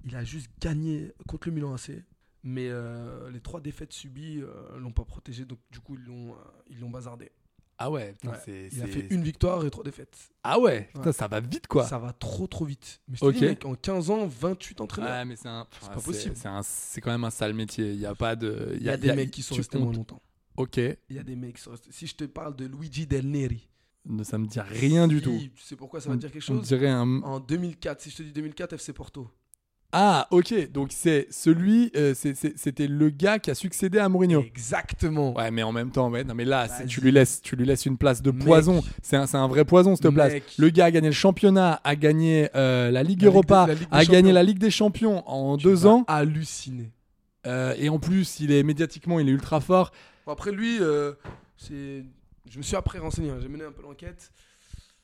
Speaker 7: il a juste gagné contre le Milan AC. Mais euh, les trois défaites subies euh, l'ont pas protégé, donc du coup ils l'ont euh, ils l'ont bazardé.
Speaker 6: Ah ouais, putain,
Speaker 7: Ouais.
Speaker 6: c'est.
Speaker 7: Il a
Speaker 6: c'est-
Speaker 7: fait une victoire et trois défaites.
Speaker 6: Ah ouais, putain,
Speaker 7: Ouais.
Speaker 6: ça va vite, quoi.
Speaker 7: Ça va trop trop vite. Mais je te
Speaker 6: Ok. Ah,
Speaker 7: dis, mec, en 15 ans, 28 entraîneurs.
Speaker 6: Ouais, mais c'est un. enfin,
Speaker 7: pas possible.
Speaker 6: C'est un- c'est quand même un sale métier. Il y a pas de.
Speaker 7: il y a des mecs qui sont
Speaker 6: tu
Speaker 7: restés
Speaker 6: comptes.
Speaker 7: moins longtemps.
Speaker 6: Ok.
Speaker 7: Il y a des mecs qui sont restés. Si je te parle de Luigi Del Neri.
Speaker 6: Ne- Ça me dit rien du
Speaker 7: Si,
Speaker 6: tout.
Speaker 7: Tu sais pourquoi ça va
Speaker 6: On-
Speaker 7: te dire quelque
Speaker 6: On
Speaker 7: chose
Speaker 6: dirait un.
Speaker 7: En 2004, si je te dis 2004, FC Porto.
Speaker 2: Ah, ok. Donc c'est celui, euh, c'est- c'est- c'était le gars qui a succédé à Mourinho.
Speaker 7: Exactement.
Speaker 6: Ouais, mais en même temps, ouais, non, mais là, c'est- tu
Speaker 7: Vas-y.
Speaker 6: lui laisses, tu lui laisses une place de
Speaker 7: Mec.
Speaker 6: poison. C'est un, c'est un vrai poison cette place.
Speaker 7: Mec.
Speaker 6: Le gars a gagné le championnat, a gagné euh, la Ligue
Speaker 7: La Ligue
Speaker 6: Europa,
Speaker 7: des- la Ligue des
Speaker 6: a gagné
Speaker 7: Champions.
Speaker 6: la Ligue des Champions en
Speaker 7: Tu
Speaker 6: deux
Speaker 7: vas
Speaker 6: ans.
Speaker 7: Halluciné.
Speaker 6: Euh, et en plus, il est médiatiquement, il est ultra fort.
Speaker 7: Bon, après lui, euh, c'est. Je me suis après renseigné, hein, j'ai mené un peu l'enquête.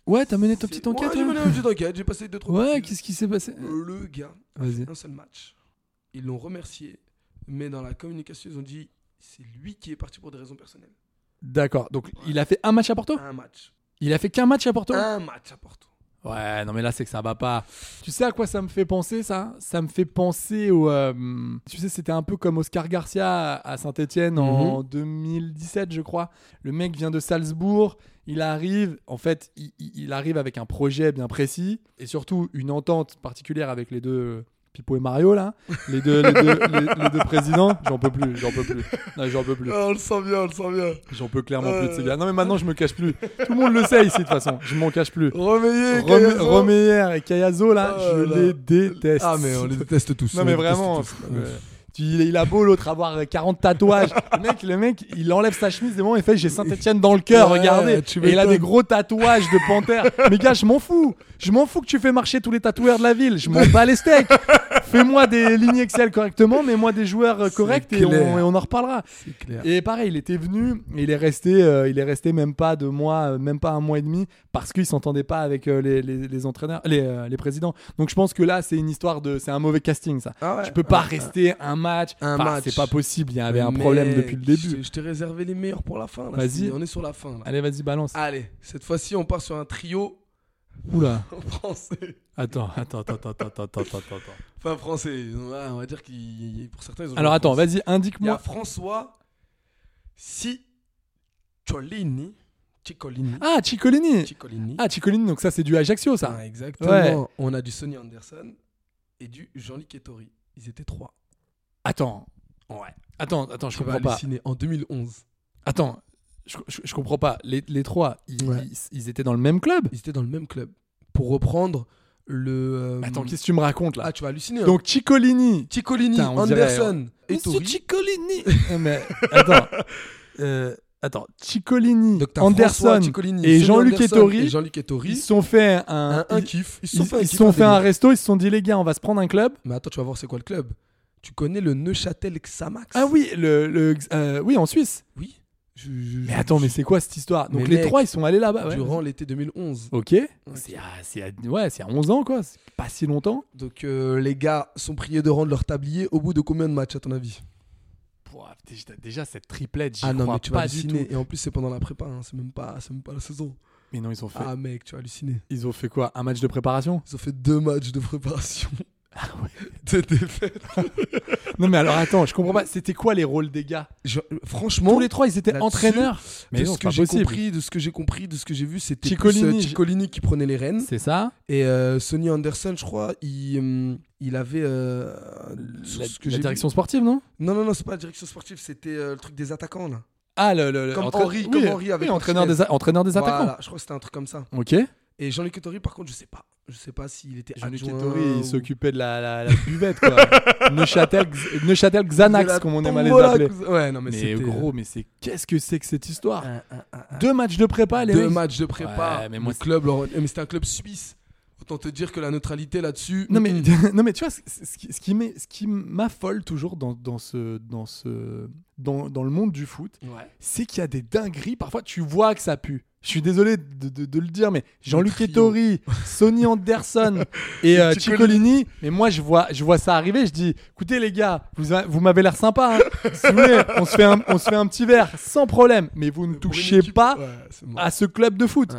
Speaker 6: Ouais, t'as mené ta
Speaker 7: C'est-
Speaker 6: petite enquête. hein.
Speaker 7: Ouais, j'ai
Speaker 6: ouais.
Speaker 7: mené une petite enquête, j'ai passé deux trois.
Speaker 6: Ouais,
Speaker 7: coups de fil.
Speaker 6: qu'est-ce qui s'est passé
Speaker 7: Euh, Le gars,
Speaker 6: Vas-y.
Speaker 7: un seul match. Ils l'ont remercié, mais dans la communication, ils ont dit c'est lui qui est parti pour des raisons personnelles.
Speaker 6: D'accord. Donc, il a fait un match à Porto.
Speaker 7: Un match.
Speaker 6: Il a fait qu'un match à Porto.
Speaker 7: Un match à Porto.
Speaker 6: Ouais, non mais là c'est que ça va pas. Tu sais à quoi ça me fait penser ça Ça me fait penser au. euh, tu sais, c'était un peu comme Oscar Garcia à Saint-Étienne en 2017, je crois. Le mec vient de Salzbourg. Il arrive, en fait, il, il- il arrive avec un projet bien précis et surtout une entente particulière avec les deux. Pipo et Mario là, les deux, les deux, les- les deux présidents, j'en peux plus, j'en peux plus, non j'en peux plus.
Speaker 7: Ah, on le sent bien, on le sent bien.
Speaker 6: J'en peux clairement plus de ces gars. Non, mais maintenant, je me cache plus. Tout le monde le sait ici, de toute façon. Je m'en cache plus.
Speaker 7: Remeillez,
Speaker 6: Rome-
Speaker 7: Gaillazo.
Speaker 6: Romeyer et Cayazo, là,
Speaker 7: Oh
Speaker 6: je
Speaker 7: là.
Speaker 6: les déteste.
Speaker 7: Ah, mais on les déteste tous.
Speaker 6: Non,
Speaker 7: on
Speaker 6: mais
Speaker 7: les déteste
Speaker 6: vraiment.
Speaker 7: tous.
Speaker 6: pff, euh, tu- Il il a beau l'autre avoir 40 tatouages. Le mec, le mec, il enlève sa chemise des moments et fait J'ai Saint-Etienne dans le cœur,
Speaker 7: Ouais,
Speaker 6: regardez.
Speaker 7: tu
Speaker 6: Et il a
Speaker 7: m'étonnes.
Speaker 6: des gros tatouages de panthère. mais gars, je m'en fous. Je m'en fous que tu fais marcher tous les tatoueurs de la ville. Je m'en bats les steaks. Fais-moi des lignes Excel correctement, mets-moi des joueurs euh, corrects et on,
Speaker 7: clair.
Speaker 6: et on en reparlera.
Speaker 7: C'est clair.
Speaker 6: Et pareil, il était venu, et il est resté, euh, il est resté même pas deux mois, euh, même pas un mois et demi, parce qu'il s'entendait pas avec euh, les, les- les entraîneurs, les, euh, les présidents. Donc je pense que là, c'est une histoire de, c'est un mauvais casting ça.
Speaker 7: Ah ouais.
Speaker 6: tu peux pas rester un match.
Speaker 7: un
Speaker 6: Enfin,
Speaker 7: match.
Speaker 6: c'est pas possible. Il y avait un
Speaker 7: Mec,
Speaker 6: problème depuis le
Speaker 7: je-
Speaker 6: début.
Speaker 7: Je t'ai réservé les meilleurs pour la fin. là.
Speaker 6: Vas-y.
Speaker 7: C'est- On est sur la fin. Là.
Speaker 6: Allez, vas-y, balance.
Speaker 7: Allez, cette fois-ci, on part sur un trio
Speaker 6: Oula.
Speaker 7: français.
Speaker 6: Attends, attends, attends, attends, attends, attends, attends, attends.
Speaker 7: Enfin, français. Ouais, on va dire qu'ils, pour certains, ils ont.
Speaker 6: Alors
Speaker 7: joué en
Speaker 6: attends,
Speaker 7: France.
Speaker 6: vas-y,
Speaker 7: Il y a
Speaker 6: indique-moi.
Speaker 7: François Ciccolini. Ciccolini.
Speaker 6: Ah, Ciccolini.
Speaker 7: Ciccolini.
Speaker 6: Ah, Ciccolini. Donc ça, c'est du Ajaccio ça.
Speaker 7: Ah, exactement.
Speaker 6: Ouais.
Speaker 7: On a du Sonny Anderson et du Jean-Luc Ettori. Ils étaient trois.
Speaker 6: Attends. Ouais. Attends, attends, je
Speaker 7: Tu vas
Speaker 6: comprends pas.
Speaker 7: halluciner. En 2011.
Speaker 6: Attends, je, je- je comprends pas. Les, les trois, ils,
Speaker 7: Ouais.
Speaker 6: ils- ils étaient dans le même club
Speaker 7: Ils étaient dans le même club. Pour reprendre le. euh,
Speaker 6: Attends, qu'est-ce que tu me racontes là
Speaker 7: Ah, tu vas halluciner. hein.
Speaker 6: Donc Ciccolini.
Speaker 7: Ciccolini,
Speaker 6: Putain, on dirait-
Speaker 7: Anderson, Ettori.
Speaker 6: Ciccolini Non, Eh, mais, Attends. euh, attends, Ciccolini,
Speaker 7: Donc, t'as
Speaker 6: Anderson
Speaker 7: François Ciccolini,
Speaker 6: et
Speaker 7: Sonny
Speaker 6: Jean-Luc
Speaker 7: Anderson
Speaker 6: Ettori,
Speaker 7: et Jean-Luc Ettori.
Speaker 6: ils se sont fait un,
Speaker 7: un, un
Speaker 6: ils-
Speaker 7: kiff. Ils se
Speaker 6: ils-
Speaker 7: sont
Speaker 6: ils
Speaker 7: fait un
Speaker 6: se
Speaker 7: kiff,
Speaker 6: sont fait un
Speaker 7: délire.
Speaker 6: resto, ils se sont dit les gars, on va se prendre un club.
Speaker 7: Mais attends, tu vas voir c'est quoi le club. Tu connais le Neuchâtel Xamax
Speaker 6: Ah oui, le, le- euh, oui en Suisse.
Speaker 7: Oui. Je- je-
Speaker 6: Mais
Speaker 7: je-
Speaker 6: attends, mais
Speaker 7: je-
Speaker 6: c'est quoi cette histoire Donc
Speaker 7: Mais
Speaker 6: les
Speaker 7: mec,
Speaker 6: trois, ils sont allés là-bas. ouais.
Speaker 7: Durant l'été 2011.
Speaker 6: Ok. C'est il y a- c'est il y a- ouais, c'est il y a 11 ans quoi. C'est pas si longtemps.
Speaker 7: Donc euh, les gars sont priés de rendre leur tablier au bout de combien de matchs à ton avis
Speaker 6: Pouah, déjà- Déjà cette triplette, j'y
Speaker 7: Ah non,
Speaker 6: crois
Speaker 7: mais tu vas
Speaker 6: pas du tout.
Speaker 7: halluciner. Et en plus c'est pendant la prépa, hein, c'est même pas, c'est même pas la saison.
Speaker 6: Mais non, ils ont fait,
Speaker 7: Ah mec, tu vas halluciner.
Speaker 6: ils ont fait quoi Un match de préparation
Speaker 7: Ils ont fait deux matchs de préparation. Ah De défaite.
Speaker 6: Non, mais alors attends, je comprends pas. C'était quoi les rôles des gars
Speaker 7: Je-
Speaker 6: Tous
Speaker 7: franchement,
Speaker 6: les trois, ils étaient
Speaker 7: là-dessus,
Speaker 6: entraîneurs. Mais
Speaker 7: de
Speaker 6: non,
Speaker 7: ce
Speaker 6: c'est
Speaker 7: que
Speaker 6: pas
Speaker 7: j'ai
Speaker 6: possible.
Speaker 7: compris, de ce que j'ai compris, de ce que j'ai vu, c'était
Speaker 6: Ciccolini,
Speaker 7: Ciccolini,
Speaker 6: je-
Speaker 7: Ciccolini qui prenait les rênes.
Speaker 6: C'est ça
Speaker 7: Et euh, Sonny Anderson, je crois, il, hum, il avait. euh, sur
Speaker 6: la,
Speaker 7: ce que
Speaker 6: la
Speaker 7: j'ai vu-
Speaker 6: direction sportive, non
Speaker 7: Non, non, non, c'est pas la direction sportive, c'était euh, le truc des attaquants, là.
Speaker 6: Ah, le, le- le-
Speaker 7: Comme
Speaker 6: entraîne-
Speaker 7: Henri,
Speaker 6: oui,
Speaker 7: comme Henri avec
Speaker 6: oui, entraîneur
Speaker 7: Martinez.
Speaker 6: des, a- entraîneur des attaquants.
Speaker 7: Voilà, je crois que c'était un truc comme ça.
Speaker 6: Ok.
Speaker 7: Et Jean-Luc Ettori, par contre, je sais pas. Je sais pas s'il était.
Speaker 6: Jean-Luc
Speaker 7: adjoint
Speaker 6: Ettori,
Speaker 7: ou-
Speaker 6: il s'occupait de la, la, la buvette, quoi. Neuchâtel, Neuchâtel
Speaker 7: de la
Speaker 6: Xanax, comme on aime à les
Speaker 7: tombola,
Speaker 6: appeler.
Speaker 7: cousin. Ouais, non, mais,
Speaker 6: Mais, euh, Ah,
Speaker 7: c'était.
Speaker 6: gros, mais c'est qu'est-ce que c'est que cette histoire
Speaker 7: un- un- un- un-
Speaker 6: Deux matchs de prépa, les
Speaker 7: Deux
Speaker 6: mecs.
Speaker 7: matchs de prépa.
Speaker 6: Ouais, mais moi,
Speaker 7: le
Speaker 6: c'est-
Speaker 7: club, leur- eh, mais c'était un club suisse. Autant te dire que la neutralité là-dessus.
Speaker 6: Non mais,
Speaker 7: mm,
Speaker 6: non mais tu vois, ce, ce qui- ce qui m'est- ce qui m'affole toujours dans, dans, ce, dans, ce, dans, dans le monde du foot,
Speaker 7: Ouais.
Speaker 6: c'est qu'il y a des dingueries. Parfois, tu vois que ça pue. Je suis désolé de, de- de le dire, mais Jean-Luc
Speaker 7: trio.
Speaker 6: Ettori, Sonny Anderson et euh, Ciccolini, mais moi, je vois, je vois ça arriver. Je dis, écoutez, les gars, vous, a- vous m'avez l'air sympa. hein. Si vous voulez, on se fait un, on se fait un petit verre sans problème, mais vous ne
Speaker 7: pour une
Speaker 6: touchez
Speaker 7: équipe-
Speaker 6: pas
Speaker 7: Ouais, c'est mort.
Speaker 6: à ce club de foot.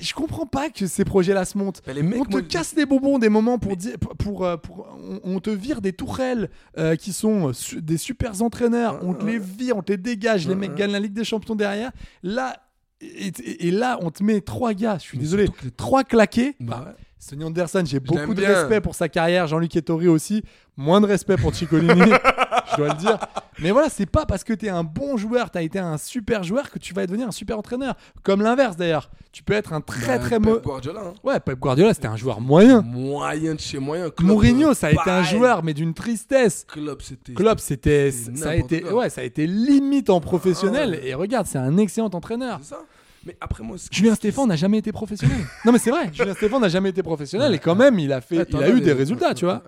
Speaker 6: Je comprends pas que ces projets-là se montent.
Speaker 7: Mais les mecs,
Speaker 6: on te
Speaker 7: moi, je-
Speaker 6: casse des bonbons des moments pour dire, pour, pour, euh, pour- on, on te vire des tourelles euh, qui sont euh, su- des super entraîneurs. on te les
Speaker 7: Euh,
Speaker 6: vire, on te les dégage. les mecs gagnent la Ligue des Champions derrière. Là et, et- et là, on te met trois gars. Je suis désolé,
Speaker 7: surtout que les-
Speaker 6: trois claqués.
Speaker 7: Bah
Speaker 6: Bah,
Speaker 7: ouais.
Speaker 6: Sonny Anderson, j'ai beaucoup de
Speaker 7: bien.
Speaker 6: respect pour sa carrière. Jean-Luc Ettori aussi. Moins de respect pour Ciccolini, je dois le dire. Mais voilà, c'est pas parce que t'es un bon joueur, t'as été un super joueur que tu vas devenir un super entraîneur. Comme l'inverse d'ailleurs. Tu peux être un très très
Speaker 7: Pep
Speaker 6: mauvais.
Speaker 7: Guardiola, hein.
Speaker 6: Ouais, Pep Guardiola, c'était un joueur moyen.
Speaker 7: Moyen de chez moyen. Klopp,
Speaker 6: Mourinho,
Speaker 7: euh,
Speaker 6: ça a été un
Speaker 7: pareil.
Speaker 6: joueur, mais d'une tristesse.
Speaker 7: Klopp, c'était.
Speaker 6: Klopp, c'était,
Speaker 7: C'était
Speaker 6: ça a
Speaker 7: n'importe
Speaker 6: été,
Speaker 7: quoi.
Speaker 6: ouais, ça a été limite en professionnel.
Speaker 7: Ah
Speaker 6: Et regarde, c'est un excellent entraîneur.
Speaker 7: C'est ça. Mais après, moi. ce qui-
Speaker 6: Julien Stéphane n'a jamais été professionnel. non, mais c'est vrai. Julien Stéphane n'a jamais été professionnel et quand même, il a fait, il
Speaker 7: Attends,
Speaker 6: a eu
Speaker 7: mais-
Speaker 6: des résultats, tu vois.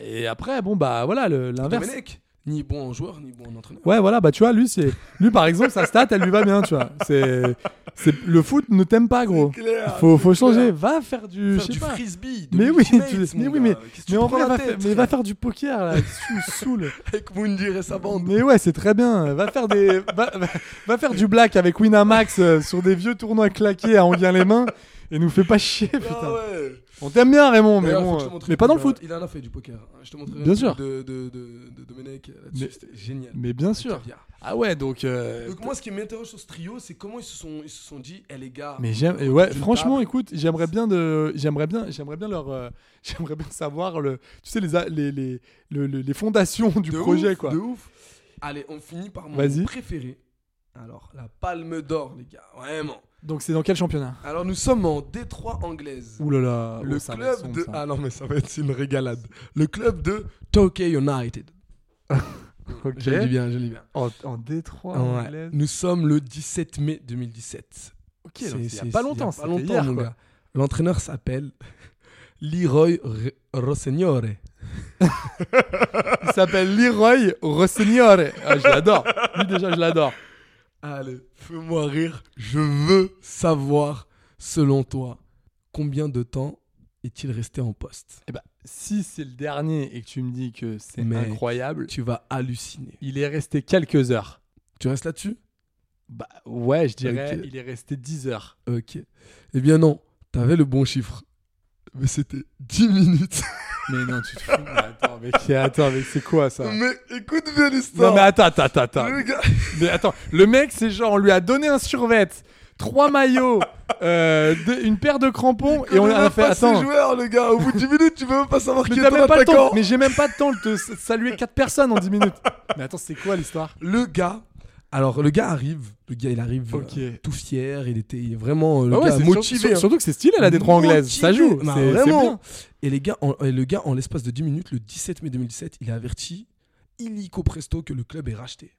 Speaker 6: Et après, bon bah voilà, le- l'inverse.
Speaker 7: Domenech, ni bon en joueur, ni bon en entraîneur.
Speaker 6: Ouais, voilà, bah tu vois, lui, c'est, lui par exemple, sa stat, elle lui va bien, tu vois. C'est, c'est, le foot ne t'aime pas, gros.
Speaker 7: C'est clair,
Speaker 6: faut,
Speaker 7: c'est
Speaker 6: faut changer.
Speaker 7: clair.
Speaker 6: Va faire du, je
Speaker 7: Faire
Speaker 6: sais
Speaker 7: du
Speaker 6: pas.
Speaker 7: frisbee. de
Speaker 6: Mais oui,
Speaker 7: l'ultimate,
Speaker 6: tu-
Speaker 7: mon
Speaker 6: mais oui,
Speaker 7: gars. euh,
Speaker 6: mais,
Speaker 7: Qu'est-ce que
Speaker 6: mais
Speaker 7: tu
Speaker 6: en vrai,
Speaker 7: prends la
Speaker 6: va,
Speaker 7: tête,
Speaker 6: faire- mais va
Speaker 7: frère
Speaker 6: faire du poker là, tu me saoules.
Speaker 7: Avec Mundir et sa bande.
Speaker 6: Mais ouais, c'est très bien. Va faire des, va, va- va faire du black avec Winamax euh, sur des vieux tournois claqués à Anguin les mains et nous fais pas chier,
Speaker 7: Ah
Speaker 6: putain.
Speaker 7: ouais.
Speaker 6: On t'aime bien Raymond, mais
Speaker 7: D'ailleurs, faut
Speaker 6: bon,
Speaker 7: que je te
Speaker 6: euh,
Speaker 7: montre
Speaker 6: mais
Speaker 7: une
Speaker 6: pas dans le
Speaker 7: pub,
Speaker 6: foot.
Speaker 7: euh, Il en a fait du poker. Je te montrerai
Speaker 6: Bien
Speaker 7: un
Speaker 6: sûr.
Speaker 7: truc de, de, de, de Domenech euh, là-dessus.
Speaker 6: Mais-
Speaker 7: C'était génial.
Speaker 6: Mais bien sûr. Ah ouais, donc. euh,
Speaker 7: Donc moi, ce qui m'interroge sur ce trio, c'est comment ils se sont, ils se sont dit, eh les gars,
Speaker 6: Mais j'aime, et ouais,
Speaker 7: D'une
Speaker 6: franchement,
Speaker 7: table.
Speaker 6: écoute, j'aimerais bien de, j'aimerais bien, j'aimerais bien leur, euh, j'aimerais bien savoir le, tu sais les, a- les, les, le- le- les fondations du
Speaker 7: de
Speaker 6: projet
Speaker 7: ouf,
Speaker 6: quoi.
Speaker 7: De ouf. Allez, on finit par mon
Speaker 6: Vas-y.
Speaker 7: préféré. Alors, la Palme d'Or, les gars, vraiment.
Speaker 6: Donc c'est dans quel championnat
Speaker 7: Alors, nous sommes en Détroit anglaise.
Speaker 6: Ouh là là.
Speaker 7: Le
Speaker 6: oh, ça va
Speaker 7: club
Speaker 6: être sombre,
Speaker 7: de.
Speaker 6: ça.
Speaker 7: Ah non, mais ça va être une régalade. Le club de Tokyo United.
Speaker 6: Ok.
Speaker 7: Je le dis bien, je le dis bien.
Speaker 6: En, en Détroit.
Speaker 7: Ouais.
Speaker 6: anglaise.
Speaker 7: Nous sommes le 17 mai 2017.
Speaker 6: Ok. donc
Speaker 7: C'est-
Speaker 6: c'est il y
Speaker 7: c'est-
Speaker 6: a pas
Speaker 7: c'est
Speaker 6: longtemps.
Speaker 7: pas
Speaker 6: c'était
Speaker 7: longtemps,
Speaker 6: hier,
Speaker 7: mon
Speaker 6: quoi.
Speaker 7: gars. L'entraîneur s'appelle Leroy Re- Rossignore.
Speaker 6: Il s'appelle Leroy Rossignore. Ah, je l'adore. Lui déjà, je l'adore.
Speaker 7: Allez, fais-moi rire. Je veux savoir, selon toi, combien de temps est-il resté en poste
Speaker 6: Eh ben, si c'est le dernier et que tu me dis que c'est
Speaker 7: Mec.
Speaker 6: incroyable,
Speaker 7: Tu vas halluciner.
Speaker 6: il est resté quelques heures.
Speaker 7: Tu restes là-dessus
Speaker 6: Bah ouais, je dirais.
Speaker 7: Ok.
Speaker 6: Il est resté 10 heures.
Speaker 7: Ok. Eh bien non, t'avais le bon chiffre. Mais c'était 10 minutes.
Speaker 6: Mais non, tu te fous. Mais attends, mais, attends, mais c'est quoi ça
Speaker 7: mais écoute bien l'histoire.
Speaker 6: Non mais attends, attends, attends, attends.
Speaker 7: Le gars-
Speaker 6: Mais attends, le mec, c'est genre, on lui a donné un survêt, trois maillots, euh, deux- une paire de crampons, et on
Speaker 7: connaît
Speaker 6: a
Speaker 7: même
Speaker 6: fait,
Speaker 7: pas ses
Speaker 6: attends.
Speaker 7: joueurs, le gars. Au bout de 10 minutes, tu peux même pas savoir
Speaker 6: Mais
Speaker 7: qui est
Speaker 6: t'as
Speaker 7: ton
Speaker 6: même pas le temps.
Speaker 7: attaquant.
Speaker 6: Mais j'ai même pas le temps de te s- saluer quatre personnes en 10 minutes. Mais attends, c'est quoi l'histoire
Speaker 7: Le gars. Alors le gars arrive, le gars il arrive
Speaker 6: Ok.
Speaker 7: euh, tout fier, il était il est vraiment euh, le
Speaker 6: Ah ouais,
Speaker 7: gars
Speaker 6: c'est
Speaker 7: motivé.
Speaker 6: sur-
Speaker 7: hein.
Speaker 6: surtout que c'est stylé la Détroit anglaise, ça
Speaker 7: Motivé.
Speaker 6: joue.
Speaker 7: Bah,
Speaker 6: c'est, c'est
Speaker 7: vraiment.
Speaker 6: bien.
Speaker 7: Et, les gars, en, et le gars, en l'espace de 10 minutes, le 17 mai 2017, il a averti illico presto que le club est racheté.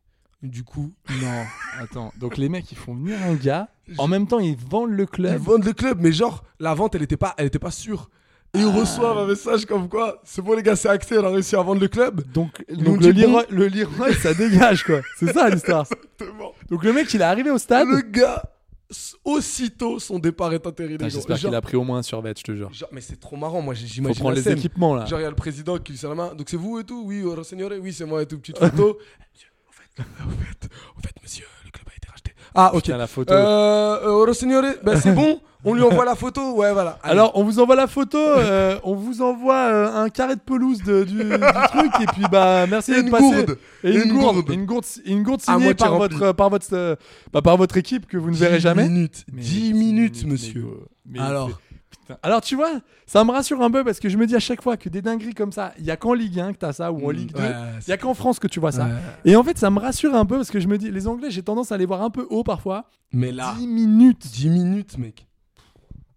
Speaker 7: Du coup,
Speaker 6: Non, attends. Donc les mecs, ils font venir un gars. En même temps, ils vendent le
Speaker 7: ils
Speaker 6: club. Ah.
Speaker 7: vendent le club, mais genre, la vente, elle était pas, elle était pas sûre. Et ils reçoivent un message comme quoi, c'est bon les gars, c'est acté, on a réussi à vendre le club.
Speaker 6: Donc,
Speaker 7: Ils
Speaker 6: donc
Speaker 7: ont
Speaker 6: le,
Speaker 7: dit bon.
Speaker 6: Leroy, le Leroy, ça dégage quoi. C'est ça l'histoire.
Speaker 7: Exactement.
Speaker 6: Donc le mec, il est arrivé au stade.
Speaker 7: Le gars, s- aussitôt, son départ est intérim.
Speaker 6: Putain, Ah, J'espère qu'il a pris au moins un survêt, je te jure.
Speaker 7: Genre, mais c'est trop marrant, moi j'ai-
Speaker 6: Faut
Speaker 7: j'imagine.
Speaker 6: prendre
Speaker 7: la
Speaker 6: les
Speaker 7: scène.
Speaker 6: équipements là.
Speaker 7: Genre, il y a le président qui lui serre la main. Donc, c'est vous et tout Oui, euh, Rossignol, oui, c'est moi et tout. Petite photo. en, fait, en, fait, en fait, monsieur, le club a été racheté. Ah, ok.
Speaker 6: Putain, la photo.
Speaker 7: Euh, euh, Rossignol, ben, c'est bon, on lui envoie la photo. Ouais, voilà. Allez.
Speaker 6: Alors, on vous envoie la photo, euh, on vous envoie euh, un carré de pelouse de- du, du truc, et puis bah merci
Speaker 7: Et
Speaker 6: de
Speaker 7: une
Speaker 6: passer.
Speaker 7: gourde.
Speaker 6: Et une,
Speaker 7: Une
Speaker 6: gourde,
Speaker 7: gourde.
Speaker 6: Et une gourde, si- une gourde
Speaker 7: À
Speaker 6: signée
Speaker 7: moitié
Speaker 6: par
Speaker 7: remplie.
Speaker 6: votre, euh, par votre, euh, bah, par votre équipe que vous ne verrez jamais.
Speaker 7: 10 minutes,
Speaker 6: Mais-
Speaker 7: 10 minutes, monsieur.
Speaker 6: mais, euh, mais
Speaker 7: Alors,
Speaker 6: c'est- putain. Alors tu vois, ça me rassure un peu parce que je me dis à chaque fois que des dingueries comme ça, il y a qu'en Ligue 1 que t'as ça ou en
Speaker 7: Mm,
Speaker 6: Ligue 2,
Speaker 7: ouais,
Speaker 6: il y a qu'en France que tu vois ça.
Speaker 7: Ouais.
Speaker 6: Et en fait, ça me rassure un peu parce que je me dis, les Anglais, j'ai tendance à les voir un peu haut parfois.
Speaker 7: mais là,
Speaker 6: 10 minutes,
Speaker 7: 10 minutes, mec.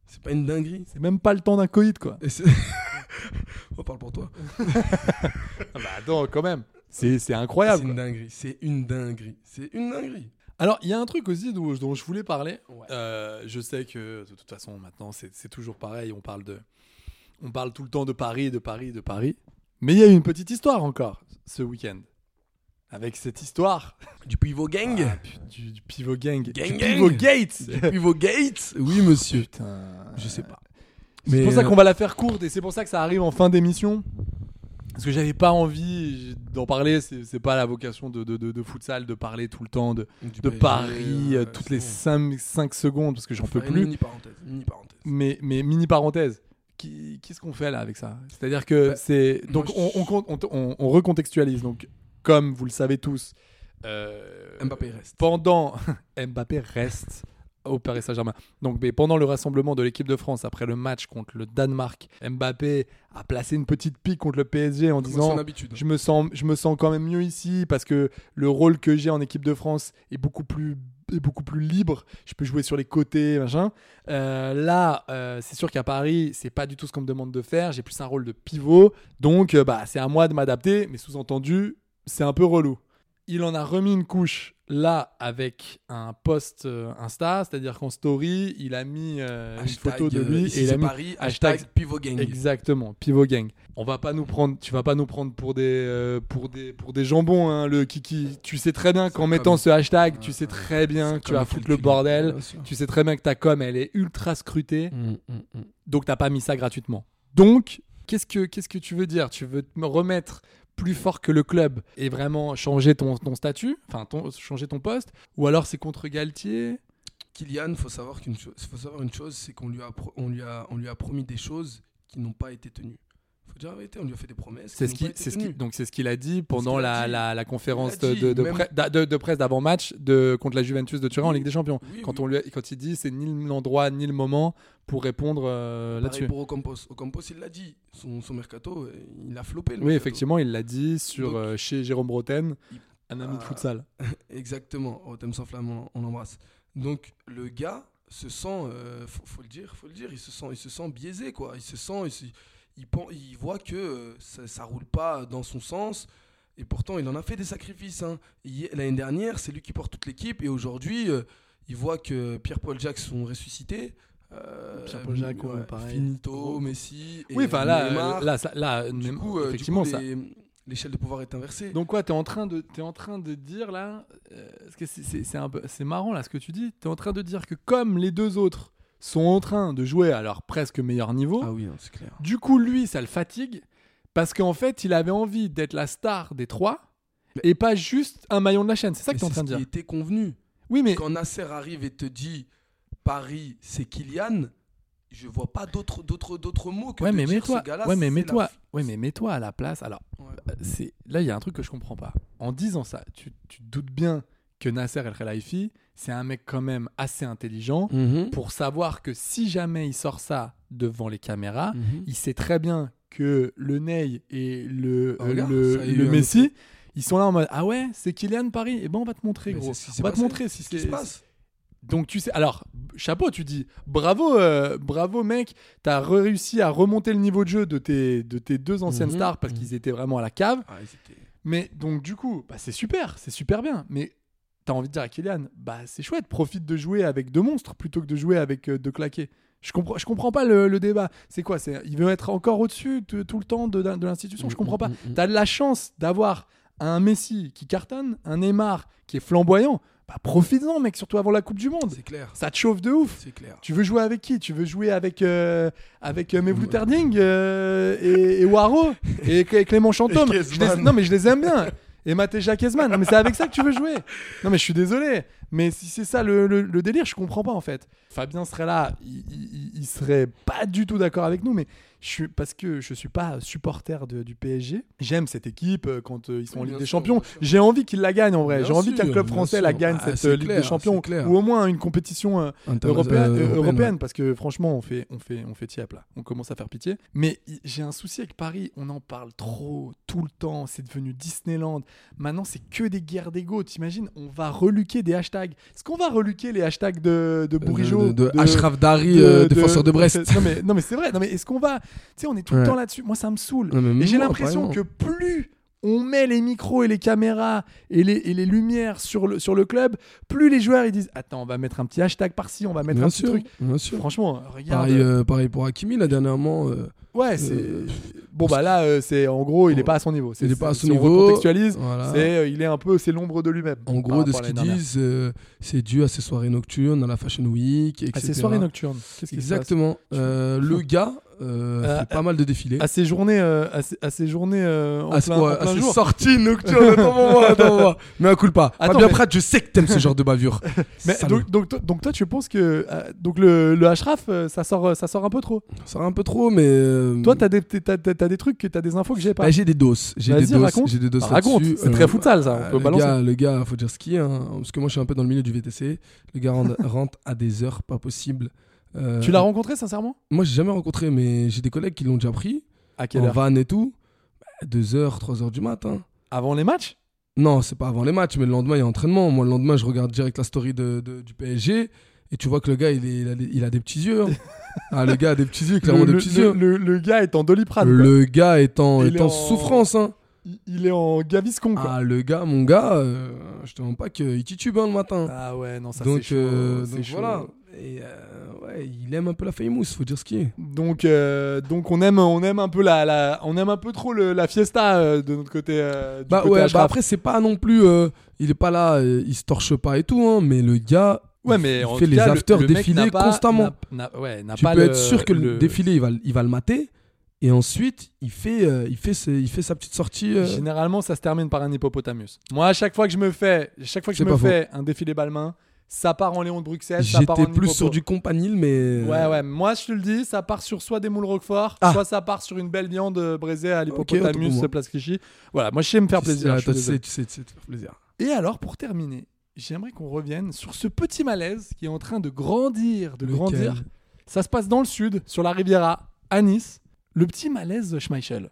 Speaker 7: C'est pas une dinguerie.
Speaker 6: c'est même pas le temps d'un coït quoi.
Speaker 7: Et c'est- on parle pour toi.
Speaker 6: bah
Speaker 7: Ah,
Speaker 6: attends, quand même. C'est c'est
Speaker 7: C'est
Speaker 6: incroyable.
Speaker 7: une dinguerie. C'est une dinguerie. C'est une dinguerie.
Speaker 6: Alors, il y a un truc aussi dont, dont je voulais parler. Euh, je sais que, de toute façon, maintenant, c'est c'est toujours pareil. On parle, de, on parle tout le temps de Paris, de Paris, de Paris. Mais il y a eu une petite histoire encore ce week-end. Avec cette histoire
Speaker 7: Du pivot gang
Speaker 6: Ah, pu- du, du Pivot Gang.
Speaker 7: Gang,
Speaker 6: du
Speaker 7: gang.
Speaker 6: Pivot Gate.
Speaker 7: Du pivot gate Oui, monsieur.
Speaker 6: Putain.
Speaker 7: Je sais pas.
Speaker 6: C'est
Speaker 7: Mais,
Speaker 6: pour ça
Speaker 7: euh,
Speaker 6: qu'on va la faire courte et c'est pour ça que ça arrive en fin d'émission. Parce que j'avais pas envie j'ai- d'en parler. C'est c'est pas la vocation de, de, de, de futsal de parler tout le temps de,
Speaker 7: euh,
Speaker 6: de Paris euh, toutes les 5, secondes parce que j'en peux plus.
Speaker 7: Mini parenthèse, mini parenthèse.
Speaker 6: Mais, mais mini parenthèse, qui- qu'est-ce qu'on fait là avec ça C'est-à-dire que
Speaker 7: Bah,
Speaker 6: c'est. Donc
Speaker 7: moi,
Speaker 6: on,
Speaker 7: je-
Speaker 6: on, compte- on t- on- on recontextualise. Donc, comme vous le savez tous, euh,
Speaker 7: Mbappé reste.
Speaker 6: pendant Mbappé reste au Paris Saint-Germain. Donc, mais pendant le rassemblement de l'équipe de France après le match contre le Danemark, Mbappé a placé une petite pique contre le PSG en
Speaker 7: Comme
Speaker 6: disant
Speaker 7: son habitude. hein.
Speaker 6: je me sens je me sens quand même mieux ici parce que le rôle que j'ai en équipe de France est beaucoup plus est beaucoup plus libre je peux jouer sur les côtés machin Euh, là euh, c'est sûr qu'à Paris c'est pas du tout ce qu'on me demande de faire j'ai plus un rôle de pivot donc euh, bah c'est à moi de m'adapter mais sous-entendu c'est un peu relou il en a remis une couche là avec un post euh, Insta, c'est-à-dire qu'en story, il a mis euh, une
Speaker 7: Hashtag,
Speaker 6: photo de
Speaker 7: euh,
Speaker 6: lui
Speaker 7: ici
Speaker 6: et il
Speaker 7: c'est
Speaker 6: a mis
Speaker 7: Paris, hashtag, pivot gang.
Speaker 6: Exactement, Pivot Gang. On va pas nous prendre, tu vas pas nous prendre pour des euh, pour des pour des jambons hein, le Kiki. Tu sais très bien qu'en
Speaker 7: comme-
Speaker 6: mettant ce hashtag, tu
Speaker 7: Ouais,
Speaker 6: sais
Speaker 7: ouais.
Speaker 6: très bien
Speaker 7: C'est
Speaker 6: que tu
Speaker 7: comme
Speaker 6: vas
Speaker 7: un
Speaker 6: foutre le
Speaker 7: calcul,
Speaker 6: bordel.
Speaker 7: bien sûr.
Speaker 6: Tu sais très bien que ta com elle est ultra scrutée,
Speaker 7: Mm, mm, mm.
Speaker 6: donc t'as pas mis ça gratuitement. Donc qu'est-ce que qu'est-ce que tu veux dire Tu veux te me remettre plus fort que le club et vraiment changer ton, ton statut, enfin ton, changer ton poste, ou alors c'est contre Galtier
Speaker 7: Kylian, faut savoir qu'une chose, faut savoir une chose, c'est qu'on lui a, pro- on lui a, on lui a promis des choses qui n'ont pas été tenues. Faut dire la vérité, on lui a fait des promesses.
Speaker 6: C'est ce
Speaker 7: n'ont
Speaker 6: qui,
Speaker 7: pas été
Speaker 6: c'est ce qui-
Speaker 7: tenues.
Speaker 6: donc c'est ce qu'il a dit pendant
Speaker 7: qu'il
Speaker 6: la,
Speaker 7: a dit.
Speaker 6: la, la conférence
Speaker 7: Il a dit,
Speaker 6: de, de
Speaker 7: même-
Speaker 6: presse- d'a- de- de presse d'avant match de contre la Juventus de Turin en Ligue des Champions.
Speaker 7: Oui,
Speaker 6: quand
Speaker 7: oui.
Speaker 6: on lui, a- quand il dit c'est ni l'endroit ni le moment pour répondre euh,
Speaker 7: Pareil
Speaker 6: là-dessus.
Speaker 7: pour Ocampos. Ocampos, il l'a dit. Son, son mercato, euh, il a flopé. Le
Speaker 6: Oui,
Speaker 7: mercato.
Speaker 6: effectivement, il l'a dit sur
Speaker 7: Donc-
Speaker 6: euh, chez Jérôme Broten,
Speaker 7: Il-
Speaker 6: un ami de
Speaker 7: Ah.
Speaker 6: futsal.
Speaker 7: Exactement. Au thème sans flamme, on, on l'embrasse. Donc le gars se sent, euh, faut, faut le dire, faut le dire, il se sent, il se sent biaisé quoi. Il se sent, il, se- il, pen- il voit que euh, ça, ça roule pas dans son sens. Et pourtant, il en a fait des sacrifices. hein. Hier- L'année dernière, c'est lui qui porte toute l'équipe. Et aujourd'hui, euh, il voit que Pierre-Paul Jacques sont ressuscités. Euh,
Speaker 6: Pierre-Paul Jacques, ouais, pareil.
Speaker 7: Finito, Messi. et
Speaker 6: Oui, enfin là,
Speaker 7: Neymar.
Speaker 6: euh, là, ça- là,
Speaker 7: Du
Speaker 6: Neymar-
Speaker 7: coup, euh, du
Speaker 6: effectivement
Speaker 7: coup,
Speaker 6: ça.
Speaker 7: les- L'échelle de pouvoir est inversée.
Speaker 6: Donc quoi, t'es en train de, t'es en train de dire là, euh, parce que c'est, c'est- c'est un peu, c'est marrant là ce que tu dis. T'es en train de dire que comme les deux autres sont en train de jouer à leur presque meilleur niveau.
Speaker 7: ah oui, hein, c'est clair.
Speaker 6: Du coup, lui, ça le fatigue parce qu'en fait, il avait envie d'être la star des trois et pas juste un maillon de la chaîne. C'est ça que
Speaker 7: Mais
Speaker 6: t'es en
Speaker 7: c'est
Speaker 6: train
Speaker 7: ce
Speaker 6: de dire.
Speaker 7: qui était convenu.
Speaker 6: Oui, mais
Speaker 7: Quand Nasser arrive et te dit Paris, c'est Kylian, je vois pas d'autres d'autres d'autres mots que
Speaker 6: ouais,
Speaker 7: de
Speaker 6: mais
Speaker 7: dire
Speaker 6: mets-toi,
Speaker 7: ce gars-là.
Speaker 6: ouais, mais
Speaker 7: c'est
Speaker 6: mets-toi,
Speaker 7: la f-
Speaker 6: ouais, mais mets-toi à la place. Alors,
Speaker 7: Ouais.
Speaker 6: euh, c'est là, il y a un truc que je comprends pas. En disant ça, tu, tu te doutes bien que Nasser El Khelaifi, c'est un mec quand même assez intelligent
Speaker 7: Mm. Mhm.
Speaker 6: pour savoir que si jamais il sort ça devant les caméras,
Speaker 7: Mhm.
Speaker 6: il sait très bien que le Ney et le, euh,
Speaker 7: Ah, regarde,
Speaker 6: le,
Speaker 7: ça a eu
Speaker 6: le
Speaker 7: un
Speaker 6: Messi, ils sont là en mode Ah ouais, c'est Kylian Paris, et ben on va te montrer,
Speaker 7: Mais
Speaker 6: gros.
Speaker 7: c'est ce qui
Speaker 6: on
Speaker 7: s'est
Speaker 6: va te
Speaker 7: passé,
Speaker 6: montrer si
Speaker 7: c'est ce qui se passe.
Speaker 6: Donc tu sais, alors, chapeau, tu dis Bravo, euh, bravo mec, t'as re- réussi à remonter le niveau de jeu de tes, de tes deux anciennes
Speaker 7: Mhm,
Speaker 6: stars parce
Speaker 7: mhm.
Speaker 6: qu'ils étaient vraiment à la cave.
Speaker 7: Ah, ils étaient-
Speaker 6: Mais donc du coup, bah, c'est super, c'est super bien. Mais t'as envie de dire à Kylian, bah c'est chouette, profite de jouer avec deux monstres plutôt que de jouer avec euh, deux claqués. Je comprends, je comprends pas le, le débat. C'est quoi C'est il veut être encore au-dessus de- tout le temps de, de l'institution. Je comprends pas. T'as de la chance d'avoir un Messi qui cartonne, un Neymar qui est flamboyant. Bah profite-en, mec, surtout avant la Coupe du Monde.
Speaker 7: C'est clair.
Speaker 6: Ça te chauffe de ouf.
Speaker 7: C'est clair.
Speaker 6: Tu veux jouer avec qui Tu veux jouer avec euh, avec euh, Mevlut Erding euh, et, et Waro et, Clé- Clément Chantôme
Speaker 7: Et
Speaker 6: Je les-
Speaker 7: Kezman.
Speaker 6: Non mais je les aime bien. Et Mateja Kezman. Non mais c'est avec ça que tu veux jouer. Non mais je suis désolé. Mais si c'est ça le, le- le délire, je comprends pas en fait. Fabien serait là, il, il- il serait pas du tout d'accord avec nous, mais je suis parce que je suis pas supporter de- du PSG. J'aime cette équipe euh, quand euh, ils sont en
Speaker 7: Oui,
Speaker 6: Ligue
Speaker 7: bien
Speaker 6: des
Speaker 7: sûr,
Speaker 6: Champions.
Speaker 7: bien sûr.
Speaker 6: J'ai envie qu'ils la gagnent en vrai.
Speaker 7: Bien
Speaker 6: J'ai envie
Speaker 7: sûr,
Speaker 6: qu'un club
Speaker 7: bien
Speaker 6: français
Speaker 7: sûr.
Speaker 6: la gagne
Speaker 7: Ah,
Speaker 6: cette
Speaker 7: c'est
Speaker 6: euh, Ligue
Speaker 7: clair,
Speaker 6: des Champions
Speaker 7: c'est clair.
Speaker 6: ou au moins une compétition. euh,
Speaker 7: Interna-
Speaker 6: européenne,
Speaker 7: euh,
Speaker 6: euh,
Speaker 7: européenne,
Speaker 6: européenne,
Speaker 7: ouais.
Speaker 6: parce que franchement on fait on fait on fait tiap là on commence à faire pitié mais i- j'ai un souci avec Paris on en parle trop tout le temps c'est devenu Disneyland maintenant c'est que des guerres d'ego t'imagines on va reluquer des hashtags est-ce qu'on va reluquer les hashtags de, de Bourigeaud
Speaker 7: Euh, de, de, Ashraf Dari, euh, défenseur de, Brest.
Speaker 6: non mais, non mais c'est vrai non mais est-ce qu'on va tu sais on est tout le
Speaker 7: Ouais.
Speaker 6: temps là-dessus moi ça me saoule
Speaker 7: Ouais, mais
Speaker 6: et j'ai
Speaker 7: moi,
Speaker 6: l'impression que
Speaker 7: apparemment.
Speaker 6: plus on met les micros et les caméras et les, et les lumières sur le, sur le club, plus les joueurs ils disent Attends, on va mettre un petit hashtag par-ci, on va mettre
Speaker 7: Bien
Speaker 6: un
Speaker 7: sûr,
Speaker 6: petit truc.
Speaker 7: bien sûr.
Speaker 6: Franchement, euh, regarde.
Speaker 7: Pareil, euh, pareil pour Hakimi, là dernièrement. euh,
Speaker 6: ouais, c'est.
Speaker 7: euh,
Speaker 6: bon, bah là, euh, c'est en gros, il n'est
Speaker 7: euh,
Speaker 6: pas à son niveau. C'est-
Speaker 7: il est pas à
Speaker 6: c'est-
Speaker 7: son
Speaker 6: si
Speaker 7: niveau,
Speaker 6: On recontextualise,
Speaker 7: voilà.
Speaker 6: c'est, euh, il est un peu, c'est l'ombre de lui-même.
Speaker 7: En
Speaker 6: par
Speaker 7: gros, de
Speaker 6: rapport
Speaker 7: ce
Speaker 6: à
Speaker 7: qu'ils
Speaker 6: l'année dernière.
Speaker 7: disent, euh, c'est dû à ses soirées nocturnes, à la Fashion Week, etc.
Speaker 6: À ces soirées nocturnes. Qu'est-ce qui se passe
Speaker 7: Exactement. Euh, le gars, euh,
Speaker 6: Euh,
Speaker 7: fait pas mal de défilés.
Speaker 6: À ces journées, euh, à ces, à ces journées euh, en
Speaker 7: À ce-
Speaker 6: plein, en
Speaker 7: ouais, à
Speaker 6: plein
Speaker 7: ces
Speaker 6: jour.
Speaker 7: sorties nocturnes, attends-moi, attends-moi. Mais un coup pas.
Speaker 6: Attends,
Speaker 7: Fabien
Speaker 6: mais-
Speaker 7: Pratt, je sais que t'aimes ce genre de bavure.
Speaker 6: Mais
Speaker 7: Salaud.
Speaker 6: donc, donc, toi- donc toi, tu penses que euh, donc le, le Ashraf, euh, ça sort, euh, ça sort un peu trop.
Speaker 7: Ça va un peu trop, mais. euh,
Speaker 6: Toi, t'as des, t'es- t'as, t'as- t'as des trucs, que- t'as des infos que j'ai pas.
Speaker 7: bah, j'ai des doses. J'ai
Speaker 6: Vas-y,
Speaker 7: des doses.
Speaker 6: raconte.
Speaker 7: J'ai des doses
Speaker 6: Bah, raconte.
Speaker 7: là-dessus.
Speaker 6: C'est très futsal, ça. On
Speaker 7: bah,
Speaker 6: peut
Speaker 7: le
Speaker 6: balancer.
Speaker 7: Gars, le gars, faut dire ce qui est. hein, parce que moi, je suis un peu dans le milieu du VTC. Le gars rentre, rentre à des heures pas possibles. Euh,
Speaker 6: tu l'as rencontré sincèrement
Speaker 7: Moi, j'ai jamais rencontré, mais j'ai des collègues qui l'ont déjà pris.
Speaker 6: À quelle
Speaker 7: En
Speaker 6: heure
Speaker 7: van et tout. Bah, 2h, 3h du matin.
Speaker 6: Avant les matchs
Speaker 7: Non, c'est pas avant les matchs, mais le lendemain, il y a entraînement. Moi, le lendemain, je regarde direct la story de, de- du PSG. Et tu vois que le gars, il, est- il a, des- il a des petits yeux. hein. Ah, le gars a des petits yeux, clairement
Speaker 6: le,
Speaker 7: des
Speaker 6: le-
Speaker 7: petits
Speaker 6: le-
Speaker 7: yeux.
Speaker 6: le- le gars est en doliprane. quoi.
Speaker 7: Le gars est en,
Speaker 6: Il
Speaker 7: est
Speaker 6: est
Speaker 7: en
Speaker 6: en-
Speaker 7: souffrance. Hein.
Speaker 6: Il- Il est en gaviscon. Quoi.
Speaker 7: Ah, le gars, mon gars, euh, je te demande pas qu'il titube hein, le matin.
Speaker 6: Ah ouais, non, ça
Speaker 7: donc
Speaker 6: c'est chaud.
Speaker 7: euh,
Speaker 6: c'est
Speaker 7: donc
Speaker 6: chaud.
Speaker 7: voilà. Et, euh, ouais, il aime un peu la famous, faut dire ce qui est.
Speaker 6: Donc, euh, donc on aime, on aime un peu la, la- on aime un peu trop le- la fiesta euh, de notre côté. euh, du
Speaker 7: Bah
Speaker 6: côté
Speaker 7: ouais,
Speaker 6: Ashraf.
Speaker 7: bah après, c'est pas non plus. euh, il est pas là, euh, il se torche pas et tout, hein, mais le gars,
Speaker 6: Ouais,
Speaker 7: il-
Speaker 6: mais
Speaker 7: il
Speaker 6: en
Speaker 7: fait
Speaker 6: tout
Speaker 7: les
Speaker 6: cas, le-
Speaker 7: afters
Speaker 6: le mec
Speaker 7: défilés
Speaker 6: n'a pas-
Speaker 7: constamment.
Speaker 6: n'a- n'a- ouais, n'a
Speaker 7: Tu
Speaker 6: pas
Speaker 7: peux
Speaker 6: le-
Speaker 7: être sûr que le, défilé, il va, il va le mater. Et ensuite, il fait, euh, il fait, ses- il fait sa petite sortie. euh,
Speaker 6: Généralement, ça se termine par un hippopotamus. Moi, à chaque fois que je me fais, chaque fois que je
Speaker 7: C'est
Speaker 6: me
Speaker 7: pas faux.
Speaker 6: fais un défilé balmain, ça part en Léon de Bruxelles, ça part en
Speaker 7: J'étais plus
Speaker 6: hippopo.
Speaker 7: sur du Campanile, mais.
Speaker 6: Ouais, ouais. Moi, je te le dis, ça part sur soit des moules Roquefort,
Speaker 7: Ah.
Speaker 6: soit ça part sur une belle viande euh, braisée à
Speaker 7: autant pour
Speaker 6: l'hippopotamus
Speaker 7: moi.
Speaker 6: place Clichy. Voilà, moi, je sais me faire
Speaker 7: Tu
Speaker 6: plaisir.
Speaker 7: sais,
Speaker 6: je suis
Speaker 7: toi, tu
Speaker 6: désolé.
Speaker 7: sais, tu sais, tu sais te faire plaisir.
Speaker 6: Et alors, pour terminer, j'aimerais qu'on revienne sur ce petit malaise qui est en train de grandir, de
Speaker 7: Lequel
Speaker 6: grandir. Ça se passe dans le sud, sur la Riviera, à Nice. Le petit malaise Schmeichel.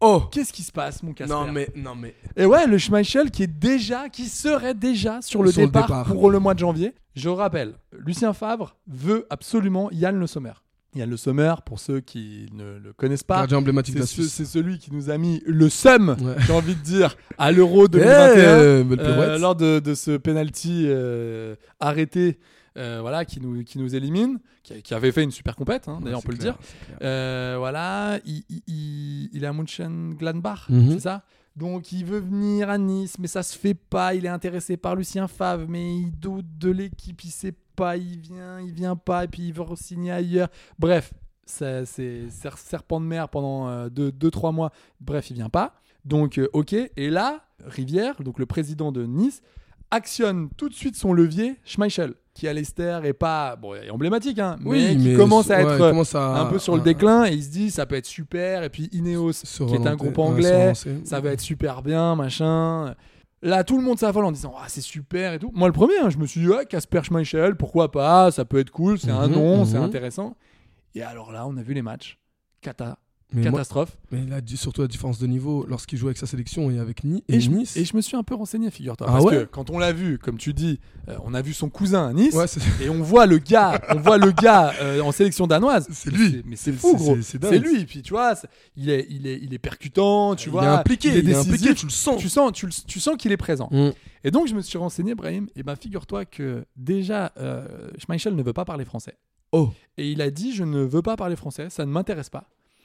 Speaker 7: Oh
Speaker 6: Qu'est-ce qui se passe, mon Casper
Speaker 7: Non, mais. Non, mais.
Speaker 6: Et ouais, le Schmeichel qui est déjà, qui serait déjà sur le,
Speaker 7: Sur le
Speaker 6: départ,
Speaker 7: départ.
Speaker 6: pour le mois de janvier. Je rappelle, Lucien Favre veut absolument Yann Le Sommer. Yann Le Sommer, pour ceux qui ne le connaissent pas,
Speaker 7: Gardien emblématique de
Speaker 6: c'est
Speaker 7: la
Speaker 6: ce-
Speaker 7: Suisse.
Speaker 6: c'est celui qui nous a mis le seum,
Speaker 7: Ouais.
Speaker 6: j'ai envie de dire, à l'Euro
Speaker 7: Eh,
Speaker 6: 2021.
Speaker 7: belle
Speaker 6: Euh,
Speaker 7: pirouette.
Speaker 6: lors de, de ce penalty euh, arrêté euh, voilà, qui, nous, qui nous élimine, qui, qui avait fait une super compète, hein, d'ailleurs on
Speaker 7: C'est
Speaker 6: peut
Speaker 7: clair,
Speaker 6: le dire.
Speaker 7: c'est clair.
Speaker 6: Euh, voilà, il, il- il- il est à Mönchengladbach,
Speaker 7: Mhm.
Speaker 6: c'est ça donc il veut venir à Nice, mais ça se fait pas. Il est intéressé par Lucien Favre, mais il doute de l'équipe. Il sait pas, il vient, il vient pas, et puis il veut re-signer ailleurs. Bref, ça, c'est ser- serpent de mer pendant euh, 2-3 mois. Bref, il vient pas. Donc, euh, ok. Et là, Rivière, donc le président de Nice, actionne tout de suite son levier, Schmeichel, qui à l'Esther est pas bon, est emblématique, hein, mais, qui commence à
Speaker 7: ouais,
Speaker 6: être
Speaker 7: il commence à-
Speaker 6: un peu sur le
Speaker 7: à-
Speaker 6: déclin. Et il se dit, ça peut être super. Et puis Ineos,
Speaker 7: ah, se
Speaker 6: qui est un
Speaker 7: relancer,
Speaker 6: groupe
Speaker 7: ouais, se
Speaker 6: anglais,
Speaker 7: relancer.
Speaker 6: ça va être super bien, machin. Là, tout le monde s'affole en disant Ah, c'est super et tout. Moi, le premier, hein, je me suis dit Ah, Casper Schmeichel, pourquoi pas Ça peut être cool, c'est un
Speaker 7: Mhm,
Speaker 6: nom, c'est
Speaker 7: mhm.
Speaker 6: intéressant. Et alors là, on a vu les matchs. Cata,
Speaker 7: Mais, moi-
Speaker 6: catastrophe.
Speaker 7: mais là, di- surtout la différence de niveau, lorsqu'il joue avec sa sélection et avec Ni- et
Speaker 6: Et je,
Speaker 7: Nice.
Speaker 6: et je me suis un peu renseigné, figure-toi.
Speaker 7: Ah
Speaker 6: parce
Speaker 7: ouais
Speaker 6: que quand on l'a vu, comme tu dis, euh, on a vu son cousin à Nice.
Speaker 7: Ouais, c'est-
Speaker 6: Et on voit le gars, on voit le gars euh, en sélection danoise.
Speaker 7: C'est lui.
Speaker 6: Mais c'est
Speaker 7: C'est-
Speaker 6: fou,
Speaker 7: c'est-
Speaker 6: gros.
Speaker 7: c'est- c'est dingue.
Speaker 6: C'est lui. Puis tu vois, c'est- il est, il est, il est percutant. Tu
Speaker 7: Il
Speaker 6: vois,
Speaker 7: est impliqué, il est
Speaker 6: décisif.
Speaker 7: impliqué, tu le sens.
Speaker 6: Tu sens, tu, le- tu sens qu'il est présent.
Speaker 7: Mm.
Speaker 6: Et donc je me suis renseigné, Brahim. Et ben figure-toi que déjà, euh, Schmeichel ne veut pas parler français.
Speaker 7: Oh.
Speaker 6: Et il a dit, je ne veux pas parler français, ça ne m'intéresse pas.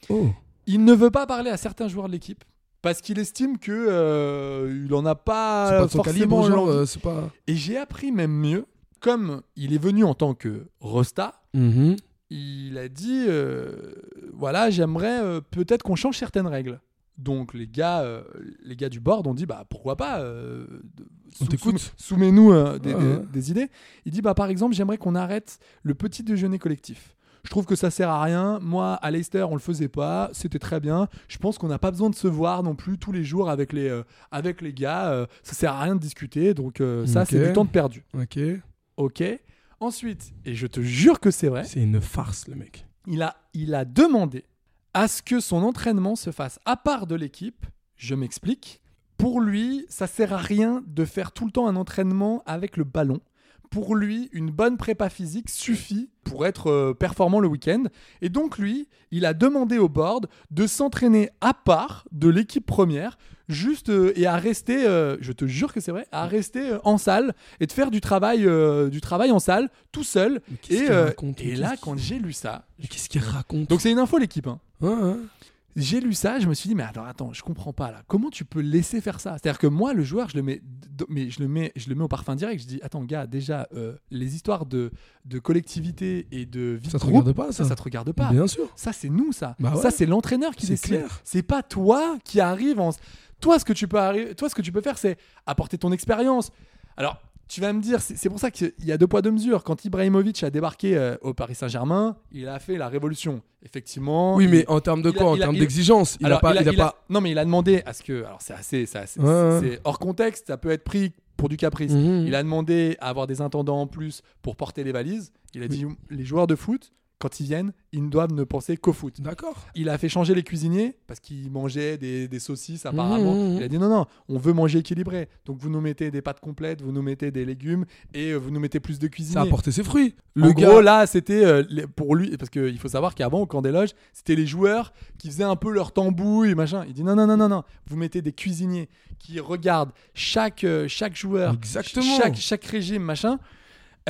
Speaker 7: Oh.
Speaker 6: Il ne veut pas parler à certains joueurs de l'équipe parce qu'il estime que euh, il en a
Speaker 7: C'est pas
Speaker 6: pas,
Speaker 7: de son
Speaker 6: forcément
Speaker 7: calibre, genre,
Speaker 6: l'envie.
Speaker 7: euh, c'est pas.
Speaker 6: Et j'ai appris même mieux, comme il est venu en tant que Rosta,
Speaker 7: Mhm.
Speaker 6: il a dit euh, voilà, j'aimerais euh, peut-être qu'on change certaines règles. Donc les gars, euh, les gars du board ont dit bah pourquoi pas. euh, de-
Speaker 7: On
Speaker 6: sou-
Speaker 7: t'écoute.
Speaker 6: sou- Soumets-nous euh, des,
Speaker 7: Ouais,
Speaker 6: des-
Speaker 7: ouais.
Speaker 6: des idées. Il dit bah par exemple j'aimerais qu'on arrête le petit déjeuner collectif. Je trouve que ça sert à rien. Moi, à Leicester, on le faisait pas. C'était très bien. Je pense qu'on n'a pas besoin de se voir non plus tous les jours avec les, euh, avec les gars. euh, ça sert à rien de discuter. Donc, euh, ça,
Speaker 7: Ok.
Speaker 6: c'est du temps de perdu.
Speaker 7: Ok.
Speaker 6: Ok. Ensuite, et je te jure que c'est vrai,
Speaker 7: C'est une farce, le mec.
Speaker 6: il a, il a demandé à ce que son entraînement se fasse à part de l'équipe. Je m'explique. Pour lui, ça sert à rien de faire tout le temps un entraînement avec le ballon. Pour lui, une bonne prépa physique suffit pour être euh, performant le week-end. Et donc lui, il a demandé au board de s'entraîner à part de l'équipe première, juste euh, et à rester, euh, je te jure que c'est vrai, à rester euh, en salle et de faire du travail, euh, du travail en salle tout seul.
Speaker 7: Mais qu'est-ce
Speaker 6: Et,
Speaker 7: qu'il
Speaker 6: euh,
Speaker 7: raconte,
Speaker 6: et
Speaker 7: mais
Speaker 6: là,
Speaker 7: qu'est-ce
Speaker 6: quand j'ai lu ça,
Speaker 7: Mais qu'est-ce qu'il raconte
Speaker 6: donc c'est une info l'équipe. hein.
Speaker 7: Hein, hein.
Speaker 6: J'ai lu ça, je me suis dit, mais attends, attends, je comprends pas là. Comment tu peux laisser faire ça C'est-à-dire que moi, le joueur, je le mets, d- mais je le mets, je le mets au parfum direct. Je dis, attends, gars, déjà, euh, les histoires de, de collectivité et de vie
Speaker 7: Ça
Speaker 6: de
Speaker 7: te
Speaker 6: groupe,
Speaker 7: regarde pas, ça.
Speaker 6: ça, te regarde pas.
Speaker 7: Bien sûr.
Speaker 6: Ça, c'est nous, ça.
Speaker 7: Bah ouais.
Speaker 6: Ça, c'est l'entraîneur qui
Speaker 7: C'est
Speaker 6: décide.
Speaker 7: clair.
Speaker 6: C'est pas toi qui arrive en. Toi, ce que tu peux arri- toi, ce que tu peux faire, c'est apporter ton expérience. Alors, tu vas me dire, c'est c'est pour ça qu'il y a deux poids deux mesures. Quand Ibrahimovic a débarqué euh, au Paris Saint-Germain, il a fait la révolution. Effectivement.
Speaker 7: Oui,
Speaker 6: il-
Speaker 7: mais en termes de
Speaker 6: il a-
Speaker 7: quoi En
Speaker 6: il a-
Speaker 7: termes
Speaker 6: il-
Speaker 7: d'exigence Il a
Speaker 6: alors,
Speaker 7: pas. il a
Speaker 6: il a-
Speaker 7: pas-
Speaker 6: Non, mais il a demandé à ce que. Alors, c'est assez. C'est assez-
Speaker 7: Ouais, ouais.
Speaker 6: c'est hors contexte, ça peut être pris pour du caprice.
Speaker 7: Mhm.
Speaker 6: Il a demandé à avoir des intendants en plus pour porter les valises. Il a dit les joueurs de foot, quand ils viennent, ils ne doivent ne penser qu'au foot.
Speaker 7: D'accord.
Speaker 6: Il a fait changer les cuisiniers parce qu'ils mangeaient des, des saucisses apparemment.
Speaker 7: Mhm, mhm.
Speaker 6: Il a dit non, non, on veut manger équilibré. Donc vous nous mettez des pâtes complètes, vous nous mettez des légumes et euh, vous nous mettez plus de
Speaker 7: Ça a
Speaker 6: cuisiniers.
Speaker 7: apporté ses fruits.
Speaker 6: Le
Speaker 7: Le
Speaker 6: gros
Speaker 7: gars.
Speaker 6: là, c'était euh, les- pour lui, parce qu'il faut savoir qu'avant au camp des loges, c'était les joueurs qui faisaient un peu leur tambouille, machin. Il dit non, non, non, non, non, vous mettez des cuisiniers qui regardent chaque, euh, chaque joueur,
Speaker 7: Exactement.
Speaker 6: chaque, chaque régime, machin.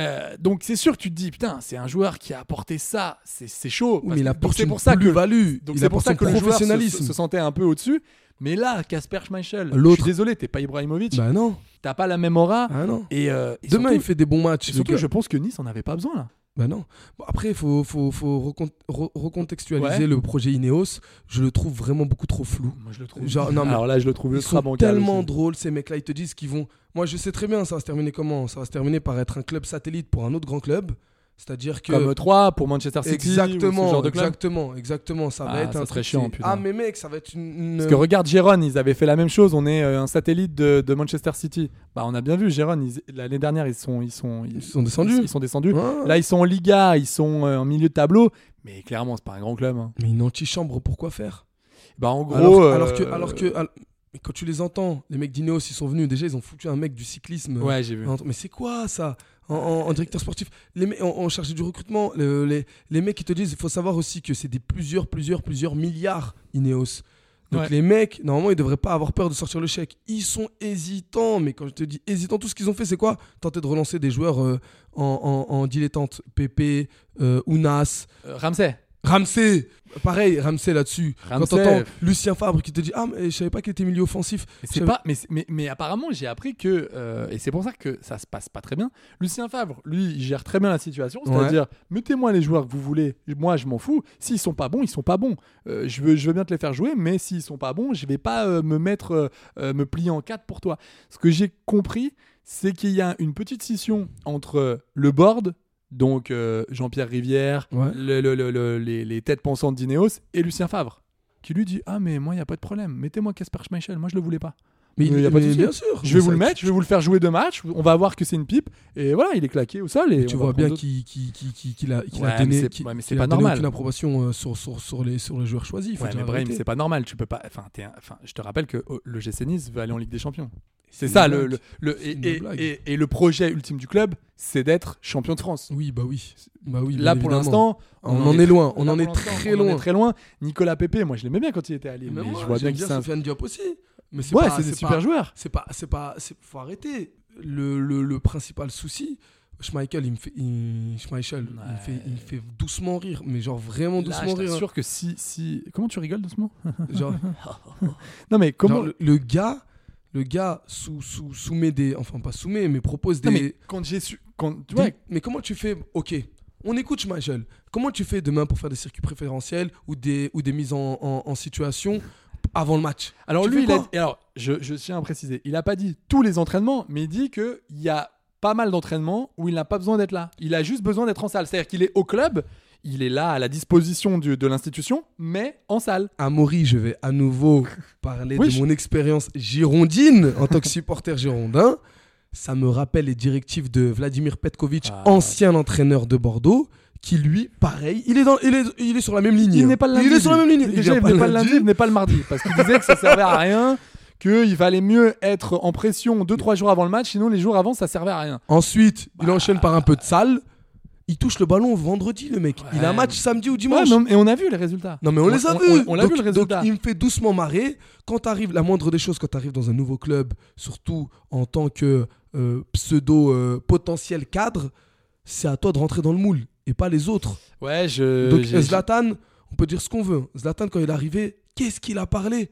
Speaker 6: Euh, donc c'est sûr que tu te dis, putain, c'est un joueur qui a apporté ça, c'est c'est chaud.
Speaker 7: Oui,
Speaker 6: parce
Speaker 7: mais il
Speaker 6: que- donc
Speaker 7: apporte
Speaker 6: c'est
Speaker 7: une
Speaker 6: pour ça que
Speaker 7: plus-value.
Speaker 6: donc
Speaker 7: Il
Speaker 6: c'est pour
Speaker 7: apporte
Speaker 6: ça
Speaker 7: son
Speaker 6: que le joueur se,
Speaker 7: professionnalisme.
Speaker 6: se sentait un peu au-dessus. Mais là, Casper Schmeichel, je
Speaker 7: L'autre.
Speaker 6: suis désolé, t'es pas Ibrahimovic,
Speaker 7: Bah non.
Speaker 6: t'as pas la même aura.
Speaker 7: Ah non.
Speaker 6: Et, euh, et
Speaker 7: Demain,
Speaker 6: surtout-
Speaker 7: il fait des bons matchs.
Speaker 6: et
Speaker 7: le
Speaker 6: surtout,
Speaker 7: gars.
Speaker 6: je pense que Nice en avait pas besoin là.
Speaker 7: Bah non. Bon, après, il faut, faut, faut recont- re- recontextualiser
Speaker 6: Ouais.
Speaker 7: le projet Ineos. Je le trouve vraiment beaucoup trop flou.
Speaker 6: Moi, je le trouve.
Speaker 7: Genre, non, mais
Speaker 6: Alors là, je le trouve
Speaker 7: Ils
Speaker 6: ultra
Speaker 7: sont
Speaker 6: bancal.
Speaker 7: tellement
Speaker 6: aussi.
Speaker 7: drôles, ces mecs-là. Ils te disent qu'ils vont. Moi, je sais très bien, ça va se terminer comment Ça va se terminer par être un club satellite pour un autre grand club. C'est-à-dire que.
Speaker 6: Comme 3 pour Manchester City.
Speaker 7: exactement,
Speaker 6: ou ce genre de club.
Speaker 7: exactement, exactement. Ça va
Speaker 6: Ah,
Speaker 7: être
Speaker 6: ça
Speaker 7: un
Speaker 6: serait
Speaker 7: truc,
Speaker 6: chiant,
Speaker 7: c'est-
Speaker 6: putain.
Speaker 7: Ah, mais mec, ça va être une.
Speaker 6: Parce que regarde Gérone, ils avaient fait la même chose. On est euh, un satellite de, de Manchester City. Bah, on a bien vu Gérone. ils- L'année dernière, ils sont, ils sont,
Speaker 7: Ils sont descendus.
Speaker 6: Ils, sont descendus.
Speaker 7: Ouais.
Speaker 6: Là, ils sont en Liga, ils sont euh, en milieu de tableau. Mais clairement, c'est pas un grand club. hein.
Speaker 7: Mais une antichambre, pourquoi faire
Speaker 6: Bah, en gros.
Speaker 7: alors,
Speaker 6: euh,
Speaker 7: alors que, alors que, al- mais quand tu les entends, les mecs d'Ineos, ils sont venus. Déjà, ils ont foutu un mec du cyclisme.
Speaker 6: Ouais, j'ai vu.
Speaker 7: En- Mais c'est quoi ça en, en- en directeur sportif, les mecs en, en chargé du recrutement, le- les, les mecs qui te disent, il faut savoir aussi que c'est des plusieurs, plusieurs, plusieurs milliards Ineos. Donc
Speaker 6: Ouais.
Speaker 7: les mecs, normalement, ils devraient pas avoir peur de sortir le chèque. Ils sont hésitants, mais quand je te dis hésitants, tout ce qu'ils ont fait, c'est quoi Tenter de relancer des joueurs euh, en, en- en dilettante. Pépé, euh, Ounas,
Speaker 6: Euh, Ramsey.
Speaker 7: Ramsey, pareil, Ramsey là-dessus. Quand
Speaker 6: Ramsey.
Speaker 7: t'entends Lucien Fabre qui te dit Ah, mais je savais pas qu'il était milieu offensif.
Speaker 6: Mais,
Speaker 7: Je
Speaker 6: c'est
Speaker 7: savais-
Speaker 6: pas, mais, c'est- mais, mais apparemment, j'ai appris que, euh, et c'est pour ça que ça se passe pas très bien, Lucien Favre, lui, il gère très bien la situation, c'est-à-dire, mettez-moi les joueurs que vous voulez, moi je m'en fous, s'ils sont pas bons, ils sont pas bons. Euh, je, veux, je veux bien te les faire jouer, mais s'ils sont pas bons, je vais pas euh, me mettre, euh, euh, me plier en quatre pour toi. Ce que j'ai compris, c'est qu'il y a une petite scission entre euh, le board, donc euh, Jean-Pierre Rivière,
Speaker 7: Ouais.
Speaker 6: le- le- le- le- les, les têtes pensantes d'Ineos, et Lucien Favre. Qui lui dit Ah, mais moi, il n'y a pas de problème, mettez-moi Casper Schmeichel, moi je le voulais pas.
Speaker 7: Mais, il-
Speaker 6: Mais y a pas de
Speaker 7: mais
Speaker 6: souci.
Speaker 7: bien sûr.
Speaker 6: Je vais
Speaker 7: Mais
Speaker 6: vous le
Speaker 7: ça,
Speaker 6: mettre, je vais vous le faire jouer deux matchs. On va voir que c'est une pipe. Et voilà, il est claqué au sol. Et
Speaker 7: tu
Speaker 6: on va
Speaker 7: vois bien
Speaker 6: prendre
Speaker 7: qu'il qu'il- qu'il- qu'il- qu'il a, qu'il
Speaker 6: Ouais,
Speaker 7: a donné,
Speaker 6: mais c'est-
Speaker 7: qu'il-
Speaker 6: ouais, mais c'est
Speaker 7: qu'il a
Speaker 6: pas
Speaker 7: donné
Speaker 6: normal.
Speaker 7: aucune approbation euh, sur, sur, sur, les, sur les joueurs choisis. faut
Speaker 6: d'autres. Ouais,
Speaker 7: dire
Speaker 6: mais
Speaker 7: la
Speaker 6: Brahim,
Speaker 7: vérité.
Speaker 6: c'est pas normal. Tu peux pas. Enfin, t'es un- enfin, je te rappelle que oh, le GC Nice veut aller en Ligue des Champions. C'est
Speaker 7: une
Speaker 6: ça le,
Speaker 7: blague.
Speaker 6: le- le-
Speaker 7: C'est une
Speaker 6: et, et-
Speaker 7: blague.
Speaker 6: et- et le projet ultime du club, c'est d'être champion de France.
Speaker 7: Oui, bah oui. Bah oui
Speaker 6: Là
Speaker 7: bien
Speaker 6: pour
Speaker 7: évidemment.
Speaker 6: l'instant,
Speaker 7: On en est loin, on
Speaker 6: là,
Speaker 7: en
Speaker 6: pour
Speaker 7: est
Speaker 6: l'instant,
Speaker 7: très
Speaker 6: on en est
Speaker 7: loin.
Speaker 6: très loin. Nicolas Pepe, moi je l'aimais bien quand il était à Lille,
Speaker 7: Mais
Speaker 6: mais
Speaker 7: moi,
Speaker 6: je vois bien
Speaker 7: j'aime
Speaker 6: qu'il
Speaker 7: bien
Speaker 6: s'est
Speaker 7: Sofiane Diop aussi. Mais c'est
Speaker 6: Ouais,
Speaker 7: pas-
Speaker 6: c'est des
Speaker 7: pas-
Speaker 6: super joueurs.
Speaker 7: C'est pas, c'est pas, c'est- faut arrêter. Le, le, le principal souci, Schmeichel, il me fait, il, Schmeichel, il, me fait, il me fait doucement rire, mais genre vraiment
Speaker 6: Là,
Speaker 7: doucement
Speaker 6: je
Speaker 7: rire. hein.
Speaker 6: t'assure que si, si. Comment tu rigoles doucement
Speaker 7: Genre,
Speaker 6: Non, mais comment.
Speaker 7: genre, le, le gars, le gars sous, sous, soumet des, enfin pas soumet, mais propose des.
Speaker 6: Non, mais quand j'ai su. Quand, tu
Speaker 7: Des-
Speaker 6: vois,
Speaker 7: Mais comment tu fais Ok, on écoute Schmeichel. Comment tu fais demain pour faire des circuits préférentiels ou des, ou des mises en, en- en situation avant le match
Speaker 6: Alors
Speaker 7: Tu
Speaker 6: lui, il
Speaker 7: fais
Speaker 6: a,
Speaker 7: quoi
Speaker 6: et alors je, je tiens à préciser, il a pas dit tous les entraînements, mais il dit que il y a pas mal d'entraînements où il n'a pas besoin d'être là. Il a juste besoin d'être en salle. C'est-à-dire qu'il est au club, il est là à la disposition du- de l'institution, mais en salle.
Speaker 7: Amaury, je vais à nouveau parler
Speaker 6: Oui,
Speaker 7: de
Speaker 6: je-
Speaker 7: mon expérience girondine en tant que supporter girondin. Ça me rappelle les directives de Vladimir Petkovic,
Speaker 6: Ah.
Speaker 7: ancien entraîneur de Bordeaux, qui lui, pareil, il est, dans, il est, il est sur la même ligne.
Speaker 6: Il n'est pas le lundi.
Speaker 7: Il est sur la même
Speaker 6: lui.
Speaker 7: ligne.
Speaker 6: Déjà,
Speaker 7: vient
Speaker 6: il n'est pas le lundi, il n'est pas le mardi, parce qu'il disait que ça servait à rien, qu'il valait mieux être en pression 2-3 jours avant le match, sinon les jours avant ça servait à rien.
Speaker 7: Ensuite,
Speaker 6: Bah.
Speaker 7: il enchaîne par un peu de salle. Il touche le ballon vendredi, le mec. Il a un match samedi ou
Speaker 6: Ouais,
Speaker 7: dimanche.
Speaker 6: non, et on a vu les résultats.
Speaker 7: Non mais on, les a
Speaker 6: on-
Speaker 7: vus.
Speaker 6: on- on l'a
Speaker 7: Donc-
Speaker 6: vu, le résultat.
Speaker 7: donc, il me fait doucement marrer. Quand t'arrives, la moindre des choses, quand t'arrives dans un nouveau club, surtout en tant que euh, pseudo euh, potentiel cadre, c'est à toi de rentrer dans le moule et pas les autres.
Speaker 6: Ouais, je.
Speaker 7: donc
Speaker 6: Euh, j'ai-
Speaker 7: Zlatan, on peut dire ce qu'on veut. Zlatan quand il est arrivé, qu'est-ce qu'il a parlé,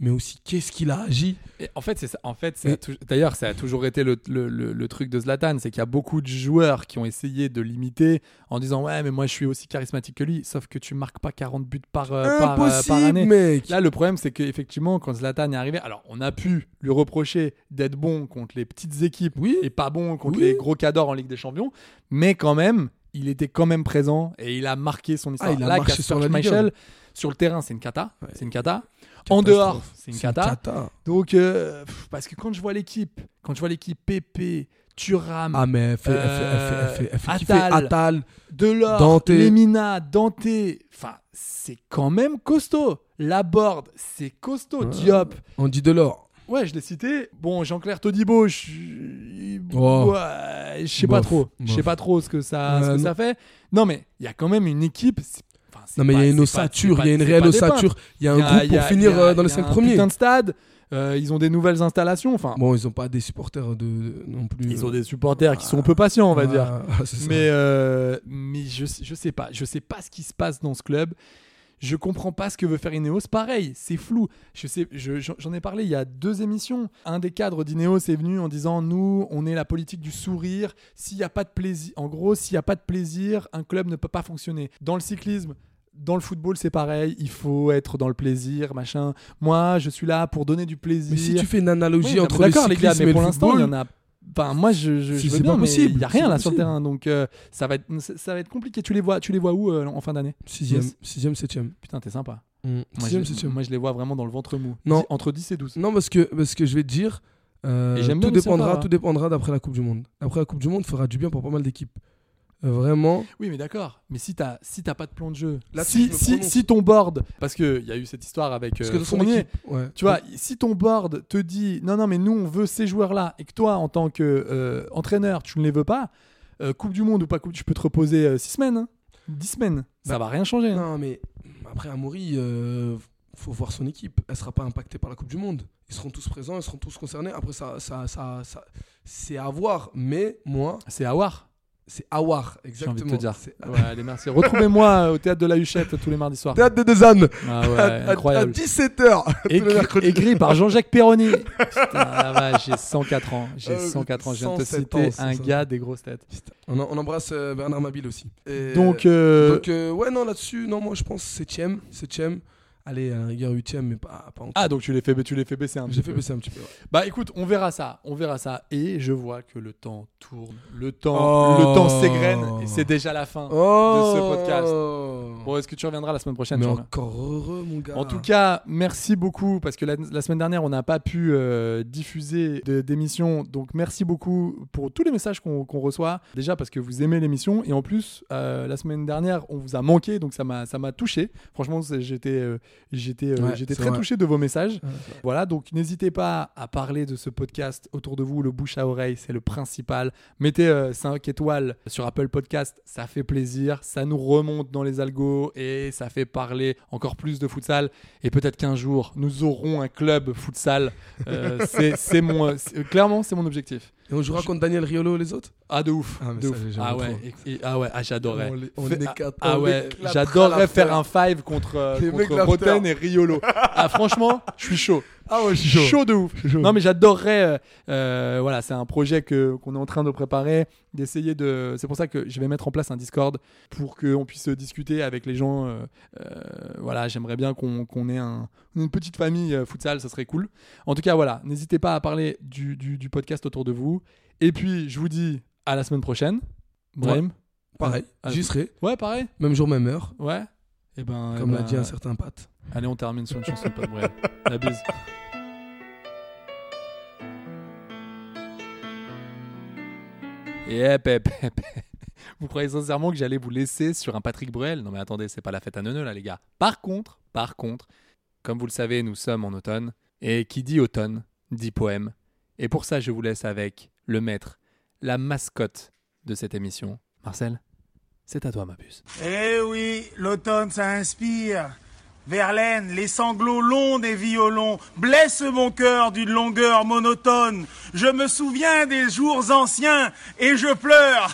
Speaker 7: mais aussi qu'est-ce qu'il a agi.
Speaker 6: Et en fait, c'est ça. En fait, ça a tou- d'ailleurs, ça a toujours été le, le- le- le truc de Zlatan, c'est qu'il y a beaucoup de joueurs qui ont essayé de l'imiter en disant ouais, mais moi je suis aussi charismatique que lui, sauf que tu marques pas 40 buts par, euh, par, euh, par
Speaker 7: Impossible,
Speaker 6: année.
Speaker 7: mec.
Speaker 6: Là, le problème, c'est qu'effectivement, quand Zlatan est arrivé, alors on a pu lui reprocher d'être bon contre les petites équipes
Speaker 7: Oui.
Speaker 6: et pas bon contre
Speaker 7: Oui.
Speaker 6: les gros cadors en Ligue des Champions, mais quand même, il était quand même présent et il a marqué son histoire.
Speaker 7: Ah, il a
Speaker 6: Là,
Speaker 7: marché
Speaker 6: Kasper
Speaker 7: sur la Ligue
Speaker 6: Schmeichel,
Speaker 7: un.
Speaker 6: sur le terrain, c'est une cata. C'est une cata. En
Speaker 7: Catastrophe.
Speaker 6: dehors, c'est une cata.
Speaker 7: cata.
Speaker 6: Donc, euh, pff, parce que quand je vois l'équipe, quand je vois l'équipe Pépé, Thuram,
Speaker 7: Ah mais elle fait, elle fait-
Speaker 6: Euh,
Speaker 7: elle fait- elle fait- elle fait kiffer.
Speaker 6: Attal.
Speaker 7: Attal.
Speaker 6: Delors,
Speaker 7: Dante.
Speaker 6: Lemina, Dante, enfin, c'est quand même costaud. Laborde, c'est costaud. Diop,
Speaker 7: On dit Delors.
Speaker 6: ouais, je l'ai cité. Bon, Jean-Claire Todibo, je
Speaker 7: Oh.
Speaker 6: ouais, je sais pas
Speaker 7: Bof,
Speaker 6: trop. Je sais
Speaker 7: bof.
Speaker 6: pas trop ce que ça, ce
Speaker 7: Ouais,
Speaker 6: que
Speaker 7: non.
Speaker 6: ça fait. Non, mais il y a quand même une équipe. c'est- enfin, c'est
Speaker 7: Non mais il y
Speaker 6: pas-
Speaker 7: a une
Speaker 6: c'est pas-
Speaker 7: ossature,
Speaker 6: c'est
Speaker 7: il y a
Speaker 6: pas-
Speaker 7: une
Speaker 6: c'est
Speaker 7: réelle
Speaker 6: pas des pins.
Speaker 7: ossature. Il y a un
Speaker 6: Il y a-
Speaker 7: groupe
Speaker 6: il y
Speaker 7: pour
Speaker 6: a-
Speaker 7: finir
Speaker 6: il y a-
Speaker 7: euh, dans les
Speaker 6: il y a
Speaker 7: 5
Speaker 6: un
Speaker 7: premiers.
Speaker 6: Putain de stade. Euh, ils ont des nouvelles installations. Enfin,
Speaker 7: Bon, ils ont pas des supporters de non plus.
Speaker 6: Ils ont des supporters qui sont un peu patients, on va
Speaker 7: Ah,
Speaker 6: dire.
Speaker 7: ah, Hmm. c'est ça.
Speaker 6: Mais, euh, mais je, je sais pas. Je sais pas ce qui se passe dans ce club. Je comprends pas ce que veut faire Ineos. Pareil, c'est flou. Je sais, je- j'en j'en ai parlé il y a deux émissions. Un des cadres d'Ineos est venu en disant Nous, on est la politique du sourire. S'il n'y a pas de plaisir, en gros, s'il n'y a pas de plaisir, un club ne peut pas fonctionner. Dans le cyclisme, dans le football, c'est pareil. Il faut être dans le plaisir, machin. Moi, je suis là pour donner du plaisir.
Speaker 7: Mais si tu fais une
Speaker 6: Oui,
Speaker 7: analogie
Speaker 6: non,
Speaker 7: entre
Speaker 6: mais
Speaker 7: le
Speaker 6: d'accord, les
Speaker 7: cyclisme
Speaker 6: gars, mais
Speaker 7: et
Speaker 6: pour
Speaker 7: le
Speaker 6: l'instant, il y en
Speaker 7: football,
Speaker 6: a. Enfin, moi, je, je,
Speaker 7: Si,
Speaker 6: je veux
Speaker 7: c'est
Speaker 6: bien,
Speaker 7: pas
Speaker 6: mais
Speaker 7: possible,
Speaker 6: Il y a
Speaker 7: c'est
Speaker 6: rien
Speaker 7: pas
Speaker 6: là sur le
Speaker 7: possible.
Speaker 6: terrain, donc euh, ça va être, ça va être compliqué. Tu les vois, tu les vois où euh, en fin d'année
Speaker 7: 6ème,
Speaker 6: Yes.
Speaker 7: 6ème, 7ème.
Speaker 6: Putain, t'es sympa. Moi,
Speaker 7: 6ème,
Speaker 6: je,
Speaker 7: 7ème.
Speaker 6: moi, je les vois vraiment dans le ventre mou.
Speaker 7: Non.
Speaker 6: Dix- Entre 10 et 12.
Speaker 7: Non, parce que, parce que je vais te dire, euh,
Speaker 6: Et j'aime bien
Speaker 7: tout,
Speaker 6: le savoir,
Speaker 7: dépendra,
Speaker 6: hein.
Speaker 7: tout dépendra d'après la Coupe du Monde. Après la Coupe du Monde, fera du bien pour pas mal d'équipes. Euh, vraiment.
Speaker 6: Oui, mais d'accord. Mais si t'as si t'as pas de plan de jeu,
Speaker 7: Là,
Speaker 6: si,
Speaker 7: je me
Speaker 6: si,
Speaker 7: prononce.
Speaker 6: si ton board, parce qu'il y a eu cette histoire avec
Speaker 7: Parce
Speaker 6: euh,
Speaker 7: que dans son
Speaker 6: Fournier,
Speaker 7: équipe, ouais.
Speaker 6: Tu vois, si ton board te dit non, non, mais nous on veut ces joueurs-là et que toi en tant que euh, entraîneur tu ne les veux pas, euh, Coupe du Monde ou pas Coupe, tu peux te reposer 6 semaines, 10 semaines, ça
Speaker 7: Bah,
Speaker 6: va rien changer. hein.
Speaker 7: Non, mais après Amaury, euh, faut voir son équipe. Elle sera pas impactée par la Coupe du Monde. Ils seront tous présents, ils seront tous concernés. Après, ça, ça, ça, ça- c'est à voir. Mais moi,
Speaker 6: C'est à voir,
Speaker 7: c'est à voir.
Speaker 6: j'ai envie de
Speaker 7: Exactement.
Speaker 6: te dire.
Speaker 7: C'est-
Speaker 6: Ouais, allez, merci. Retrouvez-moi euh, au théâtre de la Huchette tous les mardis soirs.
Speaker 7: Théâtre des deux ânes
Speaker 6: Ah ouais,
Speaker 7: à- à,
Speaker 6: incroyable.
Speaker 7: 17h.
Speaker 6: Écrit, écrit par Jean-Jacques Perroni. Putain, la vache, j'ai 104 ans. J'ai
Speaker 7: Euh,
Speaker 6: 104 ans. Je viens de te
Speaker 7: 107
Speaker 6: citer
Speaker 7: ans,
Speaker 6: un
Speaker 7: 107.
Speaker 6: gars des grosses têtes.
Speaker 7: On, en- on embrasse euh, Bernard Mabille aussi. Et-
Speaker 6: Donc, euh,
Speaker 7: Donc, euh, ouais, non, là-dessus, non, moi je pense 7ème. 7ème. Allez, à la rigueur 8ème, mais pas, pas en
Speaker 6: ah, donc tu les fais, tu les fais baisser un petit
Speaker 7: J'ai fait
Speaker 6: peu.
Speaker 7: baisser un petit peu. ouais.
Speaker 6: Bah écoute, on verra ça, on verra ça. Et je vois que le temps tourne, le temps,
Speaker 7: Oh.
Speaker 6: le temps s'égrène et c'est déjà la fin de ce podcast. Bon, est-ce que tu reviendras la semaine prochaine
Speaker 7: Mais
Speaker 6: Germain
Speaker 7: encore heureux, mon gars.
Speaker 6: En tout cas, merci beaucoup parce que la, la semaine dernière, on n'a pas pu euh, diffuser de- d'émission. Donc, merci beaucoup pour tous les messages qu'on qu'on reçoit. Déjà parce que vous aimez l'émission et en plus, euh, la semaine dernière, on vous a manqué, donc ça m'a ça m'a touché. Franchement, c'est- j'étais euh, j'étais euh,
Speaker 7: Ouais,
Speaker 6: j'étais
Speaker 7: c'est
Speaker 6: très
Speaker 7: vrai.
Speaker 6: touché de vos messages.
Speaker 7: Ouais.
Speaker 6: Voilà, donc n'hésitez pas à parler de ce podcast autour de vous. Le bouche à oreille, c'est le principal. Mettez 5 étoiles sur Apple Podcast, ça fait plaisir, ça nous remonte dans les algos et ça fait parler encore plus de futsal. Et peut-être qu'un jour, nous aurons un club futsal. Euh, c'est c'est mon, euh, c'est- euh, clairement, c'est mon objectif.
Speaker 7: Et on jouera contre Daniel Riolo et les autres
Speaker 6: Ah de ouf,
Speaker 7: Ah, mais
Speaker 6: de
Speaker 7: ça,
Speaker 6: ouf.
Speaker 7: j'aime
Speaker 6: ah
Speaker 7: trop.
Speaker 6: ouais, et- et- ah ouais, ah, j'adorerais.
Speaker 7: On les- on
Speaker 6: Fais-
Speaker 7: les
Speaker 6: ah-
Speaker 7: quatre-
Speaker 6: ah
Speaker 7: on
Speaker 6: ouais,
Speaker 7: les clapera
Speaker 6: j'adorerais
Speaker 7: l'after.
Speaker 6: faire un five contre euh,
Speaker 7: Les mecs
Speaker 6: contre
Speaker 7: l'after.
Speaker 6: Roten et Riolo. ah franchement, je suis chaud.
Speaker 7: Ah ouais,
Speaker 6: chaud. de ouf. Non mais j'adorerais. euh, euh, voilà, c'est un projet que qu'on est en train de préparer, d'essayer de. C'est pour ça que je vais mettre en place un Discord pour qu'on puisse discuter avec les gens. euh, euh, voilà, j'aimerais bien qu'on qu'on ait un- une petite famille euh, futsal, ça serait cool. En tout cas, voilà, n'hésitez pas à parler du, du- du podcast autour de vous. Et puis, je vous dis à la semaine prochaine. Brahim.
Speaker 7: Pareil,
Speaker 6: Ah,
Speaker 7: j'y serai.
Speaker 6: Ouais, pareil.
Speaker 7: Même jour, même heure.
Speaker 6: Ouais. Et ben. eh
Speaker 7: Comme l'a
Speaker 6: ben,
Speaker 7: dit un certain Pat.
Speaker 6: Allez, on termine sur une chanson de Pat Brel. La bise. Yeah, Eh, pep, pep. Vous croyez sincèrement que j'allais vous laisser sur un Patrick Bruel Non mais attendez, c'est pas la fête à neuneux là les gars. Par contre, par contre, comme vous le savez, nous sommes en automne. Et qui dit automne, dit poème. Et pour ça, je vous laisse avec le maître, la mascotte de cette émission. Marcel, c'est à toi ma puce.
Speaker 1: Eh oui, l'automne, ça inspire. Verlaine, les sanglots longs des violons blessent mon cœur d'une longueur monotone. Je me souviens des jours anciens et je pleure.